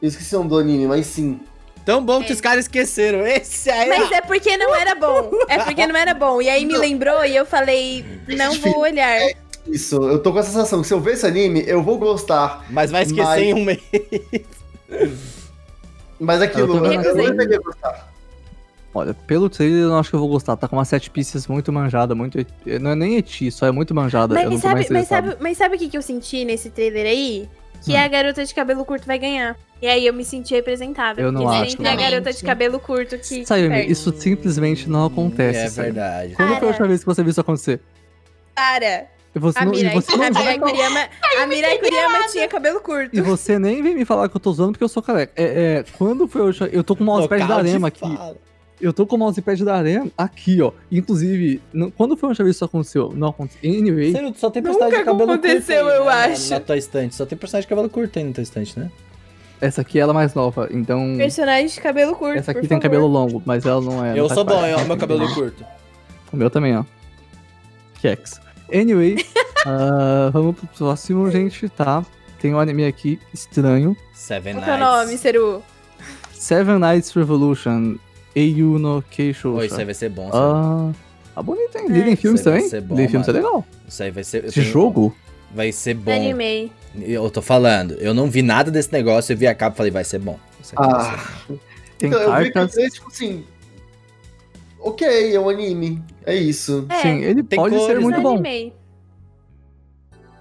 Speaker 4: Eu esqueci o nome do anime, mas sim.
Speaker 1: Tão bom que os caras esqueceram. Esse aí.
Speaker 5: É. Mas é porque não era bom. É porque não era bom. E aí me lembrou e eu falei, não vou olhar.
Speaker 4: Isso, eu tô com a sensação que se eu ver esse anime, eu vou gostar.
Speaker 5: é-
Speaker 1: Mas vai esquecer
Speaker 4: Mas-
Speaker 1: em um mês.
Speaker 4: Mas aquilo,
Speaker 3: Eu tô
Speaker 4: eu,
Speaker 3: vendo
Speaker 4: não
Speaker 5: aqui.
Speaker 4: ia gostar.
Speaker 3: Olha, pelo trailer eu não acho que eu vou gostar. Tá com umas sete pistas muito manjada, muito. et- Não é nem eti, só é muito manjada. eu não
Speaker 5: Mas
Speaker 3: tô mais
Speaker 5: sabe, mas,
Speaker 3: interessado.
Speaker 5: sabe, Hum. mas sabe o que, que eu senti nesse trailer aí? Que a garota de cabelo curto vai ganhar. E aí eu me senti representada.
Speaker 3: Eu não
Speaker 5: porque
Speaker 3: acho,
Speaker 5: sempre é a
Speaker 6: não.
Speaker 5: garota de cabelo curto que. que
Speaker 3: Sayumi,
Speaker 5: perde.
Speaker 3: isso simplesmente não acontece.
Speaker 1: É
Speaker 3: Sayumi.
Speaker 1: verdade.
Speaker 3: Quando foi a
Speaker 5: Cara.
Speaker 3: última vez que você viu isso acontecer?
Speaker 5: Para!
Speaker 3: E você
Speaker 5: A
Speaker 3: não, e
Speaker 5: Mirai,
Speaker 3: você não
Speaker 5: a
Speaker 3: viu.
Speaker 5: Mirai Kuriyama, a Mirai Kuriyama tinha cabelo
Speaker 3: E
Speaker 5: curto.
Speaker 3: você nem vem me falar que eu tô zoando porque eu sou careca. É, é, quando foi hoje? Eu tô com o mousepad da
Speaker 1: Local de
Speaker 3: Arema aqui.
Speaker 1: fala.
Speaker 3: Eu tô com o mousepad da Arema aqui, ó. Inclusive, não- quando foi a última vez que isso aconteceu? Não aconteceu. Anyway,
Speaker 1: Você não- só tem personagem
Speaker 5: Nunca
Speaker 1: de cabelo
Speaker 5: aconteceu,
Speaker 1: curto. aí,
Speaker 5: eu
Speaker 1: né,
Speaker 5: acho.
Speaker 1: Na, na tua estante. Só tem personagem de cabelo curto aí na tua estante, né?
Speaker 3: essa aqui é ela mais nova, então.
Speaker 5: Personagem de cabelo curto.
Speaker 3: Essa aqui
Speaker 5: por
Speaker 3: tem
Speaker 5: favor.
Speaker 3: cabelo longo, mas ela não é.
Speaker 1: eu
Speaker 3: não faz
Speaker 1: sou bom,
Speaker 3: parte.
Speaker 1: eu, meu cabelo curto.
Speaker 3: O meu também, ó. Kex. Anyway, ah, vamos pro próximo, gente, tá? Tem um anime aqui estranho.
Speaker 1: Seven
Speaker 5: Qual
Speaker 1: Nights.
Speaker 5: que é o nome, Seru?
Speaker 3: Seven Nights Revolution. Eiyu no Keisho.
Speaker 1: Pô, isso aí vai ser bom. sabe?
Speaker 3: Ah, tá bonito, hein? Lida em filmes
Speaker 1: Isso aí vai
Speaker 3: também?
Speaker 1: ser bom,
Speaker 3: Lida em filmes é
Speaker 1: mano.
Speaker 3: legal.
Speaker 1: Isso aí vai ser... eu
Speaker 3: Esse
Speaker 1: tenho-
Speaker 3: jogo?
Speaker 1: Vai ser bom.
Speaker 5: Anime.
Speaker 1: Eu tô falando. Eu não vi nada desse negócio. Eu vi a capa e falei, vai ser bom. Isso aí vai ser
Speaker 4: Ah,
Speaker 3: Tem
Speaker 4: então, eu vi que
Speaker 3: cartas.
Speaker 4: eu tipo assim. Ok, é um anime. É isso.
Speaker 5: É,
Speaker 3: Sim, ele
Speaker 1: Tem
Speaker 3: pode ser
Speaker 1: cores,
Speaker 3: muito
Speaker 1: né?
Speaker 3: bom.
Speaker 5: Anime.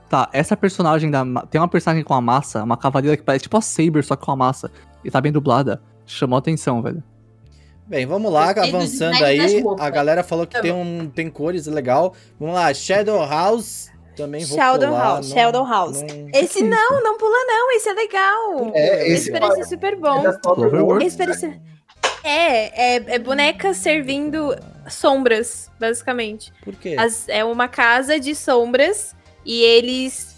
Speaker 3: Tá, essa personagem da. ma- Tem uma personagem com a massa, uma cavaleira que parece tipo a Saber, só que com a massa. E tá bem dublada. Chamou atenção, velho.
Speaker 1: Bem, vamos lá,
Speaker 6: Gostei do
Speaker 1: avançando
Speaker 6: design das
Speaker 1: aí.
Speaker 6: roupas.
Speaker 1: A galera falou que tem, um, tem cores, é legal. Vamos lá, Shadow House. Também vou
Speaker 5: Shadow
Speaker 1: pular,
Speaker 5: House,
Speaker 1: não-
Speaker 5: Shadow House.
Speaker 1: não-
Speaker 5: Esse não, não pula não, esse é legal.
Speaker 4: É,
Speaker 5: Esse,
Speaker 4: esse
Speaker 5: parece super bom.
Speaker 4: é da Clover
Speaker 3: Clover Works.
Speaker 5: Esse parece... É, é, é boneca servindo sombras, basicamente.
Speaker 1: Por quê? Ah,
Speaker 5: As- é uma casa de sombras e eles,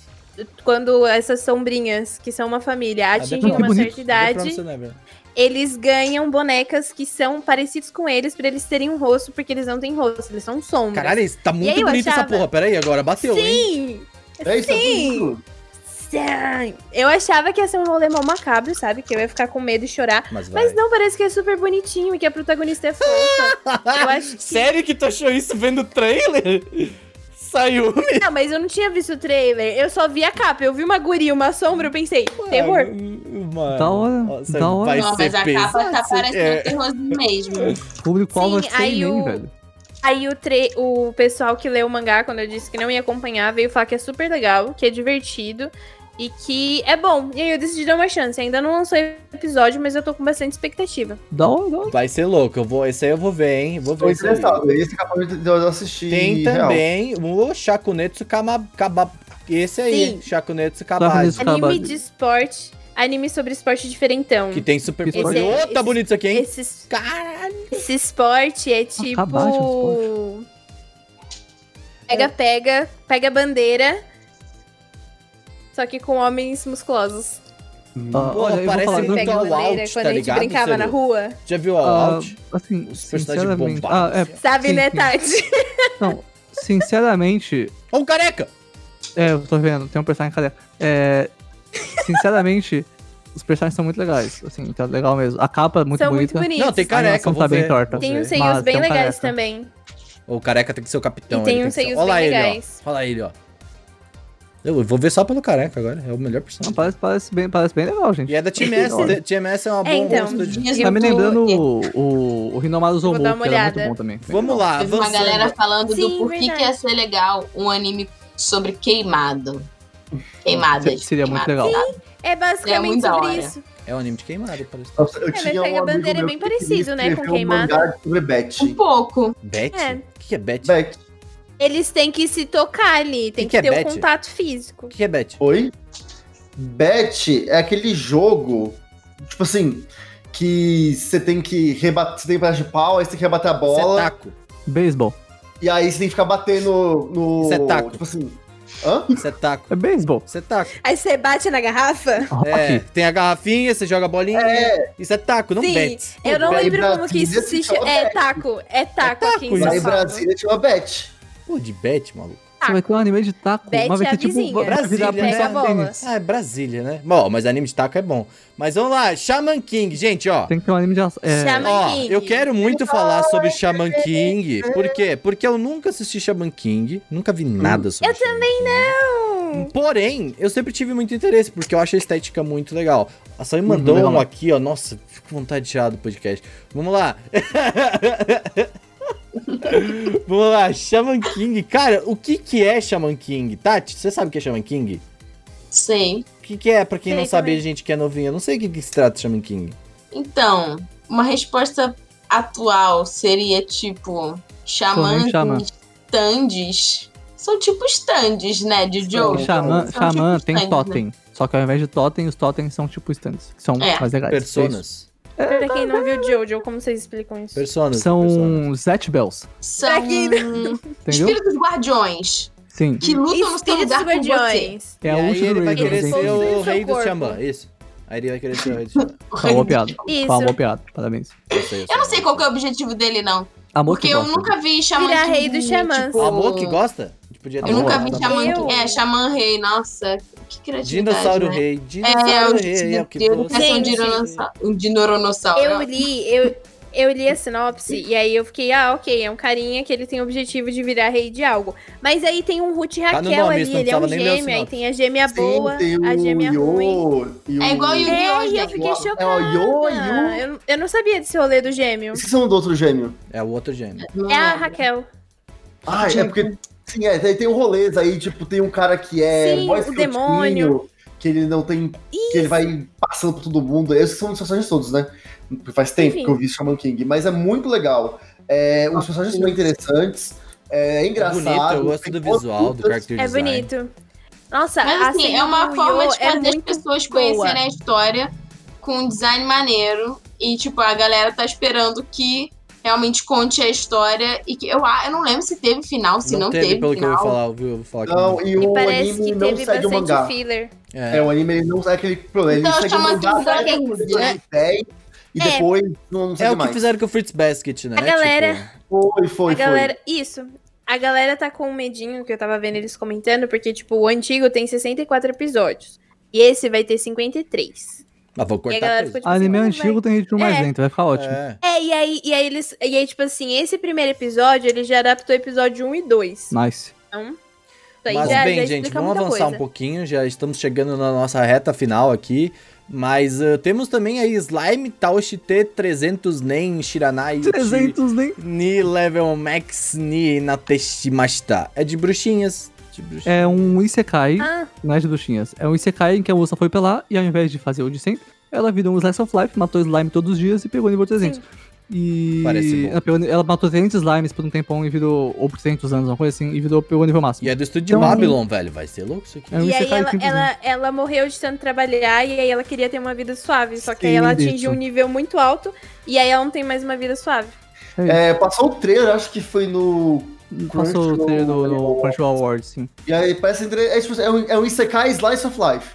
Speaker 5: quando essas sombrinhas, que são uma família,
Speaker 1: Ah,
Speaker 5: atingem
Speaker 3: depois-
Speaker 5: uma
Speaker 3: Que bonito.
Speaker 5: certa idade,
Speaker 1: né,
Speaker 5: eles ganham bonecas que são parecidos com eles pra eles terem um rosto, porque eles não têm rosto, eles são sombras.
Speaker 1: Caralho, isso tá muito
Speaker 5: aí eu
Speaker 1: bonito essa
Speaker 5: achava-
Speaker 1: porra. Pera aí, agora bateu, hein?
Speaker 5: Sim!
Speaker 4: É isso,
Speaker 5: Sim.
Speaker 4: é bonito.
Speaker 5: Sim! Eu achava que ia ser um rolê mal macabro, sabe? Que eu ia ficar com medo e chorar.
Speaker 1: Mas vai.
Speaker 5: Mas não, parece que é super bonitinho e que a protagonista é fofa. eu acho que-
Speaker 1: Sério que tu achou isso vendo o trailer? Saiu.
Speaker 5: Não, mas eu não tinha visto o trailer. Eu só vi a capa. Eu vi uma guria, uma sombra, eu pensei, terror.
Speaker 1: Mano,
Speaker 3: Da hora,
Speaker 1: nossa,
Speaker 3: da hora.
Speaker 1: Vai
Speaker 6: Não,
Speaker 1: ser
Speaker 6: mas a
Speaker 1: pesado.
Speaker 6: capa tá parecendo
Speaker 1: É.
Speaker 6: é. terrorzinho mesmo.
Speaker 3: O público alvo é
Speaker 5: Sim, aí
Speaker 3: seinen,
Speaker 5: o-
Speaker 3: velho.
Speaker 5: Aí o, tre... o pessoal que leu o mangá, quando eu disse que não ia acompanhar, veio falar que é super legal, que é divertido e que é bom. E aí eu decidi dar uma chance. Ainda não lançou episódio, mas eu tô com bastante expectativa.
Speaker 3: Da hora, da hora.
Speaker 1: Vai ser louco. Eu vou, esse aí eu vou ver, hein? Vou
Speaker 4: Tô
Speaker 1: ver esse aí.
Speaker 4: interessado. Esse é capaz de eu assistir.
Speaker 1: Tem
Speaker 4: real.
Speaker 1: também o Shakunetsu Kama, Kaba- Esse aí,
Speaker 5: Sim.
Speaker 1: Shakunetsu Kabad.
Speaker 3: Shakunetsu-
Speaker 5: Anime
Speaker 3: Trabalho.
Speaker 5: de esporte, anime sobre esporte diferentão.
Speaker 1: Que tem super
Speaker 3: Esse
Speaker 1: poder.
Speaker 5: é-
Speaker 1: Ô, tá
Speaker 5: esse-
Speaker 1: bonito isso aqui, hein?
Speaker 5: Esses
Speaker 1: Caralho.
Speaker 5: Esse esporte é tipo.
Speaker 3: baixa o
Speaker 1: É.
Speaker 5: Pega, pega, pega a bandeira. Só que com homens musculosos.
Speaker 3: Ah,
Speaker 1: Pô,
Speaker 3: olha, eu vou
Speaker 1: parece
Speaker 3: falar.
Speaker 1: muito
Speaker 5: pega a
Speaker 1: All
Speaker 5: bandeira
Speaker 1: Out,
Speaker 5: quando
Speaker 1: tá
Speaker 5: a gente
Speaker 1: ligado,
Speaker 5: brincava na
Speaker 1: Seru?
Speaker 5: rua.
Speaker 1: Já viu
Speaker 3: Ah,
Speaker 1: All Out?
Speaker 3: assim,
Speaker 1: Os personagens
Speaker 3: sinceramente.
Speaker 1: bombados. assim,
Speaker 3: Ah, é,
Speaker 5: Sabe,
Speaker 3: Sim,
Speaker 5: né,
Speaker 3: sim.
Speaker 5: Tati?
Speaker 3: Não, sinceramente,
Speaker 1: Ó, um careca!
Speaker 3: é, eu tô vendo, tem um personagem cadê? É, sinceramente, os personagens são muito legais, assim, tá legal mesmo. A capa é muito
Speaker 5: São muito
Speaker 3: bonita.
Speaker 5: bonitos.
Speaker 1: Não, tem
Speaker 3: a
Speaker 1: careca,
Speaker 3: animação
Speaker 1: eu vou
Speaker 3: tá
Speaker 1: ver.
Speaker 3: bem torta.
Speaker 5: Tem uns
Speaker 1: Mas
Speaker 5: seios bem
Speaker 3: tem um
Speaker 5: legais
Speaker 3: careca.
Speaker 5: também.
Speaker 1: O careca tem que ser o capitão.
Speaker 5: E tem
Speaker 1: ele
Speaker 5: uns
Speaker 1: que ser-
Speaker 5: seios
Speaker 1: Ó lá
Speaker 5: bem
Speaker 1: ele,
Speaker 5: legais.
Speaker 1: ó. Olha lá ele, ó. Eu vou ver só pelo careca agora. É o melhor
Speaker 3: Não,
Speaker 1: personagem.
Speaker 3: parece, parece, bem, parece bem legal, gente.
Speaker 1: E é da Team S.
Speaker 3: Olha.
Speaker 1: da- Team S é uma
Speaker 5: É,
Speaker 1: boa
Speaker 5: então.
Speaker 1: monstro de-
Speaker 3: Tá me
Speaker 6: Eu tô-
Speaker 3: lembrando o, o, o Rinomaru
Speaker 5: Vou
Speaker 3: Zomu, que
Speaker 5: dar uma
Speaker 3: era muito
Speaker 5: olhada.
Speaker 3: bom também. Bem
Speaker 1: Vamos
Speaker 3: legal.
Speaker 1: lá,
Speaker 6: Teve uma galera
Speaker 1: avançando.
Speaker 6: falando
Speaker 5: Sim,
Speaker 6: do porquê
Speaker 5: verdade.
Speaker 6: que ia ser legal um anime sobre queimado. Queimadas.
Speaker 3: Seria muito
Speaker 6: queimadas.
Speaker 3: legal.
Speaker 5: É basicamente
Speaker 6: muito da
Speaker 5: sobre
Speaker 6: hora.
Speaker 5: isso.
Speaker 1: É um anime de queimada, parece.
Speaker 4: Nossa, Eu um
Speaker 5: É, mas Pega
Speaker 4: amigo
Speaker 5: Bandeira é
Speaker 4: meu
Speaker 5: bem
Speaker 4: que ele
Speaker 5: parecido, né, com
Speaker 4: escreveu um
Speaker 5: Queimada.
Speaker 4: mangá sobre
Speaker 6: Um
Speaker 4: Betty.
Speaker 6: pouco.
Speaker 1: Bet?
Speaker 5: É.
Speaker 1: O que que é Bet? O
Speaker 4: Beck.
Speaker 5: Eles têm que se tocar ali, tem
Speaker 1: que
Speaker 5: que,
Speaker 1: é
Speaker 5: ter um
Speaker 1: bet?
Speaker 5: contato físico.
Speaker 1: que que é Bet?
Speaker 4: Oi? Bet é aquele jogo, tipo assim, que você tem que rebater, você tem que bater de pau, aí você tem que rebater a
Speaker 1: é
Speaker 4: bola,
Speaker 1: Setaco.
Speaker 3: Beisebol.
Speaker 4: e aí você tem que ficar batendo no...
Speaker 1: Isso é taco.
Speaker 4: Tipo assim... Hã?
Speaker 1: Setaco.
Speaker 3: É beisebol.
Speaker 1: Setaco.
Speaker 5: Aí você bate na garrafa?
Speaker 3: Rock.
Speaker 1: É, tem a garrafinha, você joga a bolinha.
Speaker 4: É.
Speaker 1: Isso é taco, não
Speaker 5: Sim,
Speaker 1: bet.
Speaker 5: Eu não
Speaker 4: Lá em
Speaker 5: lembro como que
Speaker 4: Brasília
Speaker 5: isso
Speaker 4: se
Speaker 5: se
Speaker 4: chama
Speaker 5: chama. É taco, é taco aqui em
Speaker 1: então. taco,
Speaker 5: São
Speaker 4: Lá em
Speaker 5: Paulo.
Speaker 4: Brasília chama Bet.
Speaker 1: Pô, de bet, maluco.
Speaker 5: Tá.
Speaker 3: Você vai ter um anime de taco.
Speaker 5: Bet
Speaker 3: mas vai
Speaker 5: é
Speaker 3: ter
Speaker 5: a
Speaker 3: tipo.
Speaker 5: vizinha.
Speaker 3: Vai virar
Speaker 1: Brasília,
Speaker 5: Pega a
Speaker 1: né?
Speaker 3: policial
Speaker 5: bola.
Speaker 3: tênis.
Speaker 1: Ah, é Brasília, né? Bom, mas anime de taco é bom. Mas vamos lá, Shaman King, gente, ó.
Speaker 3: Tem que ter um anime de ação. É,
Speaker 5: Chama-
Speaker 1: Ó,
Speaker 5: King.
Speaker 1: eu quero muito falar sobre Shaman King. Por quê? Porque eu nunca assisti Shaman King, nunca vi nada sobre
Speaker 5: Hum. Eu também
Speaker 1: não! Porém, eu sempre tive muito interesse, porque eu acho a estética muito legal. A Sam
Speaker 5: Uhum,
Speaker 1: mandou
Speaker 3: legal.
Speaker 1: um aqui, ó. Nossa, fico com vontade de tirar do podcast. Vamos lá. Vamos lá, Shaman King. Cara, o que que é Shaman King? Tati, você sabe o que é Shaman King?
Speaker 6: Sim.
Speaker 1: O que que é, pra quem
Speaker 5: Sei
Speaker 1: não sabe,
Speaker 5: também.
Speaker 1: gente que é novinha? Eu não sei o que que se trata Shaman King.
Speaker 6: Então, uma resposta atual seria tipo: xamãs
Speaker 3: Somente xamã.
Speaker 6: e stands. São tipo stands, né, de
Speaker 3: O
Speaker 6: jogo?
Speaker 3: Então, Xamã,
Speaker 6: São
Speaker 3: Xamã
Speaker 6: tipo
Speaker 3: tem
Speaker 6: stands, né?
Speaker 3: totem. Só que ao invés de totem, os totens são tipo stands. Que são
Speaker 6: É.
Speaker 3: mais legais.
Speaker 1: Personas.
Speaker 5: Pra quem não viu Jojo, como vocês explicam isso?
Speaker 1: Personas. personas.
Speaker 3: São Zet Bells.
Speaker 6: São
Speaker 5: Aqui.
Speaker 3: Entendeu?
Speaker 6: espíritos guardiões
Speaker 3: Sim.
Speaker 6: que lutam no seu
Speaker 5: Espíritos
Speaker 6: lugar com você.
Speaker 5: Guardiões.
Speaker 3: É
Speaker 1: e
Speaker 3: a
Speaker 1: aí
Speaker 3: última
Speaker 1: ele
Speaker 3: do
Speaker 1: vai
Speaker 3: Raven,
Speaker 1: querer
Speaker 5: Raven,
Speaker 1: ser
Speaker 5: Raven. Seu
Speaker 1: o rei do
Speaker 5: corpo.
Speaker 1: Xamã, isso. Aí ele vai querer ser o rei do Xamã.
Speaker 3: Falou a piada.
Speaker 5: Isso.
Speaker 3: Falou a piada. Parabéns.
Speaker 1: Eu, sei,
Speaker 6: Eu não sei qual que é o objetivo dele, não.
Speaker 3: Amor
Speaker 6: Porque
Speaker 3: que
Speaker 6: eu
Speaker 3: gosta.
Speaker 6: nunca vi xamã.
Speaker 5: Virar
Speaker 6: que-
Speaker 5: rei dos xamãs.
Speaker 6: tipo,
Speaker 1: o... Amor que gosta? A gente podia um
Speaker 3: Eu
Speaker 6: Eu nunca vi
Speaker 3: Amor,
Speaker 6: xamã.
Speaker 5: eu-
Speaker 6: que- É, xamã rei, nossa. Que criatividade.
Speaker 1: Dinossauro
Speaker 6: né?
Speaker 1: rei.
Speaker 6: É,
Speaker 1: Dinossauro
Speaker 6: o
Speaker 1: rei. É o que
Speaker 6: dinossauro.
Speaker 1: você
Speaker 6: É um
Speaker 5: Gente.
Speaker 6: dinossauro- um dinorossauro.
Speaker 5: Eu li, eu, eu li a sinopse e aí eu fiquei, ah, ok, é um carinha que ele tem o objetivo de virar rei de algo. Mas aí tem um Ruth e
Speaker 1: Tá no
Speaker 5: Raquel
Speaker 1: nome, isso
Speaker 5: ali,
Speaker 1: não
Speaker 5: ele é um
Speaker 1: precisava nem ler a
Speaker 5: gêmeo, aí
Speaker 1: sinopse.
Speaker 5: tem a gêmea boa,
Speaker 4: tem
Speaker 5: a gêmea ruim.
Speaker 4: e
Speaker 6: É igual Yu-Gi-Oh!
Speaker 5: É, e eu
Speaker 6: gente.
Speaker 5: fiquei chocada.
Speaker 4: É o Yo e o...
Speaker 5: Eu, eu não sabia desse rolê do gêmeo.
Speaker 4: Esqueci o nome do outro gêmeo.
Speaker 1: É o outro gêmeo.
Speaker 5: É a Raquel.
Speaker 4: Ah, é porque... Sim, é, tem, tem um rolês aí, tipo, tem um cara que é...
Speaker 5: Sim,
Speaker 4: mó
Speaker 5: o
Speaker 4: escrotinho,
Speaker 5: demônio.
Speaker 4: Que ele não tem... Que ele vai passando por todo mundo. Esses são os personagens todos, né? Porque Faz tempo
Speaker 5: Enfim.
Speaker 4: que eu vi Shaman King. Mas é muito legal. É, os personagens são interessantes. É engraçado.
Speaker 1: bonito, eu gosto
Speaker 4: tem
Speaker 1: do visual, do
Speaker 4: outras-
Speaker 1: character
Speaker 5: É
Speaker 1: design.
Speaker 5: bonito. Nossa,
Speaker 6: Mas assim,
Speaker 5: cena
Speaker 6: é uma
Speaker 5: do
Speaker 6: forma
Speaker 5: Yo
Speaker 6: de fazer
Speaker 5: é
Speaker 6: as
Speaker 5: muito
Speaker 6: pessoas
Speaker 5: boa.
Speaker 6: conhecerem a história com um design maneiro. E, tipo, a galera tá esperando que realmente conte a história. E que eu, ah, eu não lembro se teve final, se não,
Speaker 1: não teve, pelo que eu
Speaker 6: final.
Speaker 1: vou falar, viu? Eu vou falar aqui.
Speaker 4: Não, e
Speaker 5: E
Speaker 4: o
Speaker 5: parece
Speaker 4: anime
Speaker 5: que
Speaker 4: não
Speaker 5: teve
Speaker 4: segue o
Speaker 5: bastante
Speaker 4: mangá.
Speaker 5: filler.
Speaker 1: É.
Speaker 4: É, o anime ele não é aquele problema.
Speaker 6: Então,
Speaker 4: ele segue um o
Speaker 6: chama
Speaker 4: mangá
Speaker 6: tudo
Speaker 4: até
Speaker 6: da Kenzie,
Speaker 4: 2010, e
Speaker 5: né? É.
Speaker 4: depois não
Speaker 1: É
Speaker 4: segue
Speaker 1: o que
Speaker 4: mais.
Speaker 1: fizeram com o Fritz Basket, né?
Speaker 5: A galera-
Speaker 1: Tipo,
Speaker 4: Foi, foi,
Speaker 5: a galera, isso. A galera tá com um medinho que eu tava vendo eles comentando, porque, tipo, o antigo tem 64 episódios. E esse vai ter 53.
Speaker 1: mas ah, vou
Speaker 5: E a
Speaker 1: cortar
Speaker 5: galera
Speaker 1: coisa.
Speaker 5: ficou tipo. assim,
Speaker 3: Anime
Speaker 5: "Ah,
Speaker 6: né?
Speaker 3: antigo tem ritmo mais
Speaker 5: É.
Speaker 3: lento, vai ficar ótimo.
Speaker 1: É.
Speaker 5: vai". É, e aí, e aí eles. E aí, tipo assim, esse primeiro episódio, ele já adaptou episódio 1 e 2.
Speaker 3: Nice.
Speaker 5: Então, aí
Speaker 1: Mas
Speaker 5: já,
Speaker 1: bem,
Speaker 5: já
Speaker 1: gente,
Speaker 5: explica
Speaker 1: vamos
Speaker 5: muita
Speaker 1: avançar
Speaker 5: coisa.
Speaker 1: um pouquinho, já estamos chegando na nossa reta final aqui. Mas eh, temos também aí Slime, Taushite, 300 Nen, Shiranai, Uchi,
Speaker 3: 300 nem.
Speaker 1: Ni Level Max Ni Nateshimashita. É de bruxinhas. De bruxinhas.
Speaker 3: É um Isekai,
Speaker 5: Ah,
Speaker 3: não é de duchinhas. É um Isekai em que a moça foi pra lá e ao invés de fazer o de sempre, ela virou um Slice of Life, matou slime todos os dias e pegou o nível 300. E
Speaker 1: Parece bom.
Speaker 3: ela, pegou- ela matou 300 slimes por um tempão e virou, ou por 300 anos, uma coisa assim, e virou, pegou o nível máximo.
Speaker 1: E é do estúdio de
Speaker 3: Então,
Speaker 1: Babylon, velho. Vai ser louco isso aqui.
Speaker 3: É um
Speaker 5: e aí
Speaker 3: Isekai
Speaker 5: ela,
Speaker 3: simplesmente.
Speaker 5: ela, ela morreu de tanto trabalhar e aí ela queria ter uma vida suave. Só que aí
Speaker 3: Sim,
Speaker 5: ela atingiu
Speaker 3: isso.
Speaker 5: um nível muito alto e aí ela não tem mais uma vida suave.
Speaker 4: É, passou o trailer, acho que foi no.
Speaker 3: Passou o trailer do, do Crunchyroll Awards, sim.
Speaker 4: E aí parece entre. É, tipo, é um, é um Isekai Slice of Life.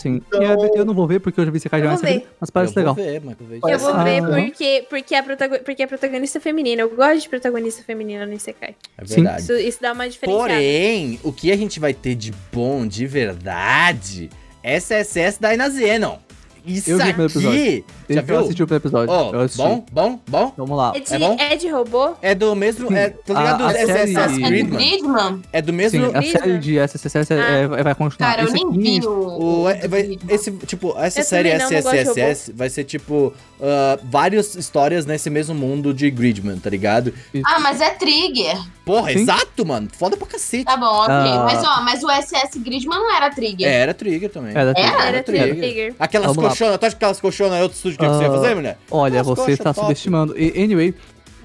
Speaker 3: sim.
Speaker 4: Então-
Speaker 3: E a BT eu não vou ver porque eu já vi Isekai
Speaker 5: Eu
Speaker 3: demais,
Speaker 5: vou
Speaker 3: sabe? mas parece
Speaker 1: eu
Speaker 3: legal.
Speaker 1: Vou ver, mas eu vejo.
Speaker 5: Eu
Speaker 4: Parece
Speaker 5: vou
Speaker 3: legal.
Speaker 5: ver
Speaker 3: Ah, aham.
Speaker 5: porque, porque, a protago- porque a protagonista é feminina. Eu gosto de protagonista feminina no Isekai.
Speaker 1: É
Speaker 3: Sim.
Speaker 1: verdade.
Speaker 5: Isso, isso dá uma diferença.
Speaker 1: Porém, o que a gente vai ter de bom de verdade é SSS da Inazenon. Isso
Speaker 3: Eu vi o
Speaker 1: aqui.
Speaker 3: primeiro episódio.
Speaker 1: Já
Speaker 3: Eu
Speaker 1: viu?
Speaker 3: assisti o primeiro episódio.
Speaker 1: Ó,
Speaker 3: eu assisti.
Speaker 1: bom, bom, bom.
Speaker 3: Vamos lá.
Speaker 5: É de,
Speaker 1: É bom?
Speaker 5: é de robô?
Speaker 1: É do mesmo.
Speaker 3: Sim,
Speaker 1: É, tá ligado?
Speaker 3: a- a
Speaker 1: SSS
Speaker 3: série-
Speaker 1: Gridman.
Speaker 6: Gridman?
Speaker 1: É do mesmo.
Speaker 3: Sim, a
Speaker 5: Gridman?
Speaker 3: série de SSS é, é- vai continuar.
Speaker 6: Cara, eu
Speaker 3: Esse
Speaker 6: nem
Speaker 3: aqui-
Speaker 6: vi o.
Speaker 1: O, é- vai-
Speaker 6: Gridman.
Speaker 1: esse, tipo, essa
Speaker 5: Eu
Speaker 1: série
Speaker 5: também não, não gosto de
Speaker 1: SSS vai ser tipo ah, várias histórias nesse mesmo mundo de Gridman, tá ligado?
Speaker 6: Ah, mas é Trigger.
Speaker 1: Porra,
Speaker 3: Sim.
Speaker 1: exato, mano. Foda pra cacete.
Speaker 6: Tá bom, ok.
Speaker 3: Ah.
Speaker 6: Mas ó, mas o SS Gridman não era Trigger.
Speaker 1: Era Trigger também.
Speaker 3: É, da
Speaker 6: É?
Speaker 1: Era
Speaker 5: Era
Speaker 1: trigger.
Speaker 5: Trigger.
Speaker 1: Aquelas
Speaker 3: Vamos lá.
Speaker 1: colchonas, tu acha que aquelas colchonas é outro estúdio que você ia
Speaker 3: Ah,
Speaker 1: fazer, mulher?
Speaker 3: Olha,
Speaker 1: Nossa,
Speaker 3: você
Speaker 1: coxa
Speaker 3: tá
Speaker 1: top.
Speaker 3: subestimando. E, anyway,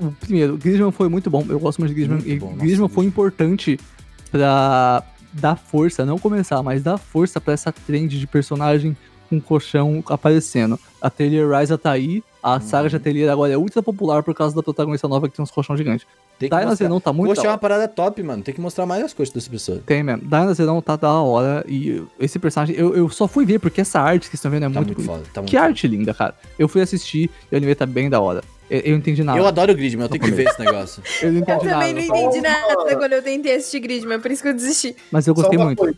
Speaker 3: o primeiro, Griezmann foi muito bom. Eu gosto muito de Griezmann.
Speaker 1: Muito
Speaker 3: e
Speaker 1: bom, nossa,
Speaker 3: Griezmann foi importante pra dar força, não começar, mas dar força pra essa trend de personagem com colchão aparecendo. A Taylor Ryza tá aí, a
Speaker 1: Uhum.
Speaker 3: saga de Atelier agora é ultra popular por causa da protagonista nova que tem uns colchão gigantes.
Speaker 1: Tem que
Speaker 3: Diana
Speaker 1: mostrar.
Speaker 3: Zenon tá muito
Speaker 1: Coxa
Speaker 3: da
Speaker 1: é
Speaker 3: hora.
Speaker 1: uma parada top, mano. Tem que mostrar mais as coisas dessa pessoa.
Speaker 3: Tem mesmo. Diana Zerão tá da hora e esse personagem, eu, eu só fui ver porque essa arte que vocês estão vendo
Speaker 1: Tá
Speaker 3: é muito,
Speaker 1: muito,
Speaker 3: bonita.
Speaker 1: foda. Tá muito
Speaker 3: Que arte linda, cara. Eu fui assistir e o anime tá bem da hora. Eu, eu não entendi nada.
Speaker 1: Eu adoro o Gridman, eu tenho que ver esse negócio.
Speaker 3: Eu não
Speaker 5: Eu
Speaker 3: entendi nada.
Speaker 5: também não entendi nada quando eu tentei assistir Gridman, por isso que eu desisti.
Speaker 3: Mas eu gostei
Speaker 4: Só uma
Speaker 3: muito.
Speaker 4: coisa,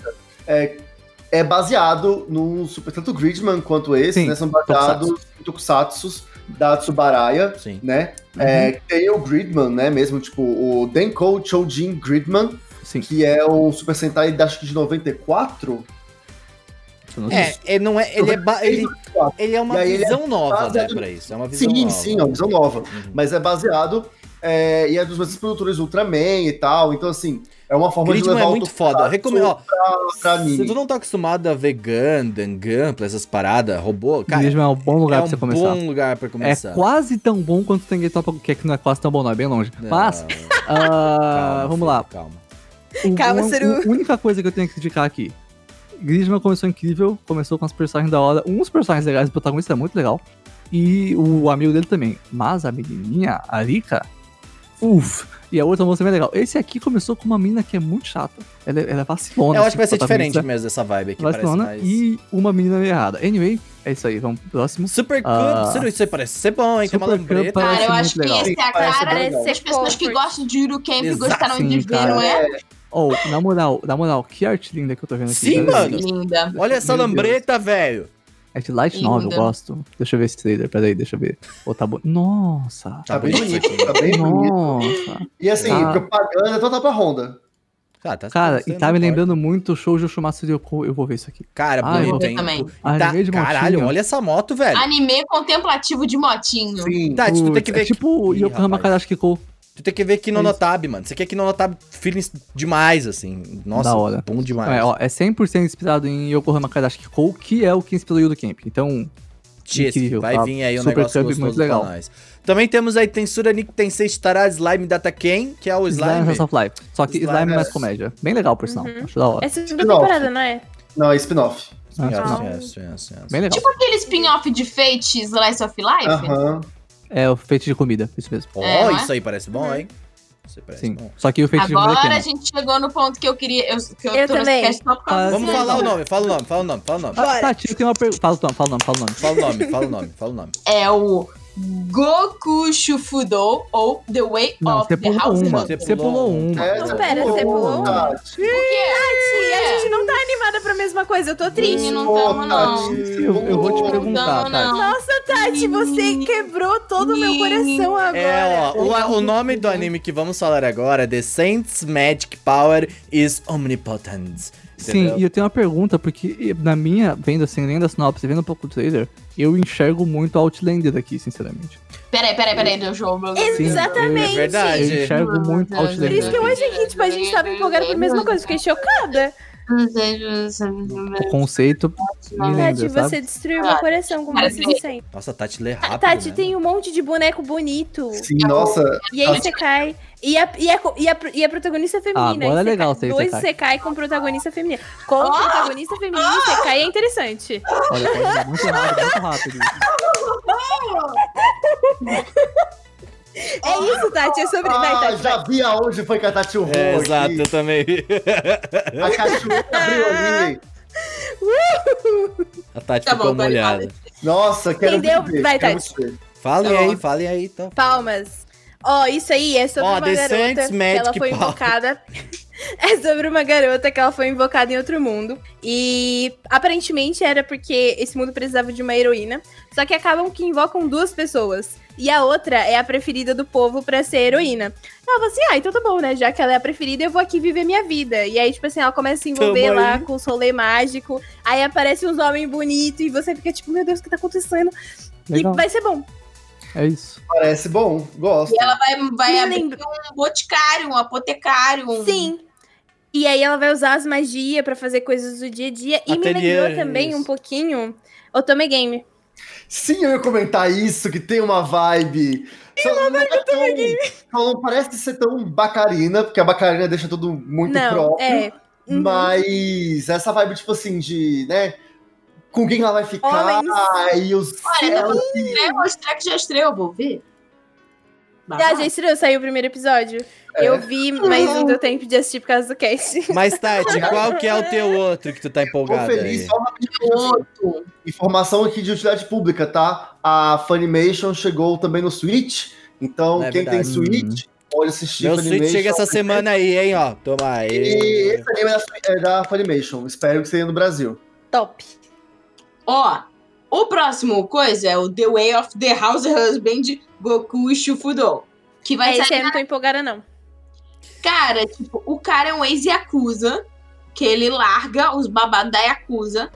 Speaker 4: É, é baseado num super. Tanto o Gridman quanto esse,
Speaker 3: Sim,
Speaker 4: né? São baseados em tokusatsus da Tsubaraya,
Speaker 1: Sim.
Speaker 4: né?
Speaker 3: Uhum.
Speaker 4: É, tem o Gridman, né? Mesmo, tipo, o Denko Chojin Gridman,
Speaker 3: Sim.
Speaker 4: que é o Super Sentai, da- acho que de 94.
Speaker 3: eu não sei.
Speaker 1: É, ele não é. Ele é, ba- ele, ele é
Speaker 4: E
Speaker 1: uma
Speaker 4: aí ele é
Speaker 1: visão nova, né,
Speaker 4: baseado-
Speaker 1: pra isso. É uma visão
Speaker 4: Sim,
Speaker 1: nova.
Speaker 4: sim, é uma visão nova.
Speaker 1: Uhum.
Speaker 4: Mas é baseado. é, e é dos mesmos produtores do Ultraman e tal. Então, assim, é uma forma de
Speaker 1: Gridman
Speaker 4: levar
Speaker 1: é
Speaker 4: o
Speaker 1: muito foda.
Speaker 4: tokusatsu
Speaker 1: Recomendo, ó,
Speaker 4: pra anime.
Speaker 1: Se tu não tá acostumado a ver Gundam, Gunpla, essas paradas, robô, cara,
Speaker 3: Griezmann é um bom
Speaker 1: é
Speaker 3: lugar pra
Speaker 1: um
Speaker 3: você começar.
Speaker 1: bom lugar pra
Speaker 3: É
Speaker 1: começar.
Speaker 3: quase tão bom quanto o Tengen Toppa, que é que não é quase tão bom, não, é bem longe.
Speaker 1: Não,
Speaker 3: Mas,
Speaker 1: calma,
Speaker 3: ah, vamos lá.
Speaker 1: Calma.
Speaker 3: O-
Speaker 5: Calma,
Speaker 3: uma-
Speaker 5: Seru.
Speaker 3: A única coisa que eu tenho que criticar aqui. Griezmann começou incrível, começou com as personagens da hora, uns personagens legais, o protagonista é muito legal. E o amigo dele também. Mas a menininha, a Rika, uff. E a outra moça também é legal. Esse aqui começou com uma mina que é muito chata. Ela, é- ela é vacilona.
Speaker 1: Eu acho
Speaker 3: assim,
Speaker 1: que vai ser
Speaker 3: protagonista.
Speaker 1: diferente mesmo dessa vibe aqui, parece
Speaker 3: Barcelona
Speaker 1: mais...
Speaker 3: e uma menina meio errada. Anyway, é isso aí, vamos pro próximo.
Speaker 1: Super
Speaker 3: Ah.
Speaker 1: Cup, Ciro, isso aí parece ser bom, hein? Tem uma
Speaker 3: Super
Speaker 1: lambreta.
Speaker 3: Cup,
Speaker 6: Cara, eu
Speaker 3: muito
Speaker 6: acho que
Speaker 3: legal.
Speaker 6: essa é a
Speaker 4: Parece
Speaker 6: cara
Speaker 4: legal.
Speaker 6: das pessoas que
Speaker 5: Comfort.
Speaker 6: gostam de Urocamp e
Speaker 1: Exato,
Speaker 6: gostaram de
Speaker 3: sim,
Speaker 6: ver,
Speaker 3: cara.
Speaker 6: não é?
Speaker 3: Oh, na moral, na moral, que arte linda que eu tô vendo aqui.
Speaker 1: Sim,
Speaker 3: tá vendo?
Speaker 1: mano.
Speaker 6: Linda.
Speaker 1: Olha essa
Speaker 3: Meu
Speaker 1: lambreta, velho.
Speaker 3: É de Light Novel,
Speaker 6: Linda.
Speaker 3: eu gosto. Deixa eu ver esse trailer, peraí, deixa eu ver. Ô, tá bom. Nossa!
Speaker 4: Tá bem
Speaker 1: bonito isso
Speaker 4: bonito, tá
Speaker 1: aqui.
Speaker 4: bem bonito.
Speaker 3: Nossa!
Speaker 4: E assim,
Speaker 3: Ah.
Speaker 4: propaganda total pra Honda.
Speaker 1: Cara, tá-
Speaker 3: Cara, e
Speaker 1: sendo
Speaker 3: tá me
Speaker 1: forte.
Speaker 3: lembrando muito o show de Shumatsu Ryoko. Eu vou ver isso aqui.
Speaker 1: Cara,
Speaker 3: Ah, eu vou
Speaker 1: bonito,
Speaker 6: ver
Speaker 1: hein?
Speaker 6: também.
Speaker 1: E Tá,
Speaker 3: Anime de motinha.
Speaker 1: caralho, olha essa moto, velho.
Speaker 6: Anime contemplativo de motinho.
Speaker 4: Sim.
Speaker 1: Tá, tu tem que
Speaker 3: É
Speaker 1: ver
Speaker 3: tipo
Speaker 1: Ih,
Speaker 3: Yokohama
Speaker 1: rapaz.
Speaker 3: Kadashi Kiko.
Speaker 1: Tu tem que ver Kinonotab, mano. Isso aqui é Kinonotab feelings demais, assim. Nossa,
Speaker 3: Da hora.
Speaker 1: bom demais.
Speaker 3: É, ó, é 100% inspirado em Yokohama Kadashi Kiko, que é o que inspirou Yudo Camp. Então,
Speaker 1: Tchis,
Speaker 3: incrível,
Speaker 1: vai
Speaker 3: tá?
Speaker 1: vir aí um
Speaker 3: Super
Speaker 1: negócio
Speaker 3: Cub,
Speaker 1: gostoso
Speaker 3: muito legal.
Speaker 1: pra nós. Também temos aí Tensura Nick Tensei Stará Slime Data Ken, que é o
Speaker 3: Slime
Speaker 1: Slime.
Speaker 3: Slice of Life. Só que
Speaker 1: Slime
Speaker 3: Slime, mais
Speaker 4: é-
Speaker 3: comédia. Bem legal, por sinal.
Speaker 5: Uhum.
Speaker 3: Acho da hora.
Speaker 5: É segunda
Speaker 4: Spin-off.
Speaker 5: temporada, não é?
Speaker 4: Não, é spin-off.
Speaker 5: Não.
Speaker 1: Yes, yes, yes, yes.
Speaker 3: Bem legal.
Speaker 6: Tipo aquele spin-off de Fate Slice of Life.
Speaker 4: Aham.
Speaker 3: É o feito de comida, isso mesmo.
Speaker 1: Ó,
Speaker 6: É, não é?
Speaker 1: isso aí parece bom, hein? Isso aí parece
Speaker 3: Sim.
Speaker 1: bom.
Speaker 3: Só que o feito de comida é
Speaker 6: Agora a
Speaker 3: pequeno.
Speaker 6: gente chegou no ponto que eu queria. Eu, que eu,
Speaker 5: Eu
Speaker 6: trouxe
Speaker 5: também.
Speaker 6: cast só por causa
Speaker 3: Ah,
Speaker 6: de
Speaker 1: Vamos
Speaker 6: vocês.
Speaker 1: falar o nome, fala o nome, fala o nome, fala o nome.
Speaker 3: Ah, Tati, eu tenho uma pergunta. Fala o nome, fala o nome, fala o nome.
Speaker 1: Fala o nome, fala o nome, fala o nome.
Speaker 6: É o Goku Shufudo ou The Way
Speaker 3: Não,
Speaker 6: of
Speaker 3: você
Speaker 6: the
Speaker 3: pulou
Speaker 6: House.
Speaker 3: uma.
Speaker 1: Você
Speaker 3: Você pulou
Speaker 1: pulou
Speaker 3: uma.
Speaker 4: É, tá
Speaker 5: Não, pera, você um pulou?
Speaker 4: Tati.
Speaker 5: E a gente não tá animada pra mesma coisa, eu tô triste.
Speaker 6: não
Speaker 4: Pô,
Speaker 6: tamo, não.
Speaker 4: Tati,
Speaker 3: Eu, eu vou te
Speaker 4: pulou.
Speaker 3: perguntar, Tati.
Speaker 6: Não, não.
Speaker 5: Nossa, Tati, você quebrou todo o meu coração agora.
Speaker 1: É, ó, o, o nome do anime que vamos falar agora, é The Saints Magic Power is Omnipotent.
Speaker 3: Sim, e eu tenho uma pergunta, porque na minha, vendo assim, lendo a sinopse, vendo um pouco do trailer, eu enxergo muito Outlander aqui, sinceramente.
Speaker 6: Peraí, peraí, peraí, deu jogo.
Speaker 3: Sim,
Speaker 5: Exatamente.
Speaker 1: é verdade.
Speaker 3: Eu enxergo muito
Speaker 5: Por isso que
Speaker 3: Outlander.
Speaker 5: eu achei que, tipo, a gente tava empolgada por mesma coisa, fiquei chocada.
Speaker 3: O conceito me
Speaker 5: Tati,
Speaker 3: lembra, sabe?
Speaker 5: você destruiu meu coração, como você se sente.
Speaker 1: Nossa, a Tati lê
Speaker 5: A
Speaker 1: rápido,
Speaker 5: Tati
Speaker 1: né?
Speaker 5: tem um monte de boneco bonito.
Speaker 4: Sim, nossa.
Speaker 5: E aí você cai. E a, e, a, e, a, e a protagonista feminina.
Speaker 3: Agora é legal
Speaker 5: você
Speaker 3: ser
Speaker 5: Dois
Speaker 3: isekai.
Speaker 5: você cai com protagonista feminina. Com protagonista
Speaker 4: Ah!
Speaker 5: feminina, você cai é interessante.
Speaker 3: Olha, pode ser muito rápido, muito rápido.
Speaker 5: É isso, Tati. É sobre. Vai,
Speaker 4: Ah,
Speaker 5: Tati.
Speaker 4: já vi aonde foi catar tio Rô.
Speaker 1: É,
Speaker 4: aqui.
Speaker 1: exato, eu também.
Speaker 4: A cachoeira abriu ali.
Speaker 1: A Tati
Speaker 6: Tá
Speaker 1: ficou
Speaker 6: bom, vai,
Speaker 1: molhada.
Speaker 4: Nossa, quero
Speaker 5: Entendeu?
Speaker 4: muito ver.
Speaker 5: Vai,
Speaker 4: quero
Speaker 5: Tati.
Speaker 4: muito ver.
Speaker 1: Falem
Speaker 6: Tá bom.
Speaker 1: aí, falem aí, então.
Speaker 5: Palmas. Ó, isso aí é sobre
Speaker 1: Ó,
Speaker 5: uma
Speaker 1: The
Speaker 5: garota
Speaker 1: Saints
Speaker 5: que ela
Speaker 1: Magic
Speaker 5: foi
Speaker 1: Power.
Speaker 5: invocada. é sobre uma garota que ela foi invocada em outro mundo. E aparentemente era porque esse mundo precisava de uma heroína. Só que acabam que invocam duas pessoas. E a outra é a preferida do povo pra ser heroína. Ela fala assim: ah, então tá bom, né? Já que ela é a preferida, eu vou aqui viver minha vida. E aí, tipo assim, ela começa a se envolver
Speaker 1: Tamo
Speaker 5: lá
Speaker 1: aí.
Speaker 5: com os rolê mágico. Aí aparece uns homens bonitos e você fica tipo: meu Deus, o que tá acontecendo?
Speaker 3: Legal,
Speaker 5: E vai ser bom.
Speaker 3: é isso.
Speaker 4: Parece bom, gosto.
Speaker 6: Vai, vai
Speaker 5: Me
Speaker 6: abrir
Speaker 5: lembra-
Speaker 6: um boticário, um apotecário. um-
Speaker 5: Sim. E aí ela vai usar as magias pra fazer coisas do dia a dia. E me
Speaker 1: Ateliê,
Speaker 5: lembrou também
Speaker 1: isso.
Speaker 5: um pouquinho Otome Game.
Speaker 4: Sim, eu ia comentar isso, que tem uma vibe. Tem uma vibe não, é tão- só não parece ser tão bacarina, porque a bacarina deixa tudo muito
Speaker 5: Não,
Speaker 4: próprio.
Speaker 5: é. Uhum.
Speaker 4: Mas essa vibe, tipo assim, de, né? Com quem ela vai ficar
Speaker 5: Homens.
Speaker 4: e os.
Speaker 6: Olha,
Speaker 4: ela-
Speaker 6: Estreia, vou né? mostrar que já estreou, vou ver.
Speaker 5: Ah, já estreou, saiu o primeiro episódio.
Speaker 4: É.
Speaker 5: Eu vi, mas não deu tempo de assistir por causa do cast.
Speaker 1: Mas, Tati, qual que é o teu outro que tu tá
Speaker 4: Tô
Speaker 1: empolgado
Speaker 4: feliz,
Speaker 1: aí?
Speaker 4: só uma
Speaker 6: Outro.
Speaker 4: informação aqui de utilidade pública, tá? A Funimation chegou também no Switch, então
Speaker 1: É
Speaker 4: quem tem
Speaker 1: verdade.
Speaker 4: Switch pode assistir
Speaker 1: Meu suíte chega assim. essa semana aí, hein, ó. Toma
Speaker 4: E
Speaker 1: aí.
Speaker 4: esse anime é da- é da Funimation, espero que seja no Brasil.
Speaker 5: Top.
Speaker 6: Ó, o próximo coisa é o The Way of the House Husband Goku Shufudo. Que vai
Speaker 5: Mas
Speaker 6: sair
Speaker 5: É, esse é aí eu não tô empolgada, não.
Speaker 6: Cara, tipo, o cara é um ex-Yakuza, que ele larga os babados da Yakuza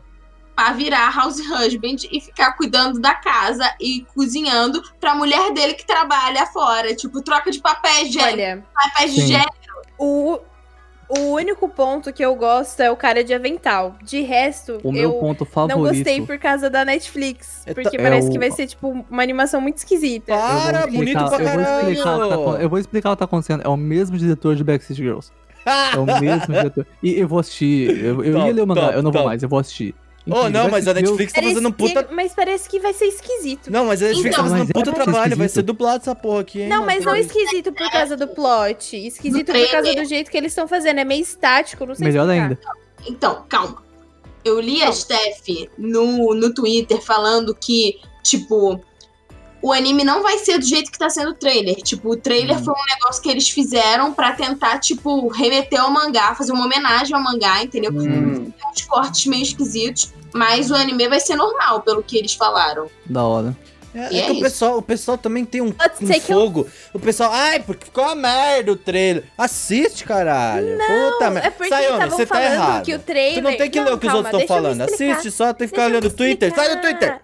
Speaker 6: pra virar house husband e ficar cuidando da casa e cozinhando pra mulher dele que trabalha fora. Tipo, troca de papéis de
Speaker 5: Olha,
Speaker 6: gênero, papéis de
Speaker 3: Sim.
Speaker 6: gênero.
Speaker 5: o, o único ponto que eu gosto é o cara de avental. De resto,
Speaker 3: O meu
Speaker 5: eu
Speaker 3: ponto
Speaker 5: não
Speaker 3: favorito.
Speaker 5: gostei por causa da Netflix.
Speaker 1: É
Speaker 5: Porque
Speaker 3: ta- é
Speaker 5: parece que
Speaker 3: o-
Speaker 5: vai ser, tipo, uma animação muito esquisita.
Speaker 3: Eu vou
Speaker 1: Para, bonito
Speaker 3: explicar-
Speaker 1: pra
Speaker 3: eu vou explicar o que tá acon-
Speaker 1: caralho.
Speaker 3: Eu vou explicar o que tá acontecendo. É o mesmo diretor de Backstreet Girls. É o mesmo diretor. E eu vou assistir. Eu, eu
Speaker 1: Top,
Speaker 3: ia ler o mangá,
Speaker 1: top,
Speaker 3: eu não vou
Speaker 1: top.
Speaker 3: mais, eu vou assistir.
Speaker 1: Ô,
Speaker 3: Enfim,
Speaker 1: não, mas a
Speaker 3: Backstreet Girls-
Speaker 1: Netflix tá fazendo um
Speaker 5: Parece
Speaker 1: puta.
Speaker 5: que- mas parece que vai ser esquisito.
Speaker 1: Não, mas a Netflix tá
Speaker 6: Então,
Speaker 1: fazendo um
Speaker 3: mas
Speaker 1: puta
Speaker 3: é
Speaker 1: trabalho. Vai
Speaker 3: esquisito.
Speaker 1: ser dublado essa porra aqui, hein?
Speaker 5: Não, mas não
Speaker 1: Netflix.
Speaker 5: esquisito por causa do plot. Esquisito por causa do jeito que eles estão fazendo. É meio estático, não sei
Speaker 3: Melhor
Speaker 5: explicar.
Speaker 3: ainda.
Speaker 6: Então, calma. Eu li a Steph no, no Twitter falando que, tipo, o anime não vai ser do jeito que tá sendo o trailer. Tipo, o trailer
Speaker 1: Uhum.
Speaker 3: Hum.
Speaker 6: foi um negócio que eles fizeram pra tentar, tipo, remeter ao mangá, fazer uma homenagem ao mangá, entendeu?
Speaker 1: Uhum.
Speaker 4: Hum.
Speaker 6: uns cortes meio esquisitos, mas o anime vai ser normal, pelo que eles falaram.
Speaker 3: Da hora.
Speaker 1: É,
Speaker 6: E
Speaker 1: é
Speaker 6: é
Speaker 1: que o
Speaker 6: isso.
Speaker 1: pessoal, o pessoal também tem um,
Speaker 5: Pode
Speaker 1: um
Speaker 5: ser que eu...
Speaker 1: fogo. O pessoal, ai, porque ficou uma merda o trailer. Assiste, caralho. Puta merda.
Speaker 5: É porque
Speaker 1: Sayone,
Speaker 5: estavam
Speaker 1: você tá
Speaker 5: falando
Speaker 1: errado.
Speaker 5: que o trailer...
Speaker 1: Tu não tem que ler o que os
Speaker 5: calma,
Speaker 1: outros estão
Speaker 5: deixa eu me
Speaker 1: falando.
Speaker 5: explicar.
Speaker 1: Assiste só, tem que
Speaker 5: Deixa
Speaker 1: ficar
Speaker 5: eu
Speaker 1: olhando o
Speaker 5: me
Speaker 1: Twitter. Sai do
Speaker 5: explicar.
Speaker 1: Twitter.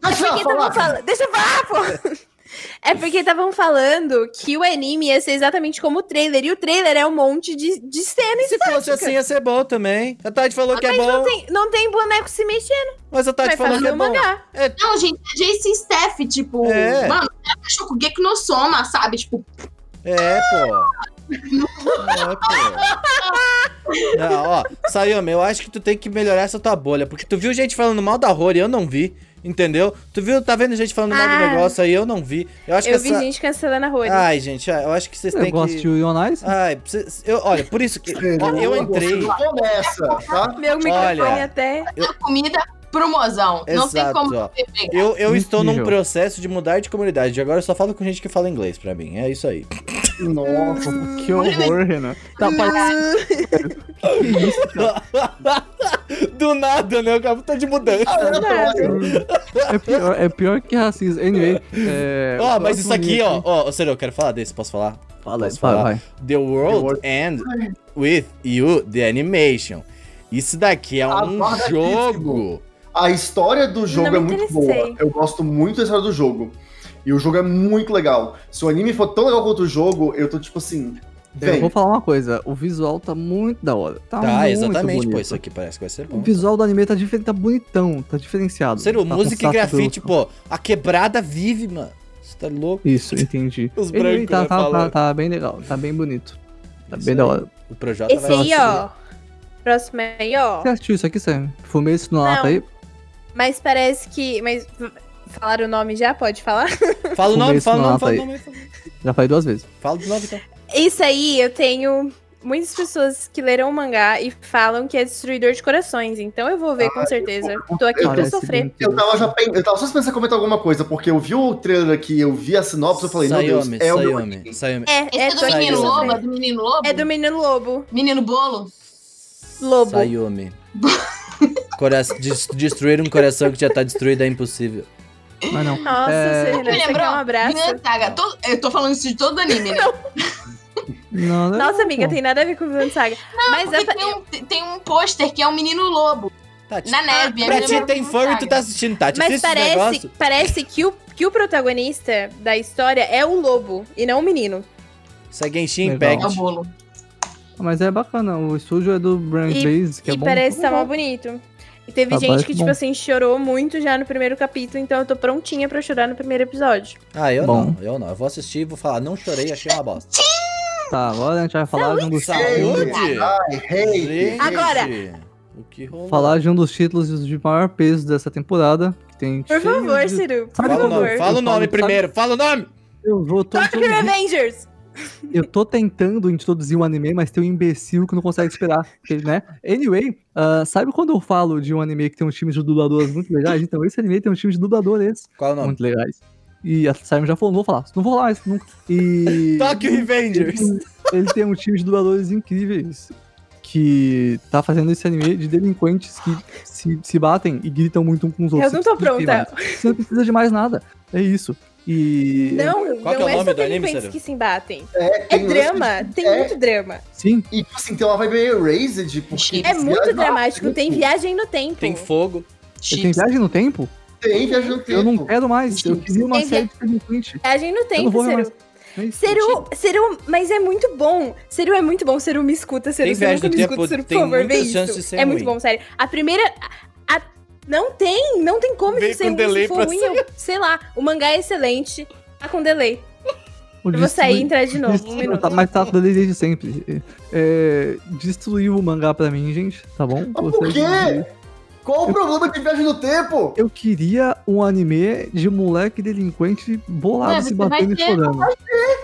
Speaker 4: Deixa
Speaker 5: É
Speaker 4: ela
Speaker 5: porque estavam
Speaker 4: falar.
Speaker 5: falando. Deixa eu falar, pô! É porque estavam falando que o anime ia ser exatamente como o trailer. E o trailer é um monte de, de cena
Speaker 1: Se fosse assim, ia ser bom também. A Tati falou que é
Speaker 5: Mas não
Speaker 1: bom,
Speaker 5: tem, não tem boneco se mexendo.
Speaker 1: mas a Tati
Speaker 5: Vai
Speaker 1: falou que
Speaker 5: fazer
Speaker 1: é
Speaker 5: o
Speaker 1: bom.
Speaker 5: mangá.
Speaker 6: Não, gente, é JC Steph, tipo,
Speaker 1: É.
Speaker 6: mano, ela achou que o Gek no Soma, sabe? Tipo,
Speaker 1: É, pô. É, pô. Não, ó, Sayama, eu acho que tu tem que melhorar essa tua bolha, porque tu viu gente falando mal da Rory, eu não vi, entendeu? Tu viu, tá vendo gente falando mal do
Speaker 5: Ah.
Speaker 1: negócio aí, eu não vi. Eu acho
Speaker 5: Eu
Speaker 1: que
Speaker 5: vi
Speaker 1: essa...
Speaker 5: gente cancelando a Rory.
Speaker 1: Ai, gente, eu acho que vocês
Speaker 3: Eu
Speaker 1: têm
Speaker 3: gosto de
Speaker 1: que... Ah.
Speaker 3: Your Eyes.
Speaker 1: Ai, vocês- eu, olha, por isso que... ó, eu entrei...
Speaker 4: Começa, tá?
Speaker 5: Meu microfone
Speaker 1: Olha.
Speaker 5: até...
Speaker 6: da comida pro mozão. não tem
Speaker 1: Exato,
Speaker 6: como
Speaker 1: ó.
Speaker 6: beber.
Speaker 1: Eu, eu estou num
Speaker 3: Incrível.
Speaker 1: processo de mudar de comunidade. Agora eu só falo com gente que fala inglês pra mim. É isso aí.
Speaker 4: Nossa.
Speaker 3: Que horror, Renan.
Speaker 1: Ah.
Speaker 3: Tá, parece. que isso, cara?
Speaker 1: Do nada, né? O cara tá de mudança.
Speaker 3: É pior, é pior que racismo. Anyway. é,
Speaker 1: Ó,
Speaker 3: o
Speaker 1: mas isso
Speaker 3: próximo
Speaker 1: aqui,
Speaker 3: link-
Speaker 1: ó. Ó, ô, sério, eu quero falar desse. Posso falar?
Speaker 3: Fala,
Speaker 1: Posso
Speaker 3: fala,
Speaker 1: falar?
Speaker 3: vai.
Speaker 1: The World,
Speaker 4: The World-
Speaker 1: End With You, The Animation. Isso daqui é um
Speaker 4: Aguardadíssimo.
Speaker 1: jogo.
Speaker 4: A história do jogo
Speaker 5: me
Speaker 4: é muito
Speaker 5: interessei.
Speaker 4: boa. Eu gosto muito da história do jogo. E o jogo é muito legal. Se o anime for tão legal quanto o jogo, eu tô tipo assim.
Speaker 3: Eu
Speaker 4: Vem.
Speaker 3: vou falar uma coisa. O visual tá muito da hora. Tá,
Speaker 1: Tá,
Speaker 3: muito
Speaker 1: exatamente.
Speaker 3: bonito.
Speaker 1: Pô, isso aqui parece que vai ser
Speaker 3: O
Speaker 1: bom.
Speaker 3: visual do anime tá diferente, tá bonitão, tá diferenciado.
Speaker 1: Sério,
Speaker 3: tá com
Speaker 1: música e
Speaker 3: status
Speaker 1: grafite,
Speaker 3: do-
Speaker 1: pô. A quebrada vive, mano. Você tá louco?
Speaker 3: Isso, entendi.
Speaker 1: Os
Speaker 3: Anyway,
Speaker 1: brancos,
Speaker 3: tá,
Speaker 1: né,
Speaker 3: tá, tá,
Speaker 1: falando.
Speaker 3: tá bem legal, tá bem bonito. Tá
Speaker 1: Isso
Speaker 3: bem
Speaker 1: aí.
Speaker 3: da hora.
Speaker 1: O Projota
Speaker 5: Esse aí, ó. Próximo aí, ó.
Speaker 3: Você assistiu isso aqui, Sam? Fumei isso no lata aí?
Speaker 5: Mas parece que... Mas... Falaram o nome já? Pode falar?
Speaker 1: Fala o nome,
Speaker 3: Começo
Speaker 1: fala o nome,
Speaker 3: no
Speaker 1: fala o
Speaker 3: mapa
Speaker 1: nome. fala o nome.
Speaker 3: Já falei duas vezes.
Speaker 1: Fala do nome, então.
Speaker 5: Isso aí, eu tenho muitas pessoas que leram o mangá e falam que é destruidor de corações. Então eu vou ver, com certeza. Tô aqui pra
Speaker 3: Parece
Speaker 5: sofrer.
Speaker 3: bem-
Speaker 4: Eu tava, já, pen- eu tava só pensando em comentar alguma coisa, porque eu vi o trailer aqui, eu vi a sinopse, eu falei, meu Deus,
Speaker 1: Sayome,
Speaker 4: é o meu
Speaker 1: Sayome,
Speaker 4: anime.
Speaker 1: Sayome.
Speaker 5: É,
Speaker 6: Esse
Speaker 5: é,
Speaker 6: é, do
Speaker 5: tô aqui pra
Speaker 6: menino
Speaker 1: isso,
Speaker 6: lobo,
Speaker 5: sofrer.
Speaker 6: é do menino lobo?
Speaker 5: É do menino lobo.
Speaker 6: menino bolo?
Speaker 5: Lobo.
Speaker 1: Sayumi. Cora des- destruir um coração que já tá destruído é impossível.
Speaker 3: Mas não.
Speaker 5: Nossa,
Speaker 3: É,
Speaker 5: Serena,
Speaker 6: Me
Speaker 5: você quer
Speaker 6: lembrou?
Speaker 5: um abraço?
Speaker 6: Vinland Saga. Todo- eu tô falando isso de todo anime, né?
Speaker 3: não, é não,
Speaker 5: Nossa, amiga,
Speaker 3: pô.
Speaker 5: tem nada a ver com o Vinland Saga. Mas é
Speaker 6: Porque
Speaker 5: pra...
Speaker 6: tem um, tem um pôster que é um menino lobo
Speaker 1: Tati,
Speaker 5: Ah,
Speaker 6: na neve. é
Speaker 1: pra
Speaker 6: menino
Speaker 1: ti
Speaker 6: lobo
Speaker 1: tem
Speaker 6: Vinland
Speaker 1: furry,
Speaker 6: Saga.
Speaker 1: tu tá assistindo, Tati.
Speaker 5: Mas
Speaker 1: Assiste esse
Speaker 5: parece,
Speaker 1: negócio.
Speaker 5: parece que, o, que o protagonista da história é o lobo e não o menino.
Speaker 1: Isso é Genshin
Speaker 3: Legal.
Speaker 6: É o
Speaker 1: Impact.
Speaker 6: bolo.
Speaker 3: Mas é bacana, o estúdio é do Brian
Speaker 5: E-
Speaker 3: Blaze, que é
Speaker 5: e
Speaker 3: bom.
Speaker 5: parece tá mal bonito. E teve
Speaker 3: Tá
Speaker 5: gente
Speaker 3: baixo,
Speaker 5: que, tipo
Speaker 3: bom.
Speaker 5: assim, chorou muito já no primeiro capítulo, então eu tô prontinha pra chorar no primeiro episódio.
Speaker 1: Ah, eu
Speaker 3: Bom.
Speaker 1: não, eu não. Eu vou assistir e vou falar, não chorei, achei uma bosta.
Speaker 3: Tá, agora a gente vai falar de um dos
Speaker 1: Saúde!
Speaker 4: Ai, um hate!
Speaker 1: Gente,
Speaker 5: Agora!
Speaker 1: O que rolou?
Speaker 3: falar de um dos títulos de maior peso dessa temporada, que tem
Speaker 5: Por
Speaker 3: cheio
Speaker 5: favor,
Speaker 3: de...
Speaker 5: Ciru, por
Speaker 3: Sabe
Speaker 1: Fala o
Speaker 5: favor.
Speaker 1: nome, fala o nome
Speaker 3: Sabe-
Speaker 1: primeiro, fala o nome!
Speaker 3: Eu vou tô,
Speaker 5: Tokyo Revengers!
Speaker 3: eu tô tentando introduzir um anime, mas tem um imbecil que não consegue esperar, porque, né? Anyway, ah, sabe quando eu falo de um anime que tem um time de dubladores muito legais? Então esse anime tem um time de dubladores
Speaker 1: Qual é o nome?
Speaker 3: muito legais. E a Simon já falou, não vou falar, não vou falar mais nunca. E...
Speaker 1: Tokyo Revengers!
Speaker 3: Ele, ele tem um time de dubladores incríveis que tá fazendo esse anime de delinquentes que se, se batem e gritam muito um com os outros.
Speaker 5: Eu não tô
Speaker 3: Você precisa de
Speaker 5: pronta.
Speaker 3: mais. Você não precisa de mais nada. É isso. E.
Speaker 5: Não,
Speaker 1: Qual que é
Speaker 5: não
Speaker 1: o
Speaker 5: é,
Speaker 1: nome
Speaker 5: só
Speaker 1: do anime,
Speaker 5: delinquentes
Speaker 1: Ciru?
Speaker 5: que se embatem. É,
Speaker 4: tem lance
Speaker 5: drama,
Speaker 4: de-
Speaker 5: tem um-
Speaker 4: é,
Speaker 5: muito drama.
Speaker 3: Sim,
Speaker 4: E, tipo assim, tem uma vibe meio Erased, tipo, porque...
Speaker 5: É muito dramático, tem
Speaker 4: viagem.
Speaker 5: viagem no tempo.
Speaker 1: Tem fogo.
Speaker 3: ele tem
Speaker 6: Chips.
Speaker 3: viagem no tempo?
Speaker 4: Tem viagem no tempo.
Speaker 3: Eu não quero mais. Eu queria uma
Speaker 5: Tem
Speaker 3: série de delinquente.
Speaker 5: Viagem no
Speaker 3: não
Speaker 5: tempo,
Speaker 3: vou ver
Speaker 5: Ceru.
Speaker 3: É isso.
Speaker 5: Ceru, Ceru, mas é muito bom. Ceru é muito bom. Ceru, me escuta, Ceru.
Speaker 1: Tem
Speaker 5: Ceru,
Speaker 1: viagem
Speaker 5: nunca
Speaker 1: no
Speaker 5: me
Speaker 1: tempo,
Speaker 5: escuta, Ceru, por
Speaker 1: tem
Speaker 5: favor, vê
Speaker 1: muitas
Speaker 5: isso.
Speaker 1: chances de ser
Speaker 5: é muito
Speaker 1: ruim.
Speaker 5: bom, sério. A primeira... a- a- não tem, não tem como
Speaker 1: Vem
Speaker 5: isso ser
Speaker 1: com
Speaker 5: ruim.
Speaker 1: delay
Speaker 5: Se for
Speaker 1: pra
Speaker 5: ruim, eu, sei lá. O mangá é excelente. Tá com delay.
Speaker 3: O
Speaker 5: Eu vou sair e
Speaker 3: destrui-
Speaker 5: entrar de novo. Um
Speaker 3: destruiu, tá,
Speaker 5: minuto.
Speaker 3: mas tá tudo desde sempre. É, destruiu o mangá pra mim, gente. Tá bom?
Speaker 4: Mas por
Speaker 3: Vocês-
Speaker 4: quê? Qual o problema de viagem no tempo?
Speaker 3: Eu queria um anime de moleque delinquente bolado
Speaker 6: Ué,
Speaker 3: se
Speaker 6: você vai
Speaker 3: batendo e
Speaker 6: ter-
Speaker 3: chorando.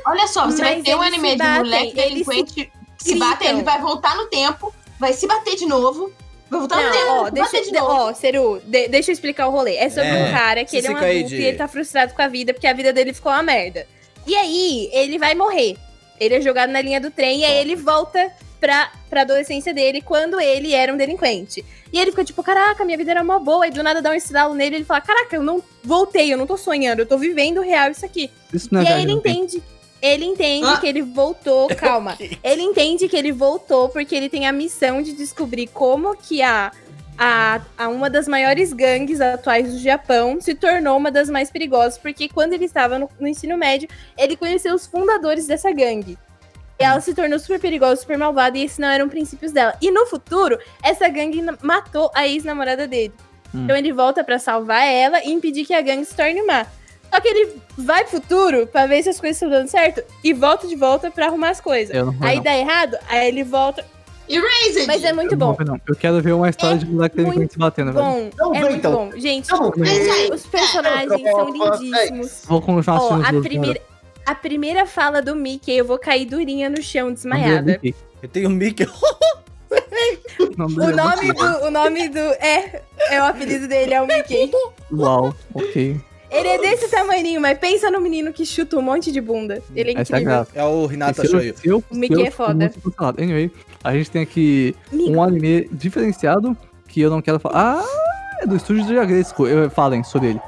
Speaker 6: Olha só, você vai
Speaker 5: Mas
Speaker 6: ter um
Speaker 5: eles se
Speaker 6: anime de
Speaker 5: batem,
Speaker 6: moleque
Speaker 5: eles
Speaker 6: delinquente se,
Speaker 5: gritam.
Speaker 6: bater, ele vai voltar no tempo, vai se bater de novo, vai voltar no tempo,
Speaker 5: Não, ó,
Speaker 6: vai
Speaker 5: deixa,
Speaker 6: bater de
Speaker 5: de-
Speaker 6: novo.
Speaker 5: ó, Ceru, de- deixa eu explicar o rolê. É sobre
Speaker 1: É,
Speaker 5: um cara que
Speaker 1: se
Speaker 5: ele é um
Speaker 1: fica aí
Speaker 5: adulto
Speaker 1: de-
Speaker 5: e ele tá frustrado com a vida porque a vida dele ficou uma merda. E aí, ele vai morrer. Ele é jogado na linha do trem e aí ele volta pra, pra adolescência dele quando ele era um delinquente. E ele fica tipo, caraca, minha vida era mó boa. E do nada dá um estalo nele e ele fala, caraca, eu não voltei, eu não tô sonhando, eu tô vivendo real isso aqui.
Speaker 3: Isso não é
Speaker 5: E aí
Speaker 3: viagem
Speaker 5: ele
Speaker 3: no tempo.
Speaker 5: entende. Ele entende
Speaker 6: Ah.
Speaker 5: que ele voltou, calma. Ele entende que ele voltou porque ele tem a missão de descobrir como que a, a, a uma das maiores gangues atuais do Japão se tornou uma das mais perigosas, porque quando ele estava no, no ensino médio, ele conheceu os fundadores dessa gangue. E ela se tornou super perigosa, super malvada, e esses não eram princípios dela. E no futuro, essa gangue na- matou a ex-namorada dele.
Speaker 3: Hum.
Speaker 5: Então ele volta pra salvar ela e impedir que a gangue se torne má. Só que ele vai pro futuro pra ver se as coisas estão dando certo e volta de volta pra arrumar as coisas.
Speaker 3: Eu não vou,
Speaker 5: Aí
Speaker 3: não.
Speaker 5: dá errado, aí ele volta.
Speaker 6: Erased.
Speaker 5: Mas é muito
Speaker 3: Eu não
Speaker 5: bom. É
Speaker 3: vou, não. Eu quero ver uma história de moleque
Speaker 5: muito
Speaker 3: delinquente se batendo, velho.
Speaker 5: Bom,
Speaker 4: Não,
Speaker 5: é
Speaker 4: vem,
Speaker 5: muito
Speaker 4: então.
Speaker 5: bom. Gente,
Speaker 4: Não,
Speaker 6: Mas aí-
Speaker 5: os personagens são lindíssimos.
Speaker 3: Vou continuar
Speaker 5: Ó, a
Speaker 3: assistindo
Speaker 5: primeira, a primeira fala do Mickey, eu vou cair durinha no chão, desmaiada.
Speaker 3: O
Speaker 1: Eu tenho o Mickey.
Speaker 3: é
Speaker 5: O nome do. O nome do. É, é o apelido dele, é o Mickey.
Speaker 3: Uau, ok.
Speaker 5: Ele é desse tamaninho, mas pensa no menino que chuta um monte de bunda. Ele é
Speaker 3: Essa é a
Speaker 5: incrível.
Speaker 3: graça.
Speaker 1: É o
Speaker 4: Ah,
Speaker 1: Renato
Speaker 4: tá
Speaker 3: E se eu-
Speaker 1: Shoyu.
Speaker 3: se eu-
Speaker 5: O Mickey
Speaker 3: se eu-
Speaker 5: é foda.
Speaker 3: muito cancelado. Anyway, a gente tem aqui
Speaker 5: Mico.
Speaker 3: um anime diferenciado que eu não quero falar. Ah, é do estúdio do Jagresco. Eu- Falem sobre ele.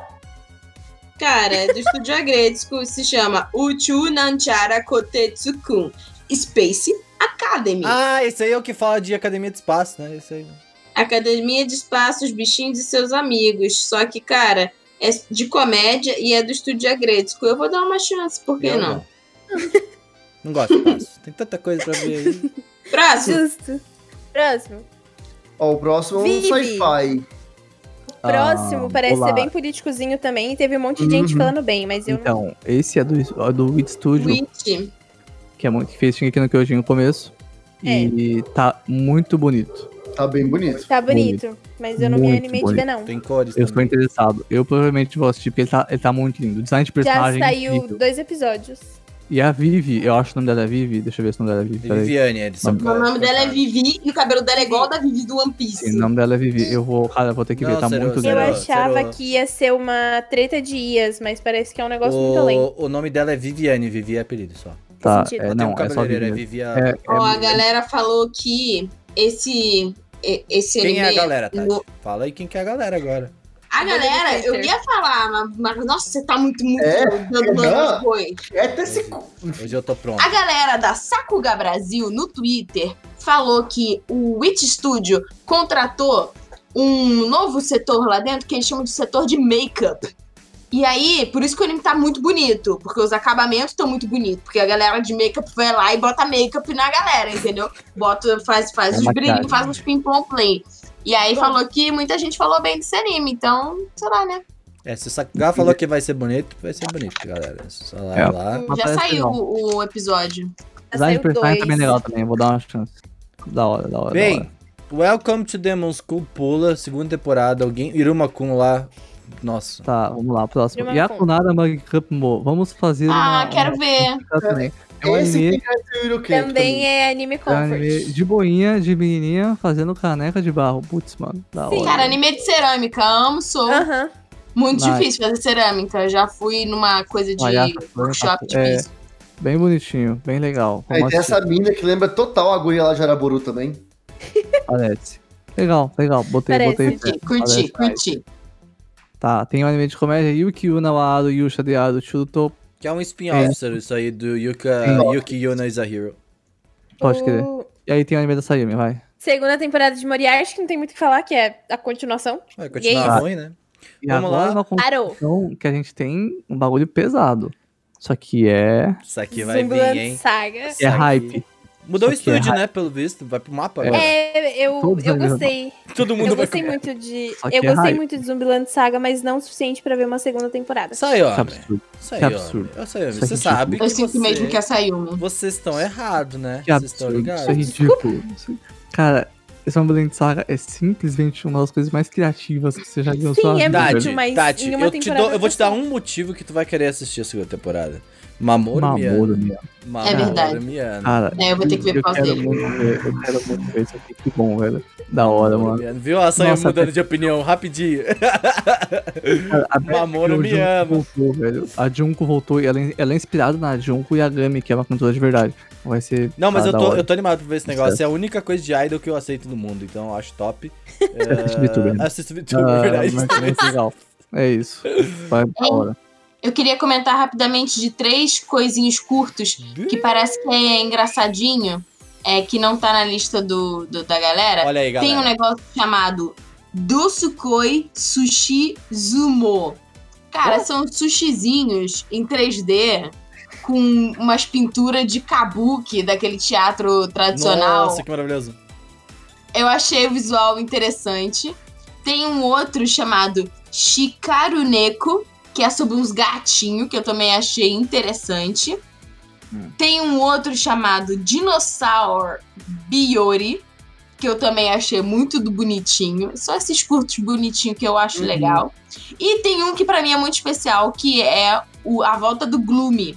Speaker 6: Cara, do estúdio agredico se chama Uchu Nanchara Kotetsukun Space Academy.
Speaker 1: Ah, esse aí é o que fala de Academia de Espaço, né? Esse aí.
Speaker 6: Academia de Espaços, Bichinhos e Seus Amigos. Só que, cara, é de comédia e é do estúdio agredico. Eu vou dar uma chance, por que
Speaker 1: Eu
Speaker 6: não?
Speaker 1: Não gosto de espaço. Tem tanta coisa pra ver aí.
Speaker 3: Um
Speaker 6: Próximo.
Speaker 5: Justo. Próximo.
Speaker 4: Ó, o próximo é um
Speaker 5: Vive.
Speaker 4: sci-fi.
Speaker 3: Ah,
Speaker 5: Próximo parece
Speaker 3: olá.
Speaker 5: ser bem políticozinho também. e Teve um monte de gente
Speaker 3: Uhum.
Speaker 5: falando bem, mas eu
Speaker 3: Então, esse é do, é do Wit Studio.
Speaker 6: Witch.
Speaker 3: que é muito que fez aqui no Kyojin no começo.
Speaker 5: É.
Speaker 3: E tá muito bonito.
Speaker 4: Tá bem bonito.
Speaker 5: não. Tá bonito, mas eu não me
Speaker 3: Muito
Speaker 5: animei
Speaker 3: bonito.
Speaker 5: de ver, não.
Speaker 1: Tem cores.
Speaker 3: Eu sou
Speaker 1: também.
Speaker 3: interessado. Eu provavelmente vou assistir, porque ele tá, ele tá muito lindo. O design de
Speaker 5: Já
Speaker 3: personagem. é
Speaker 5: saiu
Speaker 3: incrível.
Speaker 5: dois episódios.
Speaker 3: E a Vivi, eu acho o nome dela é Vivi. Deixa eu ver se o nome dela é Vivi. Peraí.
Speaker 1: Viviane, eles são
Speaker 3: O
Speaker 6: O nome dela é
Speaker 1: Viviane.
Speaker 6: Vivi e o cabelo dela é igual ao da Vivi do One Piece.
Speaker 3: Sim, o nome dela é Vivi. Eu vou, cara, eu vou ter que ver,
Speaker 1: Não,
Speaker 3: tá
Speaker 1: sério,
Speaker 3: muito
Speaker 5: Eu
Speaker 1: sério.
Speaker 3: lindo.
Speaker 5: achava
Speaker 1: zero.
Speaker 5: que ia ser uma treta de Ias, mas parece que é um negócio muito além.
Speaker 1: O, o nome dela é Viviane, Vivi é apelido só.
Speaker 3: Tá,
Speaker 5: sentido.
Speaker 3: é,
Speaker 1: Ela
Speaker 3: não,
Speaker 1: tem um
Speaker 3: é só
Speaker 1: cabeleireiro, é
Speaker 3: Vivi.
Speaker 1: Vivi a...
Speaker 3: É, é,
Speaker 6: Ó, a galera falou que esse. e- esse
Speaker 1: Quem é a
Speaker 6: anime-
Speaker 1: galera, Tati?
Speaker 6: no-
Speaker 1: Fala aí quem que é a galera agora.
Speaker 6: A galera, eu ia falar, mas, mas, nossa, você tá muito, muito
Speaker 4: É?
Speaker 6: dando nome
Speaker 4: Não.
Speaker 6: de boi.
Speaker 4: É até esse... cu-
Speaker 1: Hoje eu tô pronto.
Speaker 6: A galera da Sakuga Brasil no Twitter falou que o Witch Studio contratou um novo setor lá dentro que eles chamam de setor de make-up. E E aí, por isso que o anime tá muito bonito, porque os acabamentos estão muito bonitos, porque a galera de make-up vai lá e bota make-up na galera, entendeu? Bota, faz, faz
Speaker 3: É
Speaker 6: os
Speaker 3: maquiagem.
Speaker 6: brilhos, faz uns ping-pong play. E aí falou que muita gente falou bem desse anime, então, sei lá, né?
Speaker 1: É, se o Sakuga falou que vai ser bonito, vai ser bonito, galera. Só lá,
Speaker 3: É.
Speaker 1: lá.
Speaker 3: Mas
Speaker 6: Já
Speaker 3: parece que
Speaker 6: saiu
Speaker 3: não.
Speaker 6: o, o episódio.
Speaker 3: Design de personagem também é
Speaker 5: legal.
Speaker 3: legal também, eu vou dar uma chance. Da hora, da hora. da
Speaker 1: Bem,
Speaker 3: hora.
Speaker 1: Welcome to Demon School pula, segunda temporada, alguém. Iruma-kun lá. Nossa.
Speaker 3: Tá, vamos lá, próximo.
Speaker 5: Prima
Speaker 3: Yakunara Mag Cup Mo. Vamos fazer uma.
Speaker 6: Ah, quero ver.
Speaker 3: uma- também. É um
Speaker 4: Esse
Speaker 3: anime,
Speaker 4: tem cara de Yuruke.
Speaker 5: Também é anime
Speaker 3: é um
Speaker 5: comfort.
Speaker 3: anime de boinha, de menininha, fazendo caneca de barro. Putz, mano, da
Speaker 5: Sim.
Speaker 3: hora.
Speaker 6: Cara, anime de cerâmica, amo, sou.
Speaker 5: Aham.
Speaker 6: Muito
Speaker 3: Nice.
Speaker 6: difícil fazer cerâmica. Eu Já fui numa coisa de
Speaker 3: Olha,
Speaker 6: workshop
Speaker 3: é,
Speaker 6: difícil.
Speaker 3: Bem bonitinho, bem legal.
Speaker 4: É, e
Speaker 3: Vamos
Speaker 4: tem essa mina que lembra total a guria lá de Araburu também.
Speaker 3: assistir, Parece. Legal, legal. Botei,
Speaker 5: Parece,
Speaker 3: botei.
Speaker 6: Curti,
Speaker 3: fé. Parece,
Speaker 6: curti, curti.
Speaker 3: Tá, tem um anime de comédia, Yuki Una wa Aru Yusha de Aru Churuto.
Speaker 1: Que é um spin-off, sério, isso aí do Yuka,
Speaker 3: Sim.
Speaker 1: Yuki Yuna is a Hero.
Speaker 3: Pode crer.
Speaker 5: O-
Speaker 3: E aí tem o anime da Sayumi, vai.
Speaker 5: Segunda temporada de Moriarty, que não tem muito o que falar, que é a continuação.
Speaker 1: Vai
Speaker 5: E
Speaker 1: continuar
Speaker 3: aí?
Speaker 1: ruim, né?
Speaker 3: E
Speaker 1: Vamos
Speaker 3: agora
Speaker 1: lá.
Speaker 3: uma
Speaker 5: Arou.
Speaker 3: conclusão que a gente tem um bagulho pesado. Só que é.
Speaker 1: Isso aqui vai vir,
Speaker 5: Zumbiland
Speaker 1: hein?
Speaker 5: Saga.
Speaker 1: Isso
Speaker 3: É
Speaker 1: aqui.
Speaker 3: hype.
Speaker 1: Mudou o
Speaker 3: Isso aqui é
Speaker 1: estúdio, né? Pelo visto. Vai pro mapa agora.
Speaker 5: É, eu,
Speaker 3: Todos
Speaker 5: eu
Speaker 3: eles-
Speaker 5: gostei.
Speaker 1: Todo mundo
Speaker 5: Eu
Speaker 1: vai
Speaker 5: gostei muito de.
Speaker 3: Só que
Speaker 5: Eu
Speaker 3: é
Speaker 5: gostei
Speaker 3: hype.
Speaker 5: muito de Zumbiland Saga, mas não o suficiente pra ver uma segunda temporada.
Speaker 1: Sai,
Speaker 3: Que
Speaker 1: homem.
Speaker 3: absurdo.
Speaker 1: Sai,
Speaker 3: que
Speaker 1: homem.
Speaker 3: absurdo.
Speaker 1: Eu sei, homem.
Speaker 3: Isso é
Speaker 1: Você
Speaker 3: ridículo.
Speaker 1: sabe que
Speaker 6: Eu sinto
Speaker 1: você...
Speaker 6: mesmo que a Sayumi.
Speaker 1: Vocês estão errados, né?
Speaker 3: Que
Speaker 1: Vocês estão
Speaker 3: absurdo. Isso é
Speaker 1: ligados?
Speaker 3: ridículo. Isso- Cara, esse Ambulante Saga é simplesmente uma das coisas mais criativas que você já viu na
Speaker 5: Sim,
Speaker 3: sua
Speaker 5: é
Speaker 3: vida.
Speaker 5: muito
Speaker 1: Tati,
Speaker 3: velho.
Speaker 5: mas
Speaker 1: Tati,
Speaker 5: em uma
Speaker 1: eu, te
Speaker 5: temporada
Speaker 1: dou- eu vou te dar
Speaker 5: só.
Speaker 1: um motivo que tu vai querer assistir a segunda temporada. Mamoro, Mamoro.
Speaker 3: Mamoro, minha.
Speaker 1: Mamoro
Speaker 6: É verdade.
Speaker 1: Miano.
Speaker 3: Cara,
Speaker 6: É, eu vou ter que ver
Speaker 3: eu
Speaker 6: por causa
Speaker 3: quero
Speaker 6: dele.
Speaker 3: muito ver, eu quero muito ver isso aqui. Que bom, velho. Da hora, mano.
Speaker 1: Viu? A Saia
Speaker 3: Nossa, tá
Speaker 1: mudando de opinião rapidinho.
Speaker 3: Cara, a
Speaker 1: Mamoro
Speaker 3: Beth,
Speaker 1: me
Speaker 3: o Junko
Speaker 1: ama.
Speaker 3: Voltou, velho. A Junko voltou e ela, é- ela é inspirada na Junko Yagami, que é uma cantora de verdade. Vai ser.
Speaker 1: Não, mas
Speaker 3: tá,
Speaker 1: eu,
Speaker 3: da
Speaker 1: tô,
Speaker 3: hora.
Speaker 1: eu tô animado pra ver esse
Speaker 3: Tá
Speaker 1: negócio. É
Speaker 3: certo.
Speaker 1: a única coisa de idol que eu aceito no mundo, então eu acho top.
Speaker 3: assiste VTuber, né?
Speaker 1: Eh, Assisto VTuber,
Speaker 3: Ah,
Speaker 1: verdade.
Speaker 3: mas é muito legal. É isso. Vai da hora.
Speaker 6: Eu queria comentar rapidamente de três coisinhos curtos que parece que é engraçadinho, é que não tá na lista do, do- da galera.
Speaker 1: Olha aí, galera.
Speaker 6: Tem um negócio chamado Dosukoi Sushi
Speaker 1: Oh.
Speaker 6: Zumo. Cara, são sushizinhos em 3D com umas pinturas de kabuki daquele teatro tradicional.
Speaker 1: Nossa, que maravilhoso.
Speaker 6: Eu achei o visual interessante. Tem um outro chamado Shikaru Neko, que é sobre uns gatinhos, que eu também achei interessante. Tem um outro chamado Dinosaur Biori, que eu também achei muito do bonitinho. Só esses curtos bonitinhos que eu acho legal. E tem um que pra mim é muito especial, que é o- a volta do Gloomy.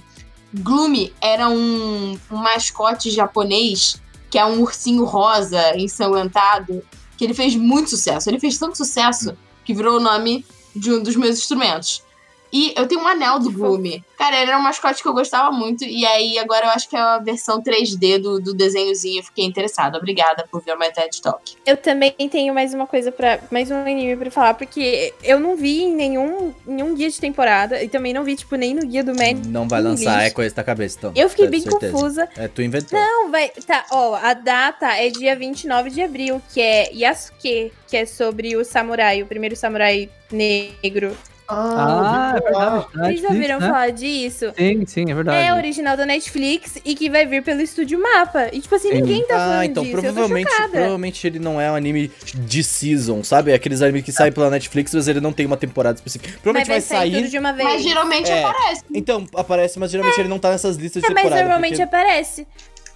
Speaker 6: Gloomy era um- um mascote japonês que é um ursinho rosa ensanguentado, que ele fez muito sucesso. Ele fez tanto sucesso que virou o nome de um dos meus instrumentos. E eu tenho um anel do Gloomy. Cara, ele era um mascote que eu gostava muito. E aí, agora eu acho que é a versão 3D do, do desenhozinho. Eu fiquei interessada. Obrigada por ver o meu TED Talk.
Speaker 5: Eu também tenho mais uma coisa para mais um anime pra falar, porque eu não vi em nenhum, nenhum guia de temporada, e também não vi, tipo, nem no guia do Mad.
Speaker 1: Não vai
Speaker 5: Sim,
Speaker 1: lançar,
Speaker 5: lixo.
Speaker 1: é coisa da cabeça, então.
Speaker 5: Eu fiquei
Speaker 1: tá,
Speaker 5: bem
Speaker 1: certeza.
Speaker 5: confusa.
Speaker 1: É, tu inventou.
Speaker 5: Não, vai. Tá, ó, a data é dia 29 de abril, que é Yasuke, que é sobre o samurai, o primeiro samurai negro.
Speaker 3: Ah, é verdade.
Speaker 5: Vocês já
Speaker 3: Netflix,
Speaker 5: ouviram
Speaker 3: né?
Speaker 5: falar disso?
Speaker 3: Sim, sim, é
Speaker 1: Tá,
Speaker 3: verdade.
Speaker 5: É original da Netflix e que vai vir pelo estúdio Mapa. E, tipo assim,
Speaker 3: Sim.
Speaker 5: ninguém tá falando
Speaker 1: ah, então
Speaker 5: disso.
Speaker 1: provavelmente,
Speaker 5: Eu tô chocada.
Speaker 1: provavelmente ele não é um anime de season, sabe? É Aqueles animes que saem pela Netflix, mas ele não tem uma temporada específica.
Speaker 5: Mas
Speaker 1: Provavelmente
Speaker 5: vai
Speaker 1: vai
Speaker 5: sair tudo
Speaker 1: sair.
Speaker 5: de uma vez.
Speaker 6: Mas geralmente
Speaker 1: É.
Speaker 6: aparece.
Speaker 1: Então, aparece, mas geralmente ele não tá nessas listas de
Speaker 5: É, mas
Speaker 1: temporada.
Speaker 5: normalmente
Speaker 1: porque-
Speaker 5: aparece.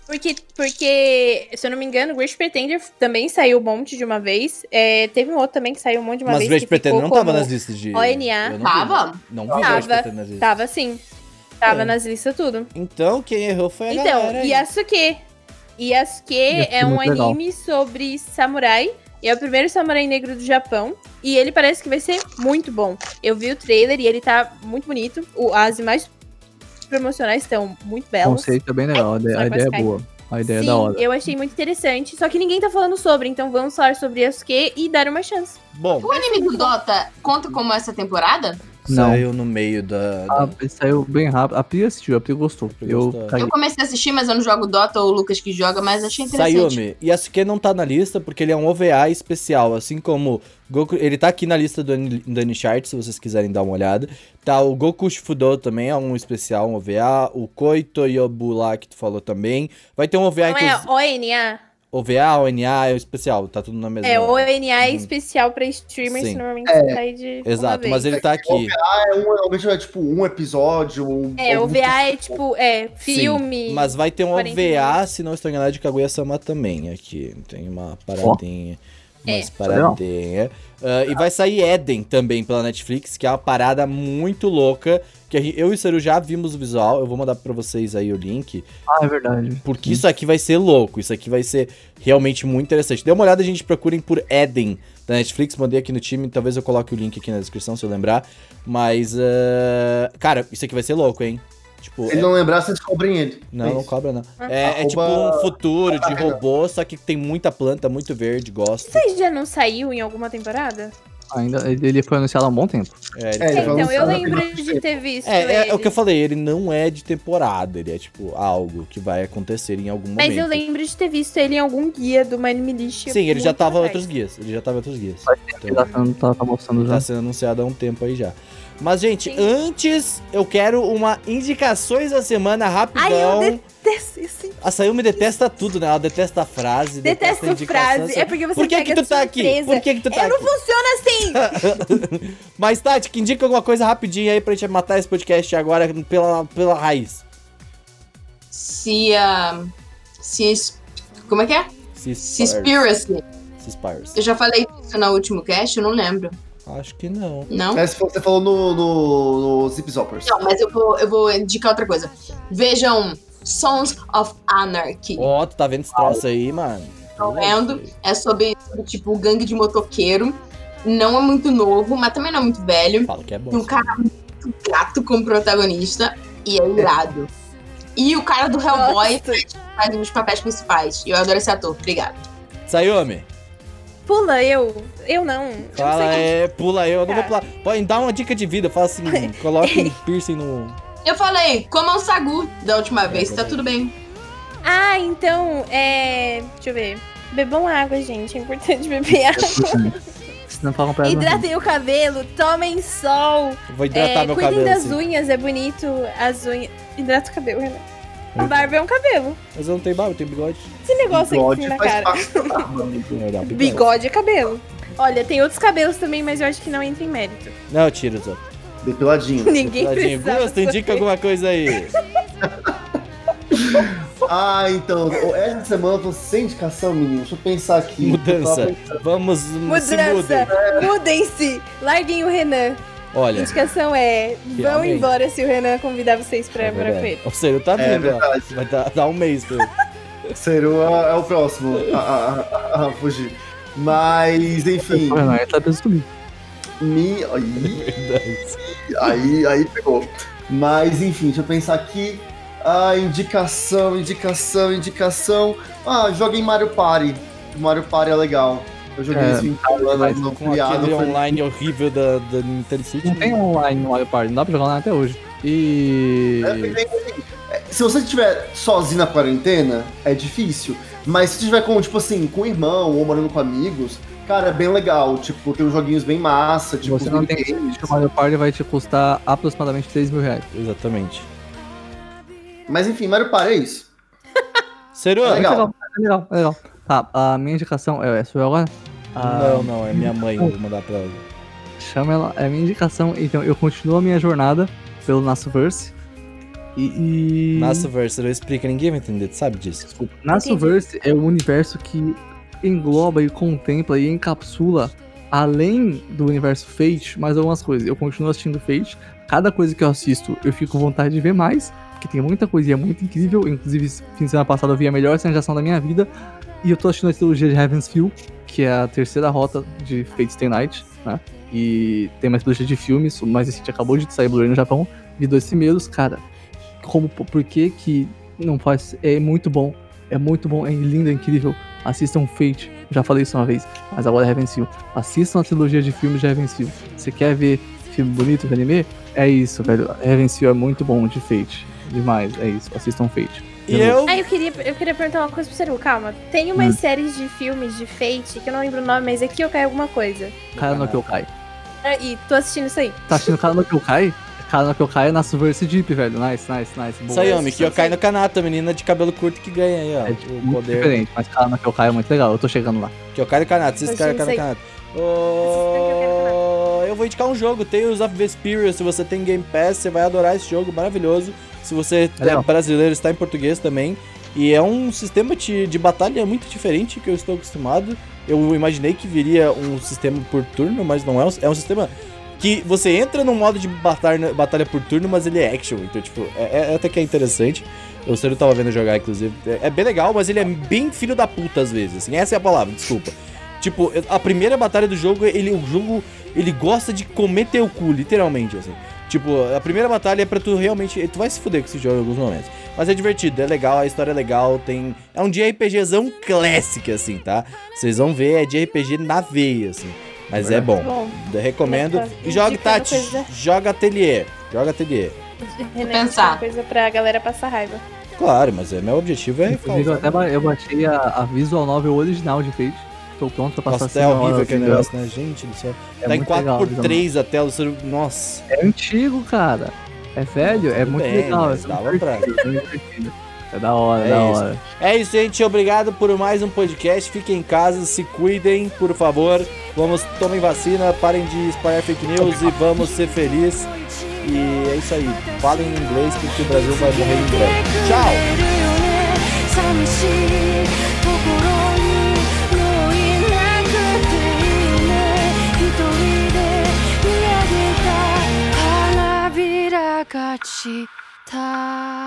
Speaker 5: Porque, porque, se eu não me engano, o Great Pretender também saiu um monte de uma vez. É, teve um outro também que saiu um monte de uma
Speaker 1: Mas
Speaker 5: vez.
Speaker 1: Great
Speaker 5: que ficou
Speaker 1: Pretender não tava
Speaker 5: como-
Speaker 1: nas listas de.
Speaker 5: ONA.
Speaker 1: Eu não vi,
Speaker 6: Tava?
Speaker 1: Não vi
Speaker 5: Tava,
Speaker 1: Great Pretender nas listas.
Speaker 5: Tava sim. Tava
Speaker 1: É.
Speaker 5: nas listas tudo.
Speaker 1: Então, quem errou foi a
Speaker 5: Então,
Speaker 1: galera. aí.
Speaker 5: Yasuke. Yasuke é um
Speaker 3: muito legal.
Speaker 5: anime sobre samurai. É o primeiro samurai negro do Japão. E ele parece que vai ser muito bom. Eu vi o trailer e ele tá muito bonito. O, as imagens promocionais estão muito
Speaker 3: O
Speaker 5: belas.
Speaker 3: conceito é bem legal, a ideia, a
Speaker 5: um Só
Speaker 3: ideia é
Speaker 5: pra
Speaker 3: boa. A ideia
Speaker 5: Sim,
Speaker 3: é da hora.
Speaker 5: eu achei muito interessante. Só que ninguém tá falando sobre, então vamos falar sobre Yasuke e dar uma chance.
Speaker 1: Bom,
Speaker 6: O anime do Dota conta como essa temporada?
Speaker 3: Não.
Speaker 1: Saiu no meio da. da-
Speaker 3: Ah, ele saiu bem rápido. A Pri assistiu, a Pri gostou.
Speaker 1: Pri
Speaker 3: eu
Speaker 1: gostou.
Speaker 3: caguei.
Speaker 6: Eu comecei a assistir, mas eu não jogo Dota ou o Lucas que joga, mas achei interessante.
Speaker 1: Sayumi, Yasuke não tá na lista porque ele é um OVA especial, assim como Goku, ele tá aqui na lista do Ani- do Anichart, se vocês quiserem dar uma olhada. Tá o Goku Shifudo também, é um especial, um OVA, o Koito Yobu lá que tu falou também. Vai ter um OVA,
Speaker 5: Não é
Speaker 1: inclusive,
Speaker 5: ONA?
Speaker 1: OVA, ONA, é o especial, tá tudo na mesma.
Speaker 5: É, ONA é
Speaker 1: Uhum.
Speaker 5: especial pra streamers,
Speaker 1: Sim.
Speaker 5: normalmente é. sai de
Speaker 1: Exato,
Speaker 5: uma
Speaker 1: mas
Speaker 5: vez.
Speaker 1: ele tá aqui.
Speaker 4: É um, realmente é tipo um episódio. Um,
Speaker 5: É,
Speaker 4: alguns-
Speaker 5: OVA é tipo, é,
Speaker 1: Sim,
Speaker 5: filme.
Speaker 1: mas vai ter um
Speaker 5: 40
Speaker 1: OVA, se não estou enganado, de Kaguya-sama também aqui. Tem uma paradinha.
Speaker 5: É.
Speaker 1: Umas paradinha. Ah, e vai sair Eden também pela Netflix, que é uma parada muito louca. Que a gen- eu e o Seru já vimos o visual. Eu vou mandar pra vocês aí o link.
Speaker 3: Ah, é verdade.
Speaker 1: Porque isso aqui vai ser louco. Isso aqui vai ser realmente muito interessante. Dê uma olhada, gente, procurem por Eden da Netflix. Mandei aqui no time. Talvez eu coloque o link aqui na descrição, se eu lembrar. Mas, ah, cara, isso aqui vai ser louco, hein? Tipo,
Speaker 4: Se ele não lembrar, vocês cobrem ele.
Speaker 1: não,
Speaker 4: É
Speaker 1: não
Speaker 4: isso.
Speaker 1: cobra, não.
Speaker 5: Ah.
Speaker 1: É, é
Speaker 4: Arroba-
Speaker 1: tipo um futuro de robô, só que tem muita planta, muito verde, gosto.
Speaker 5: Isso já não saiu em alguma temporada?
Speaker 3: Ainda, ele ele foi anunciado há um bom tempo.
Speaker 1: É, ele-
Speaker 4: É,
Speaker 5: É,
Speaker 4: ele vai
Speaker 5: então, eu
Speaker 4: lançar na
Speaker 5: lembro
Speaker 4: primeira
Speaker 5: de ter visto
Speaker 1: É, é,
Speaker 5: ele.
Speaker 1: é o que eu falei, ele não é de temporada, ele é tipo algo que vai acontecer em algum
Speaker 5: Mas
Speaker 1: momento.
Speaker 5: eu lembro de ter visto ele em algum guia do Mind Militia.
Speaker 1: Sim, ele já
Speaker 5: muito
Speaker 1: tava em
Speaker 5: atrás.
Speaker 1: outros guias, ele já tava em outros guias.
Speaker 3: Ele tá,
Speaker 1: Então,
Speaker 3: tá, tá
Speaker 4: Uhum.
Speaker 3: mostrando já.
Speaker 1: tá sendo anunciado há um tempo aí já. Mas, gente,
Speaker 5: Sim.
Speaker 1: antes eu quero uma indicações da semana rapidão.
Speaker 5: Ai, eu Detesto isso.
Speaker 1: A Sayumi detesta tudo, né? Ela detesta a frase, detesta a
Speaker 5: Detesto
Speaker 1: indicação.
Speaker 5: frase. É porque você
Speaker 1: Por que
Speaker 5: pega
Speaker 1: que tu
Speaker 5: de
Speaker 1: tá aqui?
Speaker 5: surpresa.
Speaker 1: Por que que tu tá
Speaker 5: Eu não
Speaker 1: aqui?
Speaker 5: funciona assim!
Speaker 1: Mas, Tati, que indica alguma coisa rapidinho aí pra gente matar esse podcast agora pela, pela raiz.
Speaker 6: Se a. Se. es- Como é que é? Seaspiracy.
Speaker 1: Seaspires.
Speaker 6: Eu já falei disso no último cast, eu não lembro.
Speaker 1: Acho que não.
Speaker 6: Não?
Speaker 4: É, se for- você falou no, no, no Zip Zoppers.
Speaker 6: Não, mas eu vou, eu vou indicar outra coisa. Vejam Sons of Anarchy.
Speaker 1: Ó, tu tá vendo esse troço aí, mano?
Speaker 6: Tô vendo. É sobre, sobre, tipo, gangue de motoqueiro. Não é muito novo, mas também não é muito velho.
Speaker 1: Fala que é bom.
Speaker 6: Tem um cara muito gato como protagonista e é irado. E o cara do Hellboy faz um dos papéis principais. E eu adoro esse ator. Obrigada.
Speaker 1: Sayumi,
Speaker 5: Pula, eu. Eu não. Eu não
Speaker 1: fala
Speaker 5: sei
Speaker 1: é, pula eu, eu não vou pular. Pode dar uma dica de vida, fala assim, coloca um
Speaker 5: É.
Speaker 1: piercing no...
Speaker 6: Eu falei, comam sagu da última vez, tá tudo bem.
Speaker 5: como- Ah, então, é. Deixa eu ver. Bebam água, gente. É importante beber água.
Speaker 3: Se não tá comprando.
Speaker 5: Hidratem o cabelo, tomem sol.
Speaker 1: Eu Vou hidratar
Speaker 5: é,
Speaker 1: meu
Speaker 5: cuidem
Speaker 1: cabelo
Speaker 5: das
Speaker 1: assim.
Speaker 5: unhas, é bonito. As unhas. Hidrata o cabelo, Renan. A barba é um cabelo.
Speaker 1: Mas eu não tenho barba, eu tenho bigode.
Speaker 5: Esse negócio aqui
Speaker 4: Bigode
Speaker 5: assim na
Speaker 4: faz
Speaker 5: cara.
Speaker 4: parte da barba, amigo.
Speaker 1: Não, não, bigode.
Speaker 5: Bigode é cabelo. Olha, tem outros cabelos também, mas eu acho que não entra em mérito.
Speaker 1: Não, eu tiro, Zé.
Speaker 4: Depiladinho.
Speaker 5: Ninguém
Speaker 1: Tadinho,
Speaker 5: precisa.
Speaker 1: Gusta, indica alguma coisa aí.
Speaker 4: Ah, então, essa semana eu tô sem indicação, menino. Deixa eu pensar aqui.
Speaker 1: Mudança. Vamos, se
Speaker 5: Mudança.
Speaker 1: mudem.
Speaker 5: Mudem-se. Larguem o Renan.
Speaker 1: É. Olha,
Speaker 5: A indicação é: vão
Speaker 1: Realmente.
Speaker 5: embora se o Renan convidar vocês pra
Speaker 1: é
Speaker 5: morar com ele.
Speaker 1: verdade. Ou seja, tá
Speaker 4: É
Speaker 1: vindo, ó.
Speaker 4: verdade.
Speaker 1: Vai dar, dar um mês pra ele.
Speaker 4: Seru é, é o próximo ah, a, a- a- a fugir. Mas, enfim,
Speaker 3: Não, não, ele tá preso comigo.
Speaker 4: me. Aí, aí, aí pegou. Mas, enfim, deixa eu pensar aqui. Ah, indicação, indicação, indicação. Ah, joguem Mario Party. Mario Party é legal. Eu joguei
Speaker 3: É,
Speaker 4: esse fim de semana
Speaker 3: mas
Speaker 4: no
Speaker 1: Com
Speaker 4: feriado,
Speaker 1: aquele
Speaker 4: foi-
Speaker 1: online horrível da, da Nintendo Switch.
Speaker 3: Não tem online no Mario Party, não dá pra jogar online até hoje. E.
Speaker 4: É, Se você estiver sozinho na quarentena, é difícil. Mas se estiver com, tipo assim, com o irmão ou morando com amigos, cara, é bem legal. Tipo, tem uns joguinhos bem massa, tipo,
Speaker 3: você não tem
Speaker 4: minigames.
Speaker 3: o Mario Party vai te custar aproximadamente 3 mil reais.
Speaker 1: Exatamente.
Speaker 4: Mas enfim, Mario Party é isso.
Speaker 1: Seru?
Speaker 4: É legal.
Speaker 3: É legal, é legal. Tá, a minha indicação é, é sou eu agora? Ah,
Speaker 1: Não, não, é minha mãe. Vou mandar pra ela.
Speaker 3: Chama ela, é a minha indicação. Então, eu continuo a minha jornada pelo Nasuverse. E. e...
Speaker 1: Nossa, Versa, eu explico, ninguém vai entender, tu sabe disso.
Speaker 3: Nasuverse é o universo que engloba e contempla e encapsula, além do universo Fate, mais algumas coisas. Eu continuo assistindo Fate. Cada coisa que eu assisto, eu fico com vontade de ver mais, porque tem muita coisa e é muito incrível. Inclusive, esse fim de semana passado eu vi a melhor sensação da minha vida. E eu tô assistindo a trilogia de Heaven's Feel, que é a terceira rota de Fate Stay Night, né? E tem mais trilogia de filmes, o mais recente acabou de sair Blu-ray no Japão. Vi dois primeiros, cara. Como, por que que não faz... É muito bom. É muito bom, é lindo, é incrível. Assistam Fate, já falei isso uma vez, mas agora é Heaven's Feel. Assistam a trilogia de filmes de Heaven's Feel. Você quer ver filme bonito de anime, é isso, velho. Heaven Seal é muito bom de Fate. Demais, é isso. Assistam Fate.
Speaker 1: E eu.
Speaker 5: Ah, eu queria, eu queria perguntar uma coisa pro Seru, calma. Tem
Speaker 1: Hum.
Speaker 5: umas séries de filmes de Fate, que eu não lembro o nome, mas é Kyokai alguma coisa. Ah,
Speaker 3: Cara no Kyokai.
Speaker 5: E tô assistindo isso aí.
Speaker 3: Tá assistindo Cara no Kyokai? Cara no Kyokai é na Subverse Deep, velho. Nice, nice, nice. Boa.
Speaker 1: Sayami, que eu caí no Kanata, menina de cabelo curto que ganha aí, ó.
Speaker 3: É tipo,
Speaker 1: o
Speaker 3: muito
Speaker 1: poder.
Speaker 3: diferente, mas Cara no Kyokai é muito legal. Eu tô chegando lá.
Speaker 1: Que eu caio no Kanata, esses
Speaker 5: Mas
Speaker 1: caras
Speaker 5: não
Speaker 1: caem no Kanata. Ô, Eu vou indicar um jogo, Tales of Vesperia. Se você tem Game Pass, você vai adorar esse jogo, maravilhoso. Se você é
Speaker 3: Legal.
Speaker 1: brasileiro, está em português também. E é um sistema de, de batalha muito diferente que eu estou acostumado. Eu imaginei que viria um sistema por turno, mas não é. Um, é um sistema que você entra num modo de batalha, batalha por turno, mas ele é action. Então, tipo, é, é até que é interessante. Eu sei, eu tava vendo jogar, inclusive. É, é bem legal, mas ele é bem filho da puta às vezes. Assim, essa é a palavra, desculpa. Tipo, a primeira batalha do jogo, ele o jogo, ele gosta de comer teu cu, literalmente, assim. Tipo, a primeira batalha é pra tu realmente. Tu vai se fuder com esse jogo em alguns momentos. Mas é divertido, é legal, a história é legal, tem. É um de RPGzão clássico, assim, tá? Vocês vão ver, é de RPG na veia, assim. Mas é bom.
Speaker 5: Bom,
Speaker 1: Eu recomendo.
Speaker 5: Nossa,
Speaker 1: E joga,
Speaker 5: indicando
Speaker 1: Tati.
Speaker 5: coisa.
Speaker 1: Joga Atelier. Joga Atelier.
Speaker 5: Renan, isso é uma coisa pra galera passar raiva.
Speaker 1: Claro, mas é, meu objetivo é.
Speaker 3: Inclusive, eu até ba- eu baixei a, a visual novel original de Fate. Tô pronto pra passar
Speaker 1: Nossa, é
Speaker 3: assim,
Speaker 1: horrível
Speaker 3: ó,
Speaker 1: aquele
Speaker 3: assim,
Speaker 1: negócio, né? Gente do céu.
Speaker 3: é
Speaker 1: tá em
Speaker 3: muito legal, visualmente.
Speaker 1: 4x3 a tela. você- Nossa.
Speaker 3: É antigo, cara. É velho, é
Speaker 1: Tudo
Speaker 3: muito
Speaker 1: bem,
Speaker 3: legal.
Speaker 1: mas
Speaker 3: é
Speaker 1: dava
Speaker 3: divertido, é divertido. É da hora,
Speaker 1: É
Speaker 3: é da
Speaker 1: isso.
Speaker 3: hora.
Speaker 1: É isso, gente. Obrigado por mais um podcast. Fiquem em casa, se cuidem, por favor. Vamos, tomem vacina, parem de espalhar fake news e vamos ser felizes. E é isso aí. Falem em inglês porque o Brasil vai morrer em breve. Tchau!
Speaker 2: 寂しい心にもういなくていいね一人で見上げた花びらが散った